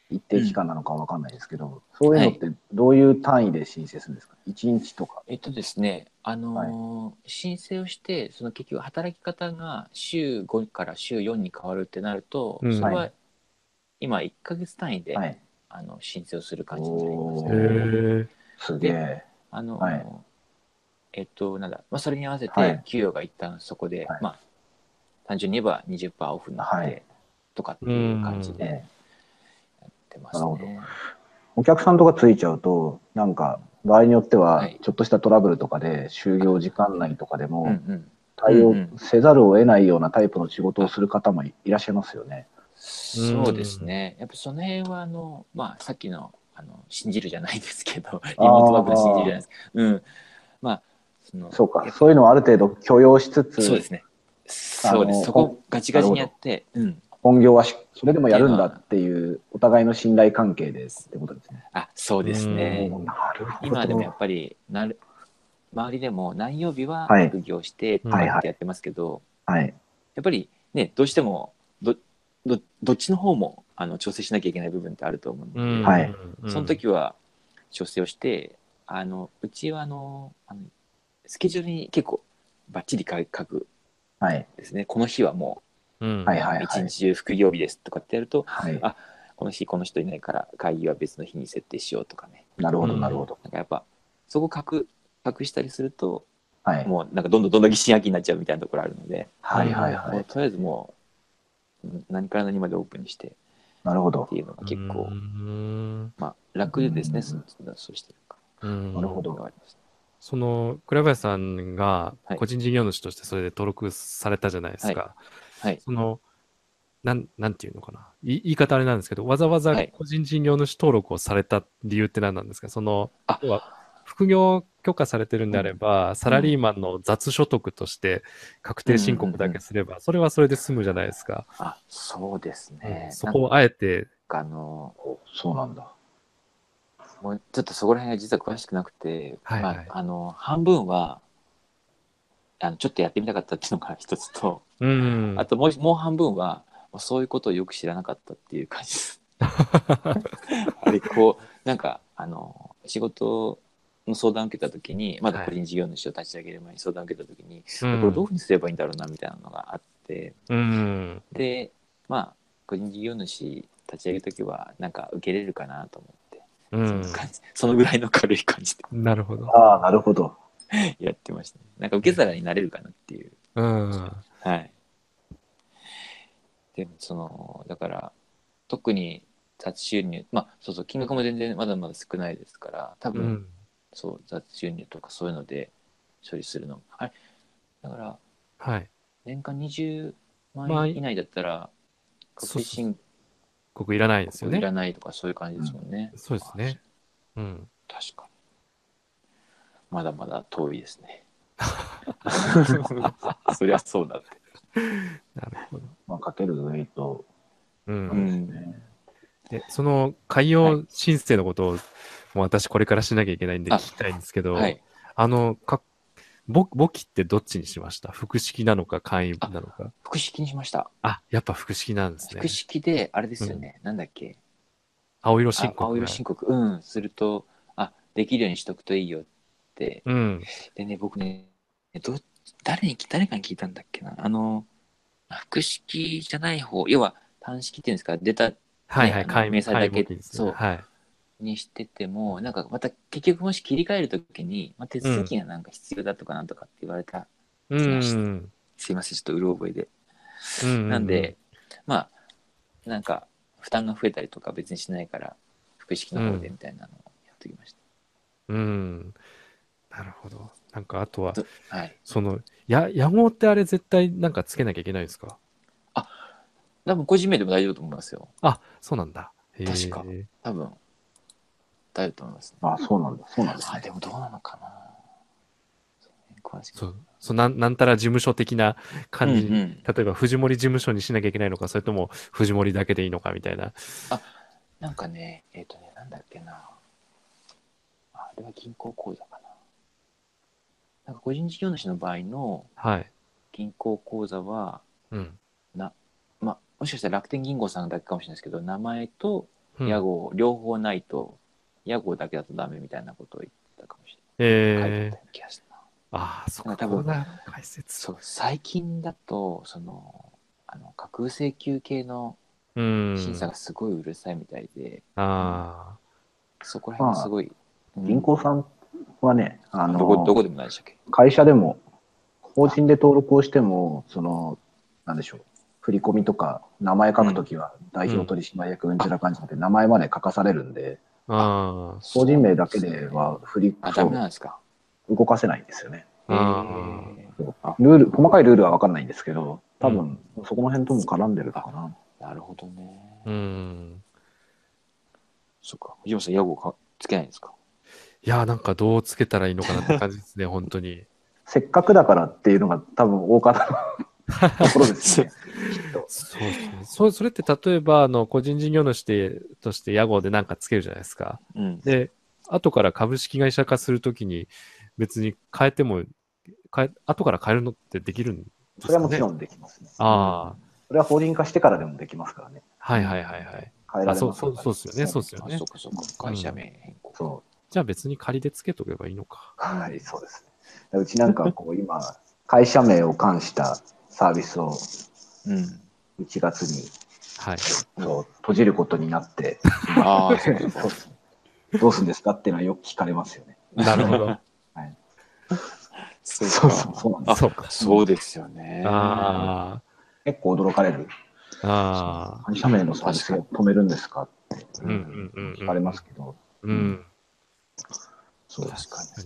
Speaker 2: 一定期間なのかわかんないですけど、そういうのってどういう単位で申請するんですか、一 ?1 日とか。
Speaker 1: えっとですね、あのー申請をして、その結局働き方が週5から週4に変わるってなると、
Speaker 3: うん
Speaker 1: それ
Speaker 2: は
Speaker 1: は今1ヶ月単位で、
Speaker 2: はい。
Speaker 1: あの申請をする感じになります
Speaker 2: お
Speaker 3: へ
Speaker 1: ね。
Speaker 3: え。
Speaker 2: すげえ。
Speaker 1: あのー
Speaker 2: はい
Speaker 1: えっと、なんだ、まあ、それに合わせ
Speaker 2: は
Speaker 1: て
Speaker 2: い
Speaker 1: 給与が一旦そこで、
Speaker 2: はい
Speaker 1: まあ、単純に言えば20%オフになって、
Speaker 2: はい
Speaker 1: とかっていう感じで。
Speaker 2: ええ
Speaker 1: ってますね。
Speaker 2: お客さんとかついちゃうと、なんか、場合によって
Speaker 1: は、
Speaker 2: はいちょっとしたトラブルとかで、就業時間内とかで
Speaker 1: う
Speaker 2: も、
Speaker 1: んうん。
Speaker 2: 対
Speaker 1: う
Speaker 2: 応
Speaker 1: んうん
Speaker 2: せざるを得ないようなタイプの仕事をする方もいいらっしゃいますよね。
Speaker 1: そうですね。やっぱその辺はあのまあさっきのあの信じるじゃないですけど、リモートワークの信じるじゃないですか。うん。まあその
Speaker 2: そうか
Speaker 1: やっ、ぱ
Speaker 2: そういうのをある程度許容しつつ、
Speaker 1: そうですね。そうで
Speaker 2: あ
Speaker 1: す。
Speaker 2: の
Speaker 1: そこガチガチにやって、うん。
Speaker 2: 本業はしそれでもやるんだっていう、お互いの信頼関係ですってことですね。
Speaker 1: あそうですね
Speaker 3: う。ん
Speaker 2: なるほど。
Speaker 1: 今でもやっぱりなる周りでも何曜日は
Speaker 2: はい
Speaker 1: 副業してと
Speaker 3: は
Speaker 2: は
Speaker 3: い
Speaker 2: い
Speaker 1: かってやってますけど、
Speaker 2: はい。
Speaker 1: やっぱりねどうしてもどどどっちの方もあの調整しなきゃいけない部分ってあると思うんで。
Speaker 3: うん
Speaker 2: はい。
Speaker 1: その時は調整をして、あのうちはあのあのスケジュールに結構ばっちり書く
Speaker 2: はい。
Speaker 1: んですねこの日はも
Speaker 3: うん、
Speaker 2: はいうはいは
Speaker 1: 一
Speaker 2: い。
Speaker 1: 日中副業日ですとかってやると、
Speaker 2: はい
Speaker 1: あこの日この人いないから会議は別の日に設定しようとかね
Speaker 2: なるほど、なるほど。
Speaker 1: なんかやっぱそこ書く隠したりすると
Speaker 2: はい。
Speaker 1: もうなんかどんどんどんどん疑心暗鬼になっちゃうみたいなところあるので、
Speaker 2: はいはいは
Speaker 1: もう
Speaker 2: い。
Speaker 1: とりあえずもううん何から何までオープンにしてっ
Speaker 2: なるほど
Speaker 1: て。いうのが結構、
Speaker 3: うん
Speaker 1: まあ、楽です
Speaker 2: う
Speaker 1: ね
Speaker 2: ん
Speaker 1: そうそうしてるか
Speaker 3: うん
Speaker 2: なるほ
Speaker 1: ら
Speaker 2: ど
Speaker 1: があります
Speaker 3: その倉林さんが
Speaker 1: はい
Speaker 3: 個人事業主としてそれで登録されたじゃないですか。
Speaker 1: はい
Speaker 3: そのなんなんていうのかな言い言い方あれなんですけど、わざわざ
Speaker 1: はい
Speaker 3: 個人事業主登録をされた理由って何なんですか、その
Speaker 1: あ
Speaker 3: 要は副業許可されてるんであれば、サラリーマンの雑所得として確定申告だけすれば、それはそれで済むじゃないですか。
Speaker 1: あそうですね、
Speaker 3: そこをあえて、
Speaker 1: なんかあの
Speaker 2: そうなんだ。
Speaker 1: もうちょっとそこら辺は実は詳しくなくて、
Speaker 3: はいはい
Speaker 1: まあ、あの半分はあのちょっとやってみたかったっていうのが一つと、
Speaker 3: うん、
Speaker 1: あともうもう半分はもうそういうことをよく知らなかったっていう感じ
Speaker 3: (laughs)
Speaker 1: です。やっぱりこうなんかあの仕事の相談を受けた時にまだ個人事業主を立ち上げる前に相談を受けた時に、
Speaker 3: うん
Speaker 1: これどういうふうにすればいいんだろうなみたいなのがあって
Speaker 3: うん。
Speaker 1: でまあ個人事業主立ち上げる時はなんか受けれるかなと思って、
Speaker 3: うん
Speaker 1: そんな。感じそのぐらいの軽い感じで
Speaker 3: なるほど。
Speaker 2: ああ、なるほど。
Speaker 1: やってましたねなんか受け皿になれるかなっていう
Speaker 3: うん。
Speaker 1: はい。でもそのだから特に雑収入まあそうそう金額も全然まだまだ少ないですから多
Speaker 3: う
Speaker 1: 分、
Speaker 3: ん。
Speaker 1: そう雑収入とかそういうので処理するのあれだから
Speaker 3: はい。
Speaker 1: 年間20
Speaker 3: まあ
Speaker 1: 万円以内だったら確定申
Speaker 3: ここいらないですよ
Speaker 1: 告い
Speaker 3: ね。
Speaker 1: らないとかそういう感じですもんね、
Speaker 3: そうですね。うん。
Speaker 1: (laughs) 確かにまだまだ遠いですねそりゃそうだって、
Speaker 3: なるほど。
Speaker 2: まあ、かけるウェイト、
Speaker 3: う。
Speaker 1: うんん、
Speaker 3: で、その海洋申請のことを、もう私これからしなきゃいけないんで
Speaker 1: あ
Speaker 3: 聞きたいんですけど、
Speaker 1: はい
Speaker 3: あの、か簿簿記ってどっちにしました複式なのか簡易なのか
Speaker 1: 複式にしました
Speaker 3: あ、やっぱ複式なんですね
Speaker 1: 複。式で、あれですよね、なんだっけ、
Speaker 3: 青色
Speaker 1: あ
Speaker 3: 申告。
Speaker 1: 青色申告、うん、すると、あできるようにしとくといいよって。
Speaker 3: うん。
Speaker 1: でね、僕ね、ど誰に誰かに聞いたんだっけな、あの、複式じゃない方、要は単式っていうんですか、出た
Speaker 3: はいはい、
Speaker 1: あの
Speaker 3: 解明
Speaker 1: 明細だけ
Speaker 3: 解明簿記ですね
Speaker 1: そう
Speaker 3: はい。
Speaker 1: にしてても、なんかまた結局もし切り替えるときに、まあ、手続きがなんか必要だとかなんとかって言われた、
Speaker 3: うん
Speaker 1: しましたすいません、ちょっとうろ覚えで。
Speaker 3: うん。
Speaker 1: なんで、まあ、なんか負担が増えたりとか別にしないから、複式の方でみたいなのをやってきまし
Speaker 3: うん、うん。なるほど。なんかあとは
Speaker 1: た。、はい。
Speaker 3: その、や、野号ってあれ絶対なんかつけなきゃいけないんですか
Speaker 1: 多分個人名でも大丈夫だと思いますよ。
Speaker 3: あ、そうなんだ。へー
Speaker 1: 確か多分大丈夫だと思います、ね。
Speaker 2: ああ、そうなんだ、そうなんです
Speaker 1: あ
Speaker 2: ね。
Speaker 1: でもどうなのかな。詳しく。
Speaker 3: そう、そうなんなんたら事務所的な感じ、
Speaker 1: うんうん
Speaker 3: 例えば藤森事務所にしなきゃいけないのか、それとも藤森だけでいいのかみたいな。
Speaker 1: なんかね、えっ、とね、なんだっけな。あれは銀行口座かな。なんか個人事業主の場合の
Speaker 3: はい。
Speaker 1: 銀行口座は、
Speaker 3: うん。
Speaker 1: まあ、もしかしたら楽天銀行さんだけかもしれないですけど、名前と
Speaker 3: うん
Speaker 1: 屋号、両方ないと、屋号だけだとダメみたいなことを言ってたかもしれない。書いて
Speaker 3: えー
Speaker 1: あ、った気がするな。
Speaker 3: ああ、そっ
Speaker 1: なんか
Speaker 3: か、
Speaker 1: 多分
Speaker 3: こんな解説。
Speaker 1: そう最近だとそのあの架空請求系の
Speaker 3: うん。
Speaker 1: 審査がすごいうるさいみたいで、
Speaker 3: あ
Speaker 1: そこら辺はすごい、うん
Speaker 2: 銀行さんはね、あ
Speaker 1: どこど
Speaker 2: の、
Speaker 1: こでもないでしたっけ
Speaker 2: 会社でも、法人で登録をしても、その、なんでしょう、振り込みとか、名前書くときは、代表取締役うんちらかんじゃなくて、名前まで書かされるんで、
Speaker 3: あ、ああ、
Speaker 2: 法人名だけでは振り
Speaker 1: あ
Speaker 2: そ
Speaker 1: ダメなん
Speaker 2: う
Speaker 1: ですか
Speaker 2: 動かせないんですよね。
Speaker 1: へ
Speaker 3: あ
Speaker 1: ーあ
Speaker 2: ルール、細かいルールは分かんないんですけど、多分、そこの辺とも絡んでるのかな。
Speaker 1: なるほどね、
Speaker 3: うん。
Speaker 1: そっか藤本さん屋号かつけないんですか
Speaker 3: いやー、なんかどうつけたらいいのかなって感じです
Speaker 1: (laughs)
Speaker 3: ね、本当に。
Speaker 2: せっかくだからっていうのが多分多かった (laughs) ところですよ
Speaker 3: (laughs)
Speaker 2: ね。
Speaker 3: そうですね。そそれって例えば、あの、個人事業主でとして屋号でなんかつけるじゃないですか。
Speaker 1: うん
Speaker 3: で、後から株式会社化するときに、別に変えても、変え後から変えるのってできるんで
Speaker 2: そ
Speaker 3: すか、ね、
Speaker 2: れはもちろ
Speaker 3: ん。
Speaker 2: んできますね。
Speaker 3: あ
Speaker 2: それは法人化してからでもできますからね。
Speaker 3: あ、はいはいはいはい。
Speaker 2: 変えら
Speaker 3: あ
Speaker 2: れ
Speaker 3: そう
Speaker 2: ます
Speaker 3: そうそうですよね、そうですよ
Speaker 1: あ
Speaker 3: ね
Speaker 1: そっ。かそっか会社名変更、
Speaker 2: そ
Speaker 3: じゃあ別に仮でつけとけばいいのか。
Speaker 2: う。はい、そうです。うちなんかこう今、会社名を冠したサービスを
Speaker 1: うん
Speaker 2: 1月に
Speaker 3: はい。
Speaker 2: そう閉じることになって、
Speaker 1: ああそっかそっか
Speaker 2: そうどうするんですかっていうのはよく聞かれますよね。
Speaker 3: (laughs) なるほど。
Speaker 2: はい、
Speaker 1: そ
Speaker 2: そう
Speaker 1: う
Speaker 2: そう
Speaker 1: か
Speaker 2: そうなんです
Speaker 1: あ
Speaker 3: そうか。
Speaker 1: そうですよね
Speaker 3: あ
Speaker 2: 結構驚かれる。
Speaker 3: あ、ああ、
Speaker 2: 会社名のサービスを止めるんですかって
Speaker 3: うんうんうんうん
Speaker 2: 聞かれますけど、
Speaker 3: うん。
Speaker 2: そうです。
Speaker 1: 確かに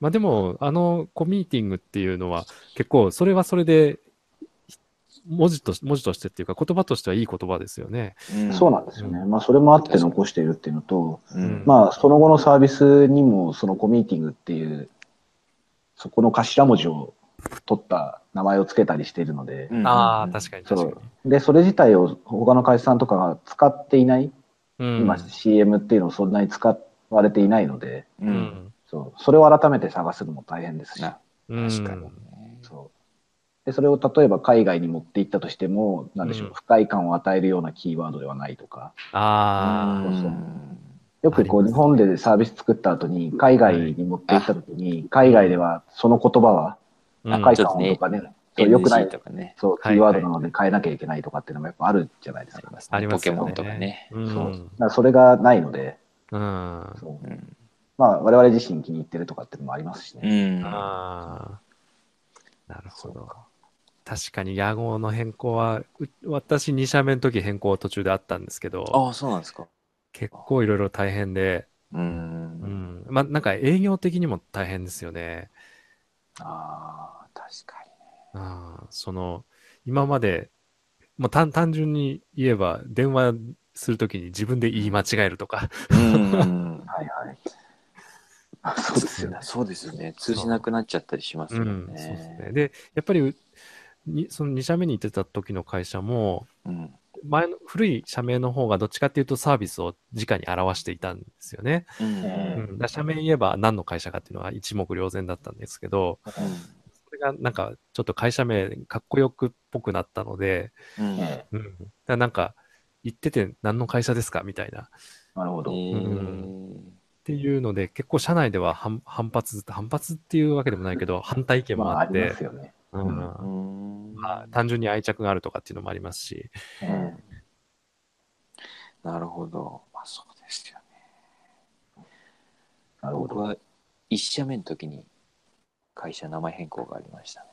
Speaker 3: まあでも、あのコミーティングっていうのは、結構、それはそれで、文字とし文字としてっていうか、言葉としてはいい言葉ですよね。
Speaker 2: そうなんですよね。まあ、それもあって残しているっていうのと、
Speaker 1: うん、うん
Speaker 2: まあ、その後のサービスにも、そのコミュニティングっていう、そこの頭文字を取った名前をつけたりしているので、
Speaker 1: うん
Speaker 3: ああ、確かに
Speaker 2: そ
Speaker 3: 確
Speaker 2: う
Speaker 3: かに。
Speaker 2: で、それ自体を他の会社さんとかが使っていない、
Speaker 3: うん
Speaker 2: 今 CM っていうのをそんなに使われていないので、
Speaker 1: に
Speaker 3: う
Speaker 1: うん
Speaker 3: ん。
Speaker 2: そうそれを改めて探すのも大変ですし
Speaker 1: な、
Speaker 3: うん
Speaker 1: 確かにね
Speaker 2: そうでそれを例えば海外に持っていったとしても、なんでしょ
Speaker 3: う、
Speaker 2: うん不快感を与えるようなキーワードではないとか、
Speaker 3: ああ、
Speaker 1: うん
Speaker 2: そうよくこ
Speaker 3: あ
Speaker 2: う
Speaker 3: り
Speaker 2: 日
Speaker 3: ますね
Speaker 2: 本でサービス作った後に海外に持って行った時に、海外ではその言葉は
Speaker 3: うん
Speaker 2: 赤い
Speaker 1: ちょっ
Speaker 2: 感
Speaker 1: と
Speaker 2: 音
Speaker 1: ね
Speaker 2: とかね、そう良くない
Speaker 1: NG とかね。
Speaker 2: そう、キ
Speaker 3: はい
Speaker 2: ーワードなので変えなきゃいけないとかっていうのもやっぱあるじゃないです
Speaker 1: あ
Speaker 2: か。
Speaker 1: ります
Speaker 3: あ
Speaker 1: ね。
Speaker 3: り
Speaker 1: ポ
Speaker 3: ます
Speaker 1: ケ
Speaker 3: よね
Speaker 1: モンとかね。
Speaker 3: う。
Speaker 2: そうんだからそれがないので、
Speaker 3: うん。
Speaker 2: そう
Speaker 1: うん。
Speaker 2: まあ我々自身気に入ってるとかっていうのもありますし
Speaker 1: う
Speaker 2: ね。
Speaker 1: ん。
Speaker 3: ああ、なるほど。確かに屋号の変更は、う私2社目の時変更途中であったんですけど、
Speaker 1: ああ、そうなんですか。
Speaker 3: 結構いろいろ大変で、
Speaker 1: う。
Speaker 3: うんん。まあなんか営業的にも大変ですよね。
Speaker 1: ああ、確か
Speaker 3: ああ、その、今まで、もう単単純に言えば、電話するときに自分で言い間違えるとか、
Speaker 1: に。うん。
Speaker 2: はいはい。あそうですよね。
Speaker 1: そうですよね。通じなくなっちゃったりします
Speaker 3: う
Speaker 1: よ
Speaker 3: ん、そうです
Speaker 1: ね。
Speaker 3: ね。で、やっぱりう、にその2社目に行ってた時の会社も、
Speaker 1: うん。
Speaker 3: 前の古い社名の方がどっちかっていうとサービスを直に表していたんですよね。
Speaker 1: うん
Speaker 3: う
Speaker 2: うん
Speaker 3: ん、だから社名言えば何の会社かっていうのは一目瞭然だったんですけど、それがなんかちょっと会社名かっこよくっぽくなったので、
Speaker 1: うん。うん
Speaker 2: ええ
Speaker 3: うん、だからなんか行ってて何の会社ですかみたいな。
Speaker 2: なるほど。
Speaker 1: うん
Speaker 3: っていうので、結構社内では反反発、反発っていうわけでもないけど、反対意見
Speaker 2: ま
Speaker 3: も
Speaker 2: あ
Speaker 3: あ
Speaker 2: あ
Speaker 3: っ
Speaker 2: り
Speaker 3: て
Speaker 2: ま、すよね。
Speaker 3: う
Speaker 2: うん
Speaker 3: ん
Speaker 1: うん
Speaker 3: まあ、単純に愛着があるとかっていうのもありますし、
Speaker 2: ええ
Speaker 1: なるほど。まあそうですよね。
Speaker 2: なるほ
Speaker 1: 僕
Speaker 2: ど。
Speaker 1: は一社目の時に会社名前変更がありましたね。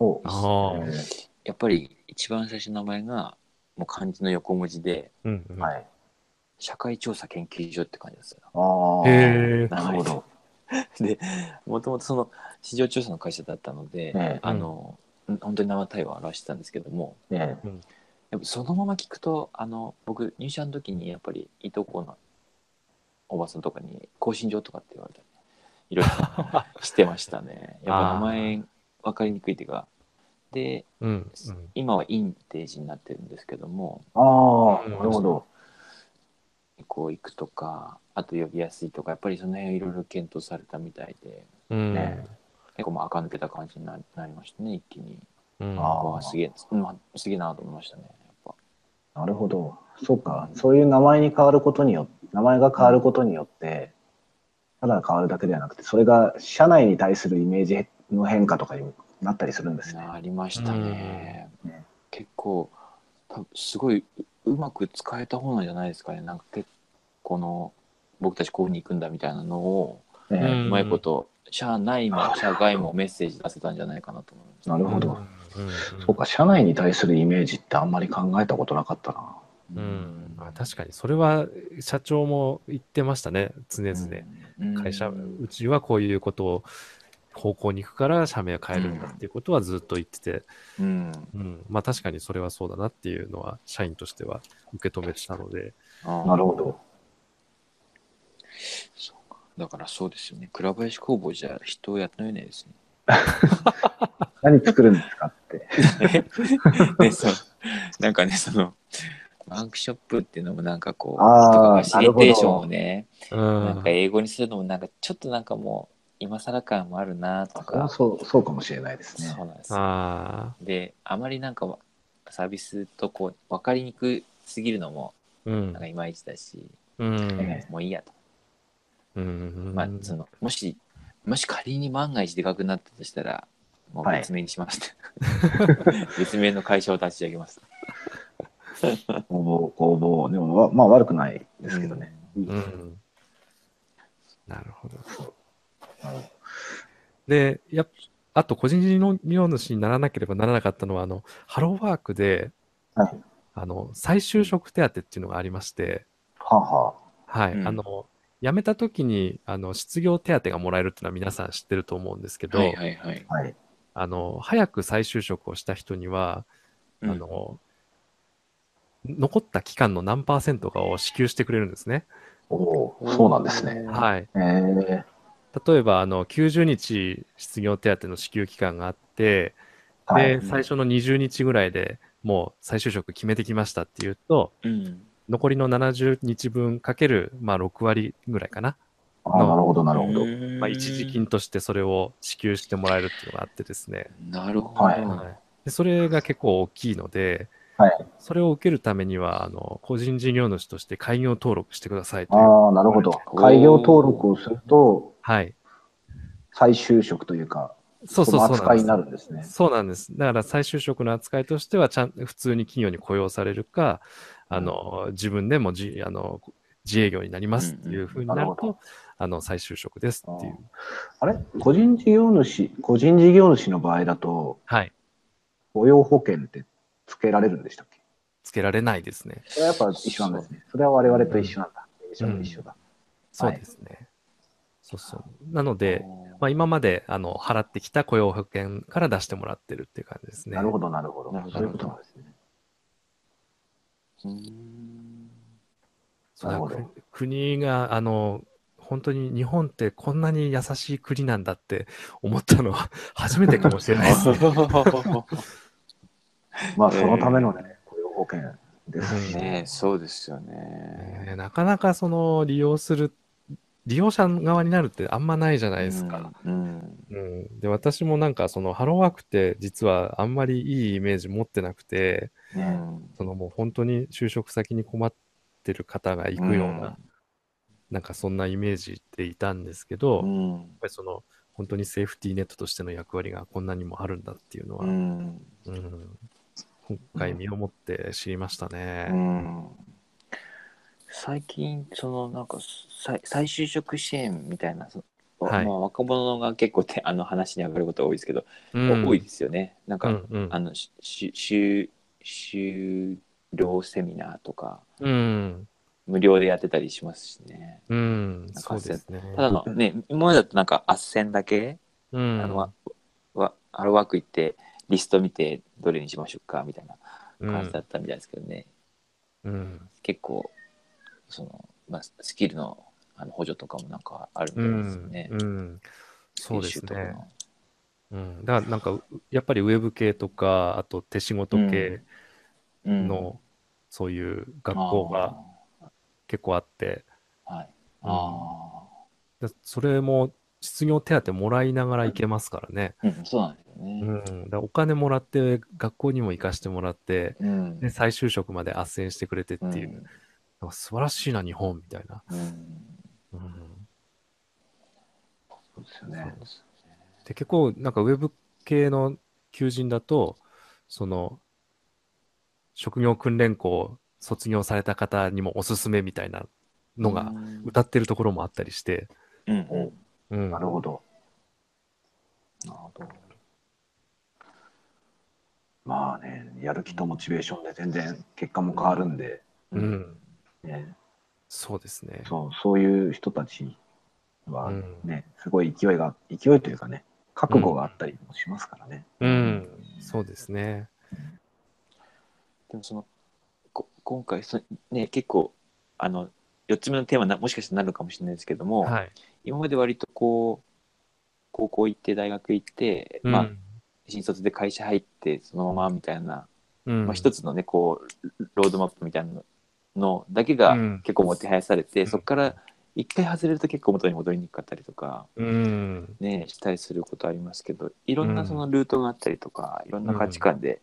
Speaker 2: お
Speaker 3: あ
Speaker 2: え
Speaker 1: やっぱり一番最初の名前がもう漢字の横文字で
Speaker 3: うんう
Speaker 2: え
Speaker 3: ん
Speaker 2: はい。
Speaker 1: 社会調査研究所って感じですよ。
Speaker 2: ああ。
Speaker 3: へえ
Speaker 2: なるほど。
Speaker 1: でもともとその市場調査の会社だったので、
Speaker 2: ええ
Speaker 1: あの本当に生体を表してたんですけども
Speaker 2: え
Speaker 1: やっぱそのまま聞くとあの僕入社の時にやっぱりいとこのおばさんとかに「更新状」とかって言われたりいろいろしてました
Speaker 3: (laughs)
Speaker 1: ねやっぱ名前分かりにくいっていうかで
Speaker 3: うん
Speaker 1: 今はインテージになってるんですけども
Speaker 2: えあ
Speaker 3: う
Speaker 2: あ、
Speaker 3: ん
Speaker 2: なるほど。
Speaker 1: こう行くとかあと呼びやすいとかやっぱりその辺いろいろ検討されたみたいで
Speaker 3: うん
Speaker 2: ね
Speaker 1: 結構もう垢抜けた感じにななりましたね一気に。
Speaker 3: うん
Speaker 2: あー
Speaker 1: わあすげえ、まあ、すげえなと思いましたね。やっぱ
Speaker 2: なるほど。そうか。そういう名前に変わることによって、名前が変わることによって、ただ変わるだけではなくて、それが社内に対するイメージの変化とかにもなったりするんですね。
Speaker 1: ありましたね。
Speaker 2: うんね
Speaker 1: 結構多分すごいううまく使えた方なんじゃないですかね。なんか結構の僕たちこういうふうに行くんだみたいなのを、
Speaker 2: ええ
Speaker 1: うまいこと社内も社外もメッセージ出せたんじゃないかなと思います。
Speaker 2: なるほど。
Speaker 3: うん
Speaker 2: そうか、社内に対するイメージってあんまり考えたことなかったな。
Speaker 3: うんうんまあ確かにそれは社長も言ってましたね常々、
Speaker 1: うん
Speaker 3: 会社
Speaker 1: うん
Speaker 3: うちはこういうことを方向に行くから社名を変えるんだっていうことはずっと言ってて、
Speaker 1: うん
Speaker 3: うんまあ確かにそれはそうだなっていうのは社員としては受け止めてたので、
Speaker 1: あー
Speaker 2: なるほど。
Speaker 1: そうかだからそうですよね。倉林工房じゃ人を雇えないですね。
Speaker 2: 何作るんですかっ
Speaker 1: (laughs)
Speaker 2: て。
Speaker 1: ね、そうなんかねそのワークショップっていうのもなんかこう
Speaker 2: あー
Speaker 1: とかファシリテーションをね
Speaker 3: う
Speaker 1: なんんか英語にするのもなんかちょっとなんかもう今更感もあるなと
Speaker 2: それは
Speaker 1: か
Speaker 2: そう、そうかもしれないですね
Speaker 1: そ。うなんですよ
Speaker 3: あ
Speaker 1: であまりなんかサービスとこう分かりにくすぎるのも
Speaker 3: ーうん
Speaker 1: なんかいまいちだし、
Speaker 3: うん
Speaker 1: もういいやと、
Speaker 3: うん
Speaker 1: まあそのもしもし仮に万が一でかくなったとしたらもう別名にします、
Speaker 3: (laughs)
Speaker 1: 別名の会社を立ち上げます
Speaker 2: 工房、工房。でも、まあ悪くないですけどね。
Speaker 3: うんなるほど。
Speaker 2: なるほど
Speaker 3: で、やっあと個人事業主にならなければならなかったのは、あの、ハローワークで、
Speaker 2: はい
Speaker 3: あの、再就職手当っていうのがありまして、
Speaker 2: はあは
Speaker 3: はい、
Speaker 1: うん
Speaker 3: あの、辞めた時に、あの、失業手当がもらえるっていうのは皆さん知ってると思うんですけど、
Speaker 1: はいはいはい
Speaker 2: あ。はい。
Speaker 3: あの、早く再就職をした人には、あの、残った期間の何パーセントかを支給してくれるんですね。
Speaker 2: おおー、そうなんですね。
Speaker 3: はい。
Speaker 2: ええ
Speaker 3: 例えばあの90日失業手当の支給期間があって、
Speaker 2: はい。
Speaker 3: で最初の20日ぐらいでもう再就職決めてきましたっていうと
Speaker 1: うん
Speaker 3: 残りの70日分かける、まあ、6割ぐらいかな、
Speaker 2: ああ、なるほど、なるほど。
Speaker 3: まあ、一時金としてそれを支給してもらえるっていうのがあってですね、
Speaker 1: なるほど。
Speaker 2: はい
Speaker 3: はいでそれが結構大きいので
Speaker 2: はい
Speaker 3: それを受けるためには、あの、個人事業主として開業登録してくださいという。
Speaker 2: ああ、なるほど。開業登録をすると、
Speaker 3: はい。
Speaker 2: 再就職というか、
Speaker 3: そうそうそう
Speaker 2: の扱いに
Speaker 3: な
Speaker 2: なんるん
Speaker 3: で
Speaker 2: ですね。
Speaker 3: す。そうなんです。だから再就職の扱いとしては、ちゃん、普通に企業に雇用されるか、あの、自分でもじ、あの、自営業になりますっていうふうになる
Speaker 2: うんうんなる
Speaker 3: と、あの、再就職ですっていう。
Speaker 2: あれ個人事業主、個人事業主の場合だと、
Speaker 3: はい。
Speaker 2: 雇用保険って付けられるんでしたっけ
Speaker 3: つけられないですね。
Speaker 2: それはやっぱ一緒なんですね。それは我々と一緒なんだ。一緒だ一緒だ。
Speaker 3: そう
Speaker 2: はい
Speaker 3: ですね。そうそう。なので、まあ、今まであの払ってきた雇用保険から出してもらってるっていう感じですね。
Speaker 2: なるほど、なるほど
Speaker 1: なるほ。ど
Speaker 2: そういうことなんですね。
Speaker 1: うーん
Speaker 3: そうだ
Speaker 2: なるほど
Speaker 3: く国があの本当に日本ってこんなに優しい国なんだって思ったのは初めてかもしれないですね。
Speaker 2: まあ、そのためのね、雇用保険ですしね。
Speaker 1: ねえそうですよ
Speaker 3: ね
Speaker 1: ね。
Speaker 3: なかなかその利用する利用者側になるってあんまないじゃないですか。
Speaker 1: うん。
Speaker 3: うん、で私もなんかそのハローワークって実はあんまりいいイメージ持ってなくて
Speaker 1: う
Speaker 2: ね
Speaker 1: ん
Speaker 3: そのもう本当に就職先に困ってる方が行くような、なんかそんなイメージっていたんですけど、
Speaker 1: う
Speaker 3: やっ
Speaker 1: ん。
Speaker 3: ぱりその本当にセーフティーネットとしての役割がこんなにもあるんだっていうのは、
Speaker 1: う
Speaker 3: うん
Speaker 1: ん。
Speaker 3: 今回身をもって知りましたね。
Speaker 1: うん最近そのなんか再再就職支援みたいな、そ
Speaker 3: はい
Speaker 1: まあ、若者が結構てあの話に上がることが多いですけど、
Speaker 3: うん
Speaker 1: 多いですよねなん
Speaker 3: う
Speaker 1: か、
Speaker 3: んうん
Speaker 1: あのしし修修了セミナーとか
Speaker 3: うん
Speaker 1: 無料でやってたりしますしね
Speaker 3: うん
Speaker 1: なん
Speaker 3: そう
Speaker 1: か
Speaker 3: ですね。
Speaker 1: ただのね今までだとなんか斡旋だけ、
Speaker 3: うん
Speaker 1: あのわわハローワーク行ってリスト見てどれにしましょうかみたいな感じだったみたいですけどね、
Speaker 3: うん
Speaker 1: 結構その、まあ、スキルのあの補助とかもなんかあるみたいですよね。
Speaker 3: うんうんそうです
Speaker 1: 研修とか
Speaker 3: ね。
Speaker 1: の
Speaker 3: うん、だからなんかうやっぱりウェブ系とかあと手仕事系
Speaker 1: うん
Speaker 3: の、そういう学校が結構あって、
Speaker 1: あーはい。
Speaker 3: うん
Speaker 1: あ
Speaker 3: だそれも失業手当もらいながら行けますからね。
Speaker 1: あ、うん、そうなんですよ
Speaker 3: う
Speaker 1: ね。
Speaker 3: ん、だからお金もらって、学校にも行かしてもらって、
Speaker 1: うん。
Speaker 3: で再就職まで斡旋してくれてって
Speaker 1: うん
Speaker 3: いう、なんか素晴らしいな、日本みたいな。
Speaker 1: うん
Speaker 3: うん、
Speaker 2: そうですよね。
Speaker 3: で結構、なんかウェブ系の求人だと、その、職業訓練校を卒業された方にもおすすめみたいなのが、歌ってるところもあったりして、
Speaker 1: うんうん
Speaker 3: うん
Speaker 2: なるほど。
Speaker 1: なるほど
Speaker 2: まあね、やる気とモチベーションで全然結果も変わるんで、
Speaker 1: う
Speaker 3: う
Speaker 1: ん
Speaker 3: ん、
Speaker 2: ね、
Speaker 3: そうですね。
Speaker 2: そうそういう人たちは
Speaker 3: うん
Speaker 2: ね、すごい勢いが、勢いというかね、覚悟があったりもしますからね。
Speaker 3: うん、そうですね。
Speaker 1: でもそのこ今回そね結構あの4つ目のテーマなもしかしたらなるかもしれないですけども、
Speaker 3: はい。
Speaker 1: 今まで割とこう高校行って大学行って、ま
Speaker 3: う
Speaker 1: あ
Speaker 3: ん
Speaker 1: 新卒で会社入ってそのままみたいな
Speaker 3: うん
Speaker 1: まあ、一つのねこうロードマップみたいなのだけが
Speaker 3: うん
Speaker 1: 結構もてはやされて、
Speaker 3: ん
Speaker 1: そこから一回外れると結構元に戻りにくかったりとか、
Speaker 3: うん、
Speaker 1: ね、したりすることありますけどいろん
Speaker 3: う
Speaker 1: なんそのルートがあったりとかいろんな価値観で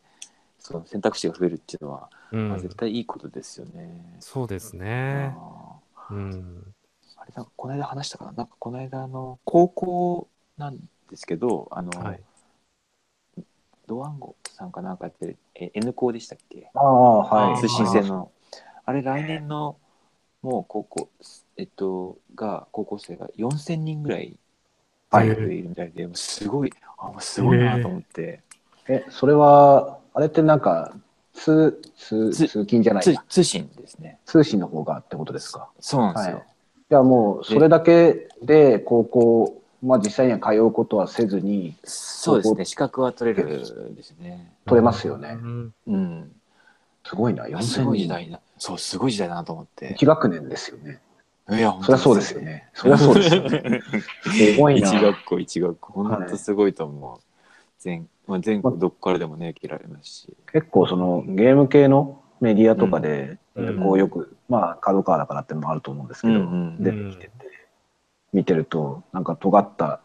Speaker 1: その選択肢が増えるっていうのは、
Speaker 3: う
Speaker 1: まあ、
Speaker 3: ん、
Speaker 1: 絶対いいことですよね。
Speaker 3: そうです
Speaker 1: あ
Speaker 3: ね。
Speaker 1: ー
Speaker 3: うん、
Speaker 1: あれなんかこの間話したかななんかこの間あの高校なんですけどあの、
Speaker 3: はい。
Speaker 1: ドワンゴさんかなんかやってるえ N 校でしたっけ
Speaker 2: ああ、はい。
Speaker 1: 通信制のあれ来年のもう高校えっとが高校生が4,000人ぐらい
Speaker 2: は
Speaker 1: 大
Speaker 2: い
Speaker 1: 学でいるみたいで、もうすごいあもうすごいなと思って、
Speaker 2: え、それは、あれってなんか、通、通、通
Speaker 1: 通
Speaker 2: 勤じゃない
Speaker 1: 通
Speaker 2: か。
Speaker 1: 通信ですね
Speaker 2: 通信の方がってことですか。
Speaker 1: そうなんですよ、
Speaker 2: はいじゃあもう、それだけで高校、まあ実際には通うことはせずに、
Speaker 1: そうですね資格は取れるんですね
Speaker 2: 取れますよね
Speaker 3: う。ん
Speaker 1: うん
Speaker 2: すごいな、
Speaker 1: いやすごい時
Speaker 2: 4000人。
Speaker 1: 代だそうすごい時代だなと思って
Speaker 2: 1学年ですよね。
Speaker 1: いや本
Speaker 2: そり
Speaker 1: 当
Speaker 2: ゃそうですよね。そりゃそうですよ (laughs) ね。すごいな
Speaker 1: 一。学校一学校本当すごいと思う、全まあ、全国どこからでもね受けられますし、
Speaker 2: 結構そのゲーム系のメディアとかで、
Speaker 3: うん
Speaker 2: こうよく、まあ、角川だからってのもあると思うんですけど、
Speaker 1: うんうん
Speaker 2: 出てきてて、見てると、なんか尖った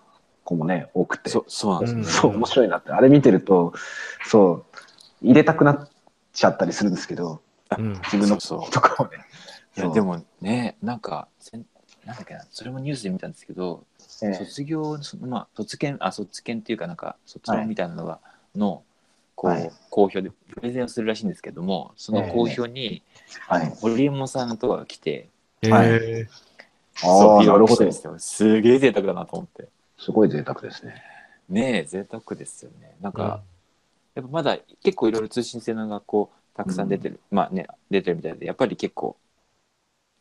Speaker 2: 子もね、多くて、
Speaker 1: そ
Speaker 2: そ
Speaker 1: そう
Speaker 2: う
Speaker 1: なんですよね、
Speaker 2: う、面白いなって、あれ見てると、そう、入れたくなっちゃったりするんですけど、
Speaker 3: うん。
Speaker 2: 自分の
Speaker 1: そうそう
Speaker 2: とかをね。
Speaker 1: いや
Speaker 2: そう
Speaker 1: でもねなんかせんなんだっけなそれもニュースで見たんですけど
Speaker 2: ええ
Speaker 1: 卒業そまあ卒検あ卒検っていうかなんか卒
Speaker 2: はい
Speaker 1: 論みたいなのが、のこう、
Speaker 2: はい
Speaker 1: 公表でプレゼンをするらしいんですけどもその公表に
Speaker 2: はい。
Speaker 1: 堀江門さんとかが来て、
Speaker 3: え
Speaker 2: はい
Speaker 3: え
Speaker 2: ああ、なるほ
Speaker 1: そう披露して
Speaker 2: ど
Speaker 1: んで。すよすげえ贅沢だなと思って
Speaker 2: すごい贅沢ですね。
Speaker 1: ねえ贅沢ですよねなん
Speaker 3: うん
Speaker 1: か、やっぱまだ結構いろいろ通信制の学校たくさん出てる、まあね出てるみたいでやっぱり結構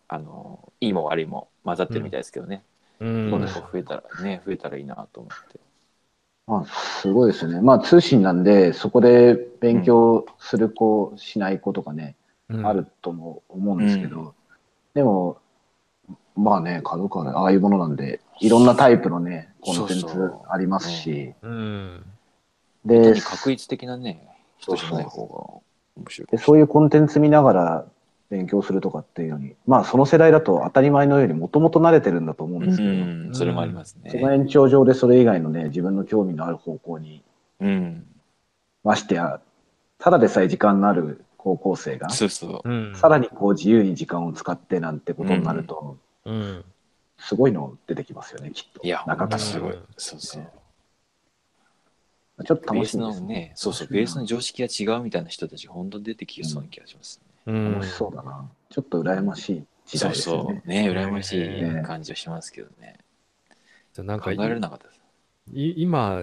Speaker 1: あのいいも悪いも混ざってるみたいですけどね、
Speaker 3: うん
Speaker 1: どんどんこう増えたらね増えたらいいなと思って
Speaker 2: まあ、すごいですよね。まあ、通信なんで、そこで勉強する子、しない子とかね、あるとも思うんですけど、でも、まあね、角川ああいうものなんで、いろんなタイプのね、コンテンツ
Speaker 1: そうそう
Speaker 2: ありますし、
Speaker 3: うん。
Speaker 1: 本当
Speaker 2: で
Speaker 1: に確率的なね
Speaker 2: そ
Speaker 1: 人じ
Speaker 2: うそう
Speaker 1: ゃない方が面白い
Speaker 2: で、そういうコンテンツ見ながら勉強するとかっていうのに、まあ、その世代だと当たり前のようにもともと慣れてるんだと思うんですけど、
Speaker 1: うん、それもありますね
Speaker 2: その延長上でそれ以外のね、自分の興味のある方向に、
Speaker 1: うん
Speaker 2: ましてや、ただでさえ時間のある高校生が、
Speaker 1: そうそ
Speaker 3: うん。
Speaker 2: さらにこう自由に時間を使ってなんてことになると、
Speaker 3: うん。
Speaker 2: すごいの出てきますよね、きっと。
Speaker 1: ういや
Speaker 2: 中
Speaker 1: 本当
Speaker 2: から
Speaker 1: にすごい
Speaker 3: うん
Speaker 1: そうそう
Speaker 2: ちょっと
Speaker 1: ベ
Speaker 2: 楽
Speaker 1: ー
Speaker 2: し
Speaker 1: ス
Speaker 2: みで
Speaker 1: の
Speaker 2: すね。
Speaker 1: ねそうそうベースの常識が違うみたいな人たち本当出てきそうな気がします、ね
Speaker 3: うん
Speaker 2: 楽しそうだな。ちょっと羨ましい時
Speaker 1: そ
Speaker 2: 代
Speaker 1: う
Speaker 2: ですよね
Speaker 1: そ。うね羨まし
Speaker 2: ね
Speaker 1: い感じはしますけどね
Speaker 3: じゃあなん
Speaker 1: 考
Speaker 3: か
Speaker 1: えられなかったです
Speaker 3: い今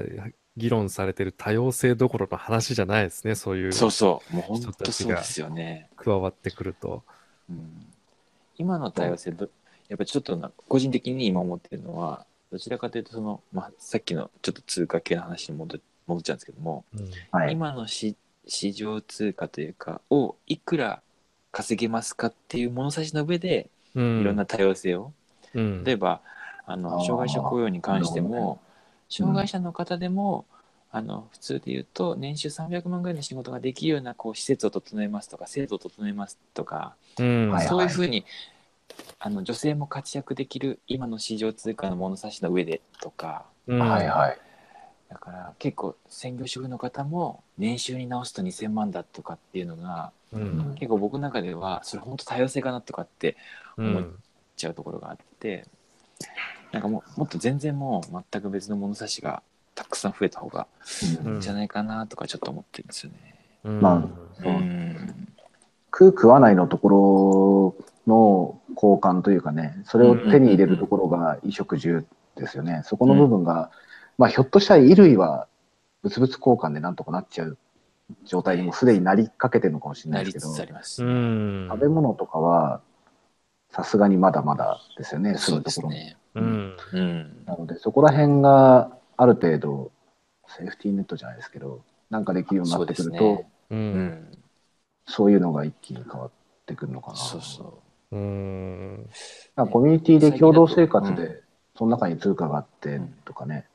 Speaker 3: 議論されてる多様性どころの話じゃないですね、そういう
Speaker 1: そうそう、もう本当そうですよね。
Speaker 3: 加わってくると。
Speaker 1: うん、今の多様性ど、やっぱちょっとな個人的に今思ってるのは、どちらかというとその、まあ、さっきのちょっと通貨系の話に戻戻っちゃうんですけども、
Speaker 3: うん
Speaker 2: はい。
Speaker 1: 今のし市場通貨というか、をいくら稼げますかっていう物差しの上で、
Speaker 3: うん
Speaker 1: いろんな多様性を、
Speaker 3: うん
Speaker 1: 例えばあの
Speaker 2: あー
Speaker 1: 障害者雇用に関して
Speaker 2: なるほど
Speaker 1: も、障害者の方でも、あの普通で言うと年収300万ぐらいの仕事ができるようなこう施設を整えますとか制度を整えますとか、
Speaker 3: うん
Speaker 2: はい
Speaker 1: そういうふうにあの女性も活躍できる今の市場通貨の物差しの上でとか
Speaker 3: うん
Speaker 2: はいはい。
Speaker 1: だから結構専業主婦の方も年収に直すと2,000万だとかっていうのが
Speaker 3: うん
Speaker 1: 結構僕の中ではそれ本当多様性かなとかって
Speaker 3: うん
Speaker 1: っちゃうところがあってなんかもうもっと全然もう全く別の物差しがたくさん増えた方が
Speaker 2: う
Speaker 1: い
Speaker 2: ん
Speaker 1: いんじゃないかなとかちょっと思ってるんですよね。
Speaker 3: うん
Speaker 2: まあ
Speaker 1: う
Speaker 2: そうん食う食わないのところの交換というかね、それを手に入れるところが衣食住ですよね。そこの部分が、まあひょっとしたら衣類は物々交換でなんとかなっちゃう状態にもすでになりかけてるのかもしれな
Speaker 1: ないり
Speaker 2: ですけ
Speaker 1: つ
Speaker 2: ど、
Speaker 1: つあ
Speaker 2: 食
Speaker 1: ります。
Speaker 3: うん
Speaker 2: べ物とかはさすがにまだまだですよね、
Speaker 1: そう
Speaker 2: 住む
Speaker 1: で
Speaker 2: と
Speaker 1: す
Speaker 2: ころも。
Speaker 1: ね。
Speaker 3: うん
Speaker 1: うん
Speaker 2: なので、そこら辺がある程度、セーフティーネットじゃないですけど、なんかできるようにな
Speaker 1: そ
Speaker 2: っ
Speaker 1: う
Speaker 2: て
Speaker 1: で
Speaker 2: く
Speaker 1: す
Speaker 2: ると、
Speaker 1: ね。
Speaker 3: う
Speaker 1: うんん。
Speaker 2: そういうのが一気に変わってくるのかな。
Speaker 1: そうそ
Speaker 3: うん
Speaker 2: なんかコミュニティで共同生活
Speaker 1: う
Speaker 2: で、その中に通貨があってとかね、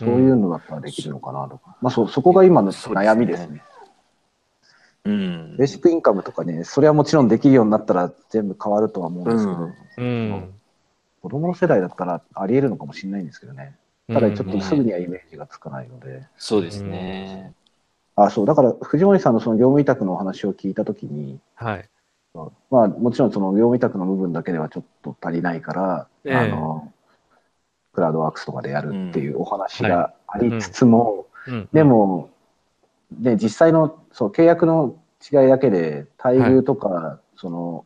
Speaker 3: う
Speaker 2: そ
Speaker 3: ん
Speaker 2: ういうのだったらできるのかなとか、まあそそこが今の悩みです
Speaker 1: そうで
Speaker 2: ね。
Speaker 1: う。うん
Speaker 2: ベー。シックインカムとかね、それはもちろんできるようになったら全部変わるとは思うんですけど、
Speaker 1: うん
Speaker 3: うん
Speaker 2: 子供の世代だったらあり得るのかもしれないんですけどね。ただちょっ
Speaker 3: う
Speaker 2: と
Speaker 3: ん
Speaker 2: すぐにはイメージがつかないので。
Speaker 1: そうですね。
Speaker 2: あ、そう、だから藤森さんのその業務委託のお話を聞いたときに、
Speaker 3: はい
Speaker 2: まあもちろんその業務委託の部分だけではちょっと足りないから、
Speaker 3: ええ
Speaker 2: あの、クラウドワークスとかでやるっていうお話
Speaker 3: うん
Speaker 2: がありつつも、
Speaker 3: うん
Speaker 2: でも、ね、実際のそう契約の違いだけで、待遇とか、その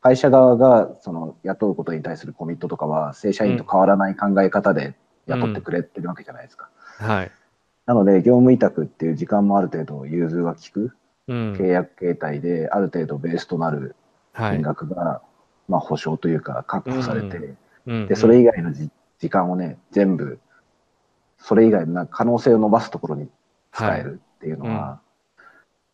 Speaker 2: 会社側がその雇うことに対するコミットとかは、正社員と変わらない考え方で雇ってくれてるわけじゃないですか。
Speaker 3: はい
Speaker 2: なので、業務委託っていう時間もある程度融通が利く
Speaker 3: うん
Speaker 2: 契約形態で、ある程度ベースとなる
Speaker 3: は
Speaker 2: 金
Speaker 3: い
Speaker 2: 額が、まあ、保証というか確保されて、
Speaker 3: うんうん
Speaker 2: でそれ以外のじ時間をね、全部、それ以外のなんか可能性を伸ばすところに使えるっていうのは、
Speaker 3: は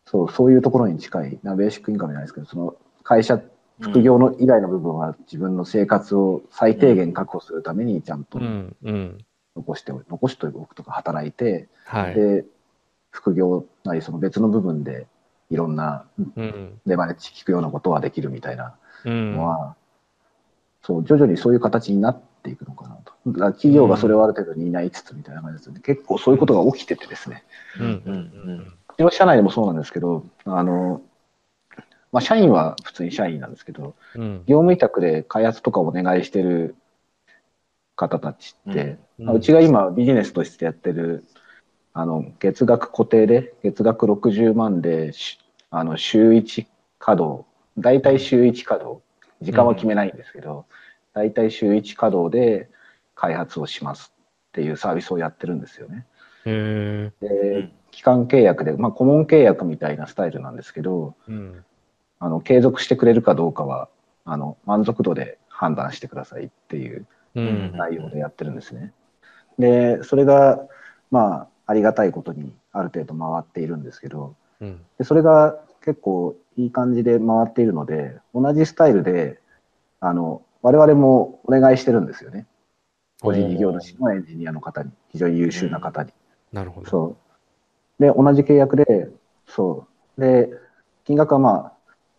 Speaker 2: そうそういうところに近いなベーシックインカムじゃないですけどその会社副業の以外の部分は自分の生活を最低限確保するためにちゃんと
Speaker 3: うんうん
Speaker 2: 残しておく残しておくとか働いて、
Speaker 3: はい
Speaker 2: で副業なりその別の部分でいろんな
Speaker 3: うん
Speaker 2: レバレッジ効くようなことはできるみたいな
Speaker 3: うん
Speaker 2: のは、そう徐々にそういう形になっっていくのかなと。だから企業がそれをある程度担いつつみたいな感じですよね。結構そういうことが起きててですね。
Speaker 3: うん
Speaker 1: うん
Speaker 2: うちの社内でもそうなんですけど、あの、まあ、社員は普通に社員なんですけど、
Speaker 3: うんうん
Speaker 2: 業務委託で開発とかお願いしてる方たちって、
Speaker 1: うん
Speaker 2: まあうちが今ビジネスとしてやってるあの月額固定で月額60万でしあの週1稼働大体週1稼働時間は決めないんですけど、大体週1稼働で開発をしますっていうサービスをやってるんですよね。
Speaker 3: へ
Speaker 2: で、
Speaker 1: うん
Speaker 2: 期間契約で、まあ、顧問契約みたいなスタイルなんですけど
Speaker 3: ーうん
Speaker 2: あの継続してくれるかどうかはあの満足度で判断してくださいっていう
Speaker 3: うん
Speaker 2: 内容でやってるんですね。でそれがまあありがたいことにある程度回っているんですけど
Speaker 3: うん
Speaker 2: でそれが結構いい感じで回っているので同じスタイルであの我々もお願いしてるんですよね個人事業主のエンジニアの方に非常に優秀な方に。
Speaker 3: なるほど。
Speaker 2: そうで同じ契約でそうで金額はまあ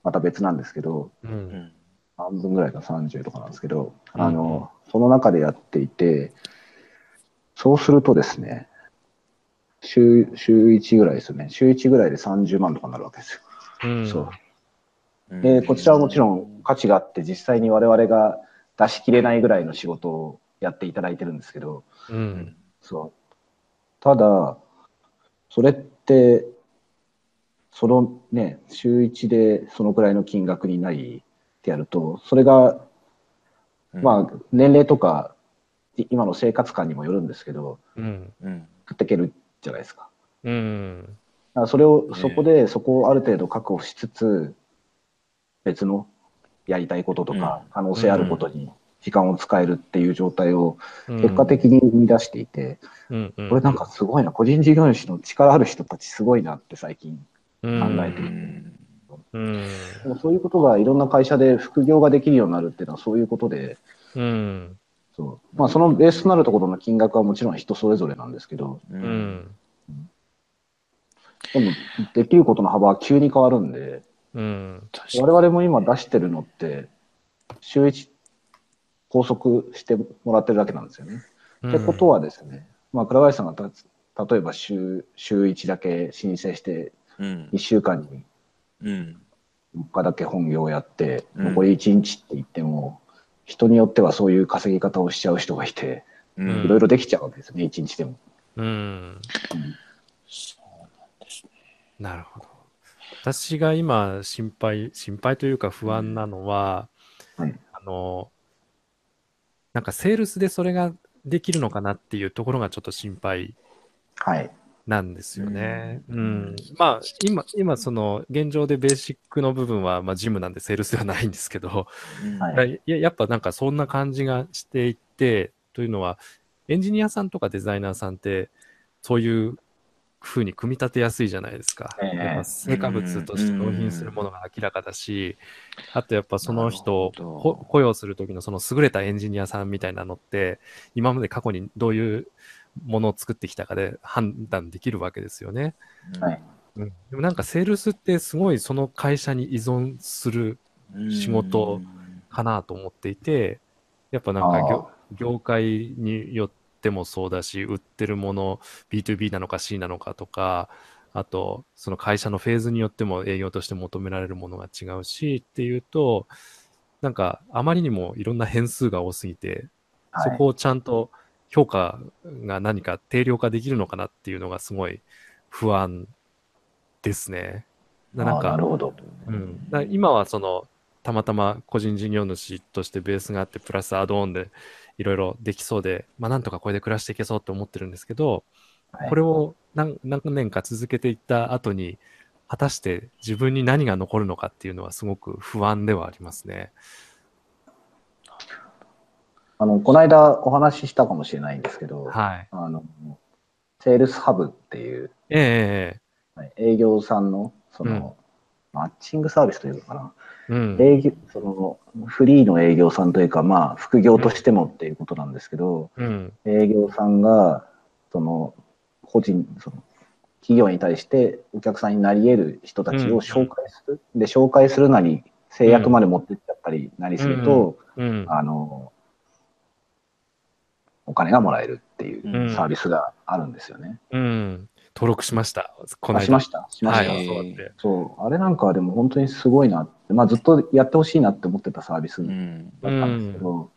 Speaker 2: また別なんですけど
Speaker 3: う
Speaker 1: うんん
Speaker 2: 半分ぐらいか30とかなんですけど、
Speaker 3: うん
Speaker 2: あのその中でやっていてそうするとですね週週1ぐらいですよね週1ぐらいで30万とかになるわけですよ、
Speaker 3: うん
Speaker 2: そう
Speaker 1: うん
Speaker 2: でこちらはもちろん価値があって実際に我々が出し切れないぐらいの仕事をやっていただいてるんですけど
Speaker 3: う
Speaker 1: うんん
Speaker 2: そうただそれってそのね週1でそのぐらいの金額になりってやるとそれがまあ、年齢とか、い今の生活感にもよるんですけど、
Speaker 3: うん
Speaker 1: うん
Speaker 2: 食っていけるじゃないですか。
Speaker 3: うん
Speaker 2: だからそれを、
Speaker 1: ね
Speaker 2: そこで、そこをある程度確保しつつ、別のやりたいこととか、可能性あることに時間を使えるっていう状態を、結果的に生み出していて、
Speaker 3: うんうん
Speaker 2: これなんかすごいな、個人事業主の力ある人たちすごいなって最近。
Speaker 1: うん
Speaker 2: 考えてる
Speaker 3: うん
Speaker 2: でもそういうことがいろんな会社で副業ができるようになるっていうのはそういうことで、
Speaker 3: うん
Speaker 2: そうまあ、そのベースとなるところの金額はもちろん人それぞれなんですけど、
Speaker 1: う
Speaker 3: うんん
Speaker 2: でもできることの幅は急に変わるんで、
Speaker 3: うん
Speaker 1: 確かに
Speaker 2: 我々も今出してるのって、週1拘束してもらってるだけなんですよね。ってことはですね、まあ、倉林さんがた例えば週週1だけ申請して、
Speaker 1: うん
Speaker 2: 1週間に
Speaker 1: うん
Speaker 2: 4日だけ本業やって、
Speaker 1: うん
Speaker 2: 残り1日って言っても、人によってはそういう稼ぎ方をしちゃう人がいて、
Speaker 1: うん
Speaker 3: うん
Speaker 2: いろいろできちゃうわけですね、1日でも。
Speaker 3: うん
Speaker 1: そうなんですね
Speaker 3: なるほど。私が今心配、心配というか不安なのは、
Speaker 2: はい
Speaker 3: あの、なんかセールスでそれができるのかなっていうところがちょっと心配
Speaker 2: はい。
Speaker 3: なんですよね。う。
Speaker 1: うんん
Speaker 3: まあ、今、今その現状でベーシックの部分は、まあ、ジムなんでセールスではないんですけど、
Speaker 1: うん
Speaker 2: はい
Speaker 3: いややっぱなんかそんな感じがしていて、というのは、エンジニアさんとかデザイナーさんって、そういう風に組み立てやすいじゃないですか。
Speaker 2: ええ
Speaker 3: やっぱ成果物として納品するものが明らかだし、あとやっぱその人を
Speaker 1: なるほど
Speaker 3: こ雇用する時のその優れたエンジニアさんみたいなのって、今まで過去にどういうものを作ってきたかで判断できるわけですよね。
Speaker 2: はい
Speaker 3: うん、でもなんかセールスってすごいその会社に依存する
Speaker 1: うん
Speaker 3: 仕事かなと思っていて、やっぱなんか業業界によってもそうだし、売ってるもの、B2B なのか C なのかとか、あと、その会社のフェーズによっても営業として求められるものが違うしっていうと、なんかあまりにもいろんな変数が多すぎて、
Speaker 2: は
Speaker 3: そ
Speaker 2: い
Speaker 3: こをちゃんと評価が何か定量化できるのかなっていうのがすごい不安ですね。ななん
Speaker 2: あー
Speaker 3: か
Speaker 2: なるほど。
Speaker 3: うん、だから今はそのたまたま個人事業主としてベースがあってプラスアドオンでいろいろできそうで、まあ、なんとかこれで暮らしていけそうと思ってるんですけど、
Speaker 2: はい
Speaker 3: これを何何年か続けていった後に果たして自分に何が残るのかっていうのはすごく不安ではありますね。
Speaker 2: あのこの間お話ししたかもしれないんですけど、
Speaker 3: はい。
Speaker 2: あの、セールスハブっていう、
Speaker 3: ええ
Speaker 2: はい営業さんの、その、マッチングサービスというのかな、
Speaker 3: ええうん。
Speaker 2: 営業その、フリーの営業さんというか、まあ、副業としてもっていうことなんですけど、
Speaker 3: うん。
Speaker 2: 営業さんが、その、個人、その、企業に対してお客さんになり得る人たちを紹介する。で、紹介するなり、制約まで持ってっちゃったりなりすると、
Speaker 3: うん。
Speaker 2: あの、お金がもらえるっていう
Speaker 1: うん
Speaker 2: サービスがあるんですよね。
Speaker 3: うん。登録しました。この
Speaker 2: あ
Speaker 3: 間。
Speaker 2: しました。しま
Speaker 3: は
Speaker 2: した。
Speaker 3: い、
Speaker 1: えー
Speaker 3: そうやって。
Speaker 2: そう。あれなんかはでも本当にすごいなって、まあずっとやってほしいなって思ってたサービス
Speaker 1: う
Speaker 2: だっ
Speaker 1: ん。
Speaker 2: たんですけど、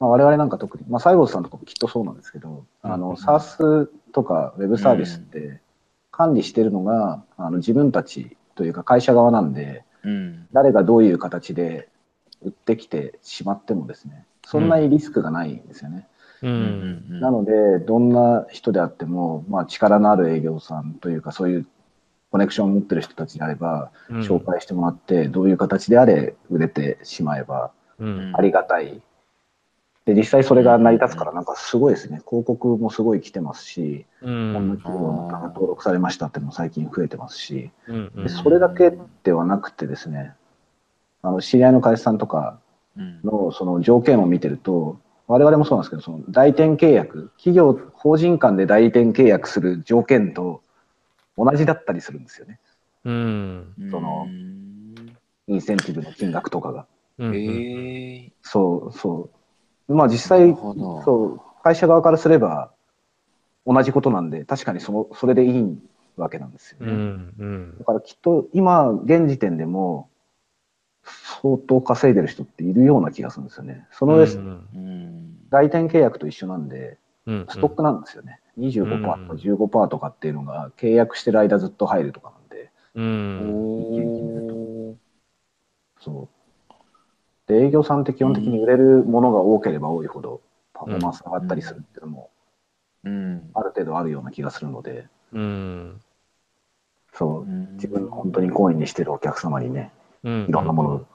Speaker 2: まあ、我々なんか特に、まあサイボーズさんとかもきっとそうなんですけど、あ
Speaker 3: うん
Speaker 2: の、サースとかウェブサービスって管理してるのが、あの自分たちというか会社側なんで、
Speaker 1: うん。
Speaker 2: 誰がどういう形で売ってきてしまってもですね、そんなにリスクがないんですよね。
Speaker 3: う。
Speaker 1: うんん。
Speaker 2: なので、どんな人であっても、まあ、力のある営業さんというか、そういうコネクションを持ってる人たちであれば、
Speaker 3: うん
Speaker 2: 紹介してもらって、どういう形であれ売れてしまえば
Speaker 3: うん。
Speaker 2: ありがたい。で、実際それが成り立つから、なんかすごいですね。広告もすごい来てますし、
Speaker 3: う。
Speaker 2: こんなん企業が登録されましたっていうのも最近増えてますし、
Speaker 3: うん
Speaker 2: でそれだけではなくてですね、あの、知り合いの会社さんとか、
Speaker 1: うん。
Speaker 2: のその条件を見てると、我々もそうなんですけど、その代理店契約、企業、法人間で代理店契約する条件と同じだったりするんですよね、
Speaker 3: うん。
Speaker 1: うん
Speaker 2: その
Speaker 1: うん
Speaker 2: インセンティブの金額とかが。
Speaker 3: うん。
Speaker 1: ええ。
Speaker 2: そうそう。まあ実
Speaker 1: な
Speaker 2: 際、
Speaker 1: るほど
Speaker 2: そう、会社側からすれば同じことなんで、確かにそのそれでいいわけなんですよ
Speaker 3: う
Speaker 2: ね。
Speaker 3: ん。うん
Speaker 2: だ。からきっと今、現時点でも、相当稼いでる人っているような気がするんですよね。その上、
Speaker 3: うん
Speaker 1: うん。
Speaker 2: 代理店契約と一緒なんで、
Speaker 3: うん
Speaker 2: ストックなんですよね。25%と
Speaker 3: うん
Speaker 2: か15%とかっていうのが契約してる間ずっと入るとかなんで、
Speaker 3: うん。
Speaker 1: おー
Speaker 2: そう。で、営業さんって基本的に売れるものが多ければ多いほどパフォーマンス上がったりするっていうのも
Speaker 1: うん。
Speaker 2: ある程度あるような気がするので、
Speaker 3: うん。
Speaker 2: そう。自分の本当に好意にしてるお客様にね、
Speaker 3: うん。
Speaker 2: いろんなもの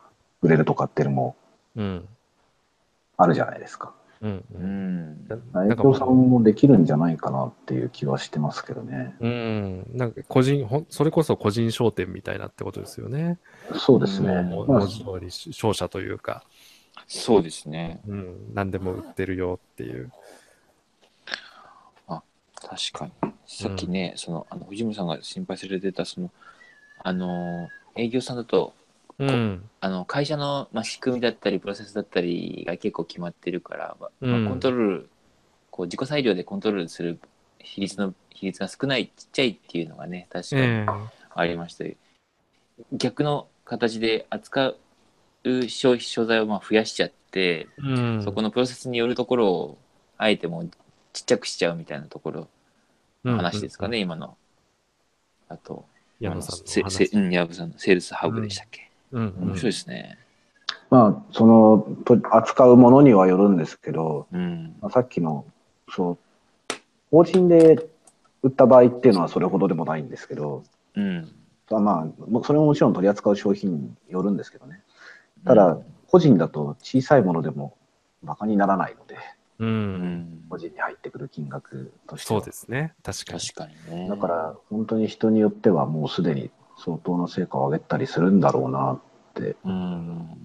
Speaker 2: 売れるとかっていうのも
Speaker 3: うん。
Speaker 2: あるじゃないですか。
Speaker 3: うん。
Speaker 1: う
Speaker 3: うん。
Speaker 1: ん。
Speaker 2: 営業さんもできるんじゃないかなっていう気はしてますけどね。
Speaker 3: うん。なんか個人、ほんそれこそ個人商店みたいなってことですよね。
Speaker 2: そうですね。
Speaker 3: もう
Speaker 2: まあ
Speaker 3: 文字通りし商社というか、
Speaker 1: そうですね。
Speaker 3: うん、何でも売ってるよっていう。
Speaker 1: 確かに。さっきね、その、あの、藤村さんが心配されてた、その、あの、営業さんだと、
Speaker 3: うん。
Speaker 1: あの会社の、まあ、仕組みだったりプロセスだったりが結構決まってるから、まあ
Speaker 3: うん
Speaker 1: まあコントロールこう自己裁量でコントロールする比率の比率が少ないちっちゃいっていうのがね確かに
Speaker 3: え
Speaker 1: ありまして、逆の形で扱う消費商材をまあ増やしちゃって、
Speaker 3: えうん。
Speaker 1: そこのプロセスによるところをあえてもうちっちゃくしちゃうみたいなところの話ですかね、今の。あと、
Speaker 3: うん。
Speaker 1: あ
Speaker 3: 矢野
Speaker 1: の
Speaker 3: さん
Speaker 1: せ
Speaker 3: のお話
Speaker 1: せうん矢部さんのセールスハブでしたっけ、
Speaker 3: うんうん
Speaker 1: 面白いですね。
Speaker 2: まあ、その、と扱うものにはよるんですけど、
Speaker 1: うん
Speaker 2: まあ、さっきの、そう、法人で売った場合っていうのはそれほどでもないんですけど、
Speaker 1: うん、
Speaker 2: まあまあ、もそれももちろん取り扱う商品によるんですけどね。ただ、個人だと小さいものでも馬鹿にならないので、
Speaker 3: う。
Speaker 1: うんん、
Speaker 2: 個人に入ってくる金額として
Speaker 3: そ
Speaker 2: は
Speaker 3: うですね。確かに。
Speaker 1: 確かにね。
Speaker 2: だから、本当に人によってはもうすでに相当の成果を上げたりするんだろうな、
Speaker 1: うん、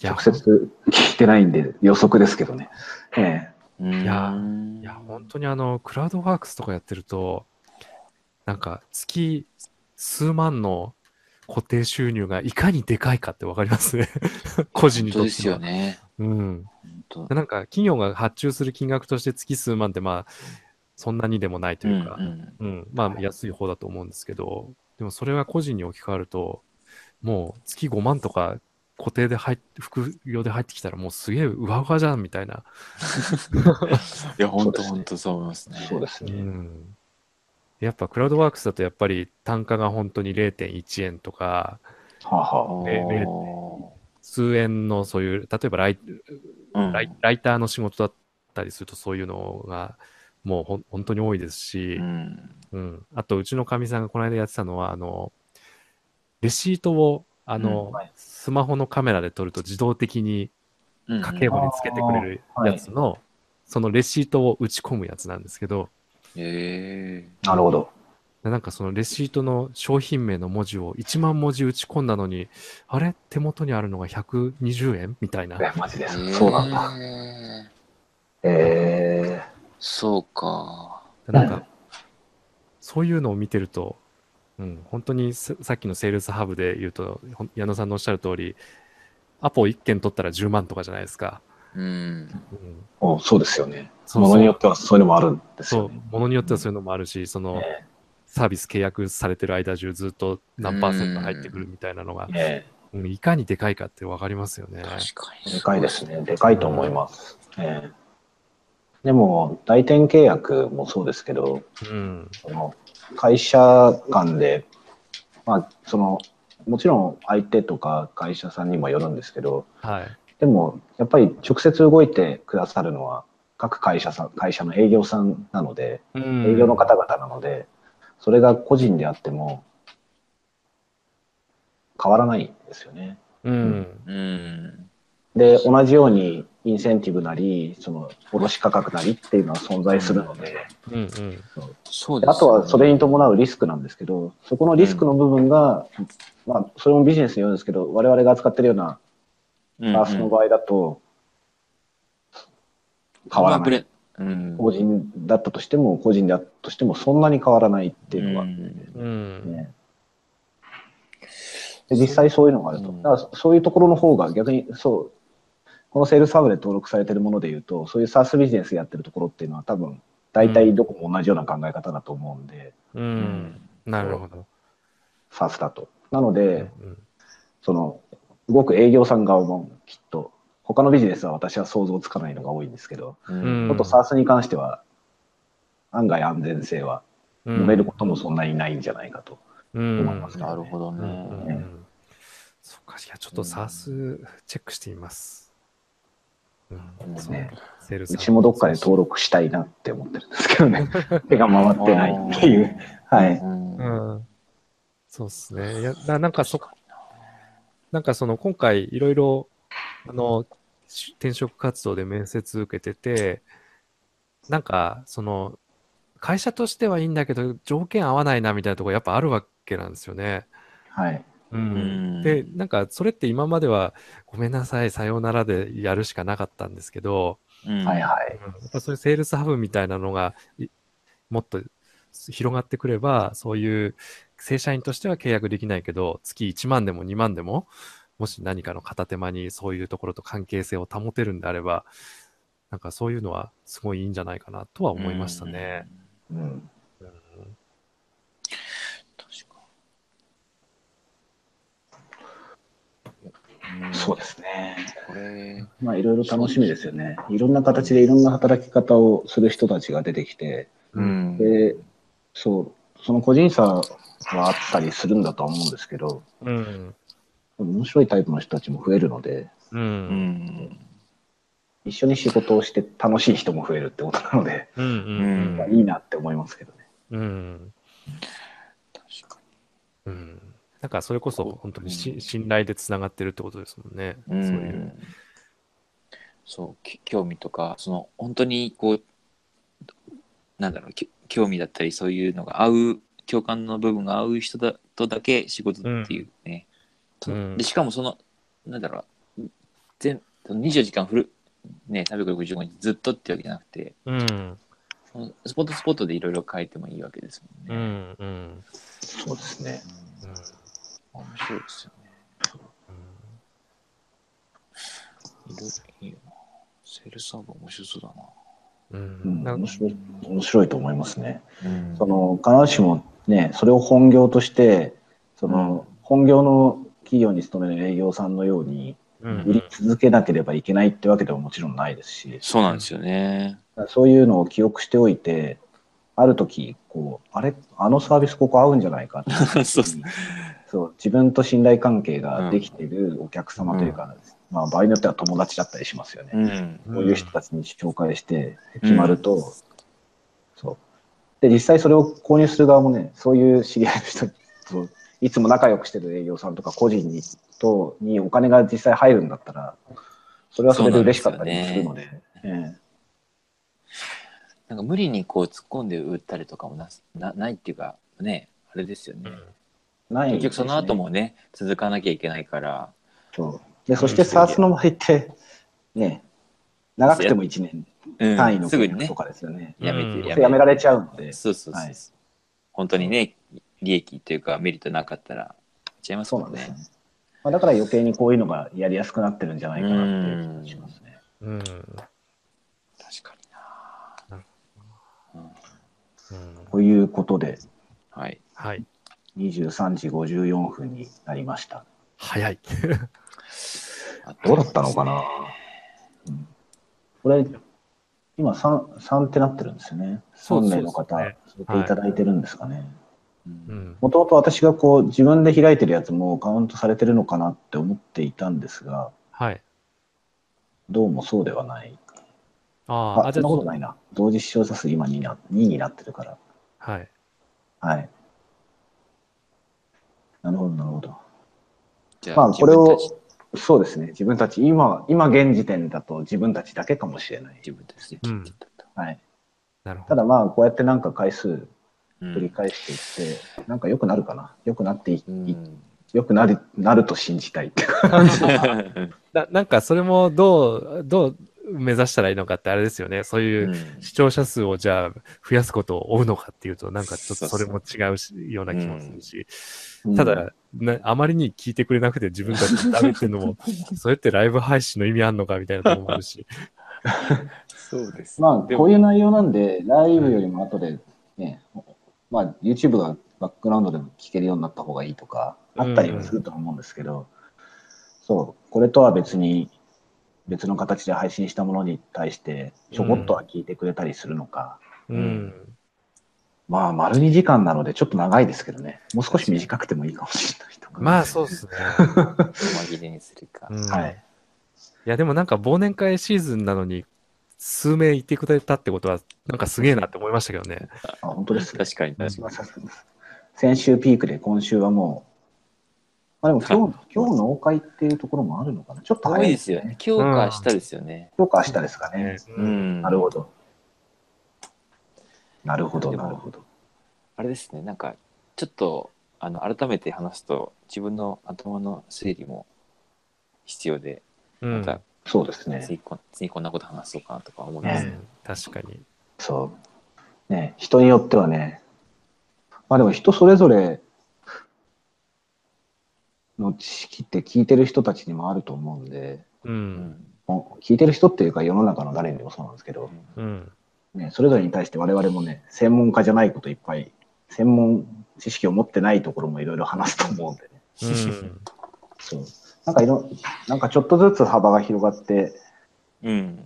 Speaker 3: いや
Speaker 2: 直接聞いてないんで予測ですけどね。ええ
Speaker 1: うん、
Speaker 3: いやいや、本当にあの、クラウドワークスとかやってると、なんか月数万の固定収入がいかにでかいかってわか
Speaker 1: (laughs)
Speaker 3: りますね。個人
Speaker 1: 本
Speaker 3: に
Speaker 1: 当
Speaker 3: とっ
Speaker 1: です
Speaker 3: て
Speaker 1: よ
Speaker 3: は。
Speaker 1: ね。
Speaker 3: うん。
Speaker 1: 本当
Speaker 3: でなんか企業が発注する金額として月数万ってまあ、そんなにでもないというか、
Speaker 1: んん
Speaker 3: うんまあ安い方だと思うんですけど、でもそれは個人に置き換わると、もう月5万とか固定で入って、副業で入ってきたらもうすげえうわうわじゃんみたいな。
Speaker 1: いや、本当、
Speaker 2: そうですね
Speaker 1: 本当そう思いますね。
Speaker 2: そうです
Speaker 3: う
Speaker 2: ね。
Speaker 3: んやっぱクラウドワークスだとやっぱり単価が本当に0.1円とか
Speaker 2: はあは
Speaker 1: おー
Speaker 3: ねね数円のそういう例えばライ
Speaker 1: うん
Speaker 3: ライライターの仕事だったりするとそういうのがもうほん本当に多いですし、
Speaker 1: うん
Speaker 3: うん、あとうちのかみさんがこの間やってたのはあのレシートをあの、
Speaker 2: うんはい
Speaker 3: スマホのカメラで撮ると自動的に
Speaker 1: うん
Speaker 3: 家計簿につけてくれるやつの、そのレシートを打ち込むやつなんですけど
Speaker 1: え
Speaker 2: あ。なるほど。
Speaker 3: なんかそのレシートの商品名の文字を1万文字打ち込んだのにあれ手元にあるのが120円みたいな
Speaker 2: え、マジで
Speaker 1: え
Speaker 2: す。そうなんだ。
Speaker 1: だ。
Speaker 2: え
Speaker 1: そうか。
Speaker 3: なんか、そういうのを見てると、うん、本当にささっきのセールスハブで言うと、ほん矢野さんのおっしゃる通り、アポ1件取ったら10万とかじゃないですか。
Speaker 2: ー、
Speaker 1: うん。
Speaker 3: うん、
Speaker 2: おそうですよね。
Speaker 3: そう
Speaker 2: も
Speaker 3: そ
Speaker 2: の
Speaker 3: う
Speaker 2: によってはそういうのもあるんです
Speaker 3: そう
Speaker 2: よ、ね。
Speaker 3: ものによってはそういうのもあるし、その
Speaker 2: ね
Speaker 3: サービス契約されてる間中ずっと何パーセント入ってくるみたいなのが、
Speaker 2: ね
Speaker 3: うんいかにでかいかって分かりますよね。
Speaker 1: 確かに。
Speaker 2: でかいですね。でかいと思います。ねでも、代店契約もそうですけど、
Speaker 3: うん。
Speaker 2: その会社間で、まあ、その、もちろん相手とか会社さんにもよるんですけど、
Speaker 3: はい。
Speaker 2: でも、やっぱり直接動いてくださるのは、各会社さん、会社の営業さんなので、営
Speaker 3: 営
Speaker 2: 業の方々なので、それが個人であっても、変わらないんですよね。
Speaker 3: うん。
Speaker 1: うん。
Speaker 2: で、同じように、インセンティブなり、その、卸価格なりっていうのは存在するので、
Speaker 3: うんうん。
Speaker 1: そう
Speaker 2: で
Speaker 1: です、
Speaker 2: あとはそれに伴うリスクなんですけど、そこのリスクの部分が、まあ、それもビジネスによるんですけど、我々が扱ってるような
Speaker 1: うん、
Speaker 2: ファーストの場合だと、変わらない。
Speaker 1: うん。
Speaker 2: 法人だったとしても、個人だったとしても、そんなに変わらないっていうのが、
Speaker 1: うん
Speaker 3: うん。
Speaker 2: ねで実際そういうのがあると。
Speaker 1: うん
Speaker 2: だからそういうところの方が逆にそう、このセールスファブで登録されてるものでいうと、そういうサースビジネスやってるところっていうのは多分、大体どこも同じような考え方だと思うんで、
Speaker 3: う。
Speaker 1: うんん。
Speaker 3: なるほど。
Speaker 2: サースだと。なの
Speaker 3: う
Speaker 2: で、
Speaker 3: ん
Speaker 2: その、動く営業さん側もきっと、他のビジネスは私は想像つかないのが多いんですけど、
Speaker 1: う
Speaker 3: うん
Speaker 1: ん。
Speaker 2: ちょっとサースに関しては、案外安全性は、
Speaker 3: う
Speaker 2: 飲めることもそんなにないんじゃないかと。
Speaker 3: うん
Speaker 2: 思いますね
Speaker 1: なるほど
Speaker 3: うんうんう
Speaker 1: ね。
Speaker 3: んそっか、いや、ちょっとサースチェックしてみます。うん。
Speaker 1: うん
Speaker 3: そう
Speaker 2: ね
Speaker 3: セールス
Speaker 2: うちもどっかで登録したいなって思ってるんですけど (laughs) ね。手が回ってないっていう。はい。
Speaker 1: うん
Speaker 3: うんそうですね。いや、だなんかそ、なんかその今回いろいろ、あの、し転職活動で面接受けてて、なんか、その、会社としてはいいんだけど、条件合わないなみたいなところやっぱあるわけなんですよね。
Speaker 2: はい。
Speaker 3: うん
Speaker 1: ん
Speaker 3: で、なんか、それって今までは、ごめんなさい、さようならでやるしかなかったんですけど、
Speaker 1: うん
Speaker 2: はいはい。
Speaker 3: やっぱそういうセールスハブみたいなのがいもっと広がってくれば、そういう正社員としては契約できないけど、月1万でも2万でも、もし何かの片手間にそういうところと関係性を保てるんであれば、なんかそういうのはすごいいいんじゃないかなとは思いましたね。。
Speaker 2: うん。
Speaker 3: うん
Speaker 1: 確かに。
Speaker 2: そうですね。
Speaker 1: これ、
Speaker 2: まあいろいろ楽しみですよね。いろんな形でいろんな働き方をする人たちが出てきて、
Speaker 1: うん
Speaker 2: で、そう、その個人差はあったりするんだとは思うんですけど、
Speaker 3: うん。
Speaker 2: 面白いタイプの人たちも増えるので、
Speaker 1: う
Speaker 3: う。
Speaker 1: んん。
Speaker 2: 一緒に仕事をして楽しい人も増えるってことなので、
Speaker 3: うん。うん
Speaker 2: まあいいなって思いますけどね。
Speaker 3: うん。
Speaker 1: 確か
Speaker 3: うん。なんかそれこそ本当にし、
Speaker 1: うん
Speaker 3: 信頼でつながってるってことですもんね。
Speaker 1: に。うん
Speaker 3: そういう。
Speaker 1: そう、き興味とか、その、本当にこう、なんだろう、き興味だったり、そういうのが合う、共感の部分が合う人だとだけ仕事っていうね。と
Speaker 3: うん
Speaker 1: でしかもその、なんだろう、全24時間フル、ね、365日ずっとってわけじゃなくて、
Speaker 3: うん。
Speaker 1: そのスポットスポットでいろいろ変えてもいいわけですも
Speaker 3: うん
Speaker 1: ね。
Speaker 3: ん。うん。
Speaker 2: そうですね。
Speaker 3: うん
Speaker 1: 面白いですよね。いろいいよな。セールスアブ面白そうだ
Speaker 3: う。
Speaker 2: うんん、
Speaker 3: なん
Speaker 2: 面白い面白いと思いますね。
Speaker 1: な。うん
Speaker 2: その必ずしもね、それを本業として、その本業の企業に勤める営業さんのように、
Speaker 3: うん
Speaker 2: 売り続けなければいけないってわけでももちろんないですし、
Speaker 1: そうなんですよね。
Speaker 2: そういうのを記憶しておいて、ある時こう、あれ、あのサービスここ合うんじゃないかって、
Speaker 1: (laughs) そうっす
Speaker 2: そう自分と信頼関係ができているお客様というか、まあ、場合によっては友達だったりしますよね。
Speaker 1: うん。
Speaker 2: こういう人たちに紹介して
Speaker 1: うん
Speaker 2: 決まると、そう。で、実際それを購入する側もね、そういう知り合いの人
Speaker 1: (laughs)
Speaker 2: と、いつも仲良くしてる営業さんとか個人にとにお金が実際入るんだったら、それはそれで嬉しかったりもするので、え
Speaker 1: なんか無理にこう突っ込んで売ったりとかもなすなないっていうか、ね、あれですよね。
Speaker 2: えない
Speaker 1: 結局その後
Speaker 2: も。
Speaker 1: もね、続かなきゃいけないから。
Speaker 2: そうで、そしてサースの場合って、ね、長くても1年
Speaker 1: うん
Speaker 2: 単位の
Speaker 1: すぐに
Speaker 2: 契約
Speaker 1: ね
Speaker 2: と、かですよね。
Speaker 1: やめ
Speaker 3: うん
Speaker 1: て、
Speaker 2: やめられちゃうので、
Speaker 1: そうそうそう。
Speaker 2: はい
Speaker 1: 本当にね、利益というかメリットなかったら、いっちゃいます
Speaker 2: そう
Speaker 1: も
Speaker 2: なんんですよ
Speaker 1: ね
Speaker 2: ね。。まあ、だから余計にこういうのがやりやすくなってるんじゃないかなっていう気がしますね。
Speaker 3: うん。うん。
Speaker 1: 確かにな
Speaker 3: なる
Speaker 1: うん
Speaker 2: ということで、
Speaker 1: はい。
Speaker 3: はい。
Speaker 2: 23時54分になりました。
Speaker 3: 早い。
Speaker 1: あと
Speaker 2: どうだったのかな、うんこれ、今 3, 3ってなってるんですよね。
Speaker 3: そう
Speaker 2: 3
Speaker 3: そう
Speaker 2: 名の方、
Speaker 3: そう
Speaker 2: 入
Speaker 3: で
Speaker 2: れていただいてるんですかね。
Speaker 1: う
Speaker 3: (laughs) うんん。
Speaker 2: もともと私がこう自分で開いてるやつもカウントされてるのかなって思っていたんですが、
Speaker 3: はい。
Speaker 2: どうもそうではない。
Speaker 3: あ
Speaker 2: あ、
Speaker 3: あ、あ、
Speaker 2: そ
Speaker 3: じゃ
Speaker 2: ん
Speaker 3: あ
Speaker 2: な、ことないな。同時視聴者数今 2, な2になってるから。
Speaker 3: はい。
Speaker 2: はい。なるほど、なるほど。
Speaker 1: じゃ
Speaker 2: まあ、これを
Speaker 1: 自分たち、
Speaker 2: そうですね。自分たち、今、今現時点だと自分たちだけかもしれない。
Speaker 1: 自分たちで聞いてたと。
Speaker 2: はい。
Speaker 3: なるほ
Speaker 2: た
Speaker 3: ど。
Speaker 2: だまあ、こうやってなんか回数
Speaker 1: うん
Speaker 2: 繰り返していって、なんか良くなるかな。良くなってい、
Speaker 1: うん
Speaker 2: い良くなる、なると信
Speaker 1: (laughs)
Speaker 2: じたいって感
Speaker 3: ななんか、それもどう、どう目指したらいいのかってあれですよね。そういう
Speaker 2: (laughs)
Speaker 3: うん視聴者数をじゃあ増やすことを追うのかっていうと、なんかちょっとそれも違うしような気もするし、
Speaker 2: じ。
Speaker 3: た
Speaker 2: うん
Speaker 3: だ、なあまりに聞いてくれなくて自分たちでダメっていうの (laughs) も、それってライブ配信の意味あんのかみたいなとこもある (laughs) し、
Speaker 1: そうです。
Speaker 2: まあ、
Speaker 1: で
Speaker 2: こ
Speaker 1: も
Speaker 2: ういう内容なんで、ライブよりも後でね、まあ、YouTube がバックグラウンドでも聴けるようになった方がいいとか、あったりもすると思うんですけど、そう、これとは別に、別の形で配信したものに対して、ちょこっとは聞いてくれたりするのか、
Speaker 3: うんん。
Speaker 2: まあ、丸2時間なので、ちょっと長いですけどね、もう少し短くてもいいかもしれないとか。
Speaker 3: まあそうですね。
Speaker 1: 細切れにするか
Speaker 3: う。ん
Speaker 2: はいい。
Speaker 3: や、でもなんか忘年会シーズンなのに、数名いてくれたってことは、なんかすげえなって思いましたけどね。
Speaker 2: あ、本当ですね。
Speaker 1: 確かに確か
Speaker 2: まあさすがです先週ピークで、今週はもう、まあでも今日、今日納会っていうところもあるのかな。ちょっと
Speaker 1: に。
Speaker 2: 早
Speaker 1: 多い
Speaker 2: い
Speaker 1: で
Speaker 2: ですす
Speaker 1: よ
Speaker 2: よ
Speaker 1: ね
Speaker 2: ね。。
Speaker 1: 今日か明日ですよね。
Speaker 2: 今日か明日ですかね。
Speaker 1: う。ん。
Speaker 2: なるほど。なるほど、
Speaker 1: でも
Speaker 2: なるほど。
Speaker 1: あれですね、なんか、ちょっと、あの、改めて話すと、自分の頭の整理も必要で、
Speaker 3: うん。う
Speaker 1: ま
Speaker 3: ん
Speaker 1: た、
Speaker 2: そうですね。
Speaker 1: 次こ、次こんなこと話そうかなとか思いますね。
Speaker 3: 確かに。
Speaker 2: そう。ね、人によってはね、まあでも人それぞれの知識って聞いてる人たちにもあると思うんで、
Speaker 3: う。
Speaker 1: うんん。
Speaker 2: もう聞いてる人っていうか世の中の誰にでもそうなんですけど、
Speaker 3: うん。
Speaker 2: ね、それぞれに対して我々もね、専門家じゃないこといっぱい、専門知識を持ってないところもいろいろ話すと思うんでね。
Speaker 3: うん。
Speaker 2: そう。なんかいろ、なんかちょっとずつ幅が広がって、
Speaker 1: うん。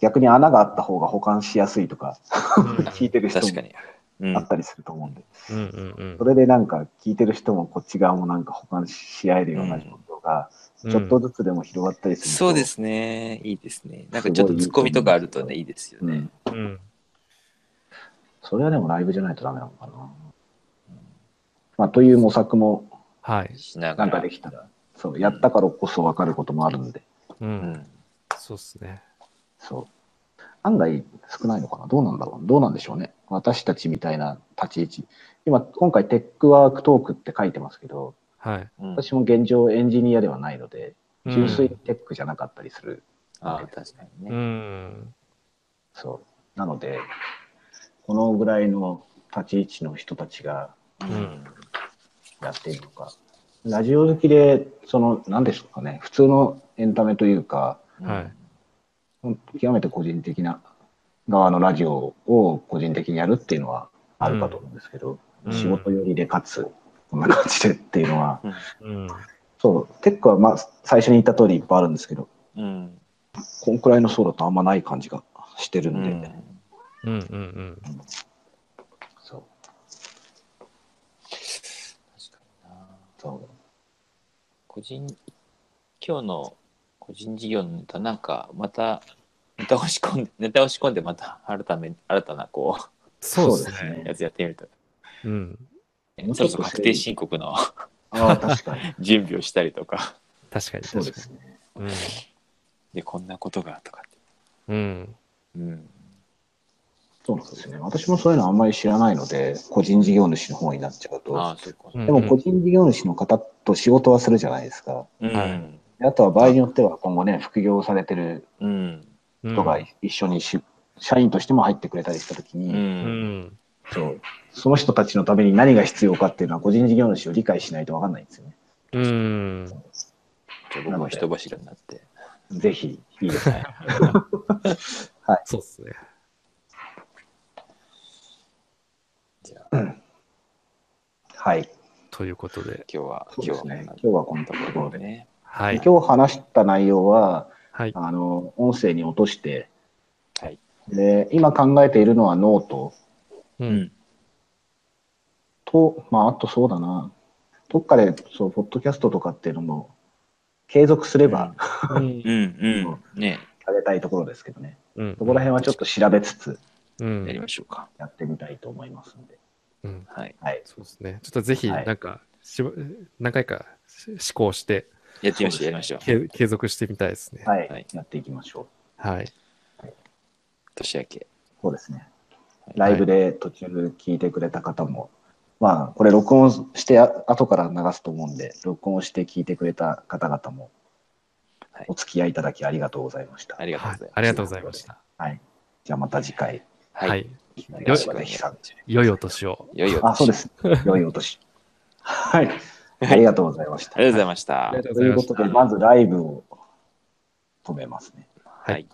Speaker 2: 逆に穴があった方が保管しやすいとか、聞いてる人
Speaker 1: 確か
Speaker 2: も
Speaker 1: に。うん
Speaker 2: あっ。たりすると思うんで、
Speaker 3: うんうんうん
Speaker 2: それでなんか聞いてる人もこっち側もなんか保管し合えるような状況が、
Speaker 3: うん
Speaker 2: ちょっとずつでも広がったりすると、
Speaker 1: そうで。すね。いいですね。なんかちょっとツッコミとかあるとね、いいですよ
Speaker 2: う
Speaker 1: ね
Speaker 2: ん。。
Speaker 3: うん。
Speaker 2: それはでもライブじゃないとダメなのかな。まあ、という模索も
Speaker 3: はい。
Speaker 1: しな
Speaker 2: な
Speaker 1: が
Speaker 2: んからで。きたら、そう、やったからこそ分かることもあるんで、
Speaker 3: う。
Speaker 1: うんん。
Speaker 3: そうっすね。
Speaker 2: そう。案外少ないのかなどうなんだろうどうなんでしょうね私たちみたいな立ち位置。今、今回テックワークトークって書いてますけど、
Speaker 3: はい。
Speaker 1: うん
Speaker 2: 私も現状エンジニアではないので、
Speaker 3: うん
Speaker 2: 純粋にテックじゃなかったりする。
Speaker 1: ああ、確かに
Speaker 3: う
Speaker 1: ね。
Speaker 3: ん。
Speaker 2: そう。なので、このぐらいの立ち位置の人たちが
Speaker 1: うん。
Speaker 2: やっているのか。ラジオ好きで、その、何でしょうかね、普通のエンタメというか、
Speaker 3: はい
Speaker 2: 極めて個人的な側のラジオを個人的にやるっていうのはあるかと思うんですけど、
Speaker 3: うん
Speaker 2: 仕事寄りでかつ、こんな感じでっていうのは、
Speaker 3: うん。
Speaker 2: そう、テックはまあ最初に言った通りいっぱいあるんですけど、
Speaker 1: うん。うん。
Speaker 2: こんくらいの層だとあんまない感じがしてる
Speaker 1: うん
Speaker 2: で、
Speaker 1: ん。
Speaker 3: うんうんうん。
Speaker 2: そう、
Speaker 1: 確かにな。
Speaker 2: そ
Speaker 1: 個人今日の個人事業のネタなんかまたネタを仕込んで (laughs) ネタを仕込んでまた新ため新たなこ
Speaker 3: そうっ
Speaker 2: そうですす
Speaker 1: う
Speaker 3: ね
Speaker 2: ね。
Speaker 1: やつやってみると
Speaker 3: うん。
Speaker 2: もう
Speaker 1: そ
Speaker 2: ちょ
Speaker 1: ろそろ
Speaker 2: っと
Speaker 1: 確定申告の
Speaker 2: う。ああ、確かに。
Speaker 1: 準備をしたりとか
Speaker 3: 確かに
Speaker 2: そう
Speaker 3: 確
Speaker 2: で
Speaker 3: か
Speaker 2: すね。
Speaker 3: に。
Speaker 1: でこんなことがとかって
Speaker 3: うん。うん。
Speaker 1: うん
Speaker 2: そうなんですね。私もそういうのあんまり知らないので、個人事業主の方になっちゃう
Speaker 1: ああ
Speaker 2: と。
Speaker 1: そうか
Speaker 3: うん
Speaker 2: でも個人事業主の方と仕事はするじゃないですか。
Speaker 1: うん、
Speaker 3: は
Speaker 2: であとは場合によっては今後ね、副業されてる
Speaker 1: うん
Speaker 2: 人が一緒にし、社員としても入ってくれたりしたとき
Speaker 1: う
Speaker 2: に、
Speaker 3: うんん。
Speaker 2: そう、その人たちのために何が必要かっていうのは個人事業主を理解しないと分かんないんですよね。
Speaker 3: うん。
Speaker 1: じゃあ僕も人柱になって
Speaker 2: ぜひ。
Speaker 1: いいですね。
Speaker 3: そうですね。
Speaker 1: じゃあ今
Speaker 2: はい。
Speaker 3: ということで、
Speaker 1: 日は、
Speaker 2: そう
Speaker 1: 今
Speaker 2: で
Speaker 1: 日
Speaker 2: す
Speaker 1: は
Speaker 2: ね。今日はこんなと
Speaker 1: とこ
Speaker 2: ころ
Speaker 1: ろ
Speaker 2: で
Speaker 1: で。ね。
Speaker 3: はい。
Speaker 2: 今日話した内容は、
Speaker 3: はい。
Speaker 2: あの、音声に落として、
Speaker 1: はい。
Speaker 2: で、今考えているのはノート
Speaker 3: う。
Speaker 1: うんん。
Speaker 2: と、まあ、あとそうだな。どっかで、そう、ポッドキャストとかっていうのも、継続すれば、
Speaker 3: うん
Speaker 1: うん。うん。ね
Speaker 2: あげたいところですけどね。
Speaker 3: うん
Speaker 2: そこら辺はちょっと調べつつ、
Speaker 3: う
Speaker 1: やりま
Speaker 3: ん。
Speaker 1: しょうか。
Speaker 2: やってみたいと思いますので。
Speaker 3: うん。
Speaker 1: はい。
Speaker 2: はい。
Speaker 3: そうですね。ちょっとぜひ、
Speaker 2: はい
Speaker 3: なんか、しば何回かし試行して、
Speaker 1: やってみましょう、やりましょう。
Speaker 3: け継続してみたいですね。
Speaker 2: はい。
Speaker 1: はい
Speaker 2: やっていきましょう。
Speaker 3: はい。
Speaker 1: 年明け。
Speaker 2: そうですね。
Speaker 1: はい
Speaker 2: ライブで途中聞いてくれた方も、まあ、これ録音してあ後から流すと思うんで、録音して聞いてくれた方々も
Speaker 1: はい、
Speaker 2: お付き合いいただきありがとうございました。
Speaker 1: ありがとう
Speaker 3: は
Speaker 1: ござい
Speaker 3: い
Speaker 1: ます。
Speaker 3: ありがとうございました。
Speaker 2: はい。じゃあまた次回、
Speaker 3: は
Speaker 1: はいい。。
Speaker 2: よ
Speaker 1: よろ
Speaker 2: ろ
Speaker 1: し
Speaker 2: し
Speaker 1: くお
Speaker 2: く
Speaker 1: 願
Speaker 2: で
Speaker 1: い
Speaker 2: し
Speaker 1: したま。
Speaker 3: 良いお年を。
Speaker 1: よいよ。
Speaker 2: あ、そうで。す。良いお年。 (laughs) はい。ありがとうございました。
Speaker 1: ありがとうございました。
Speaker 3: ありがとうご
Speaker 2: と
Speaker 3: ざい
Speaker 2: いう
Speaker 3: ま
Speaker 2: こ
Speaker 3: し
Speaker 2: と
Speaker 3: た
Speaker 2: で、まずライブを止めますね。
Speaker 1: はい。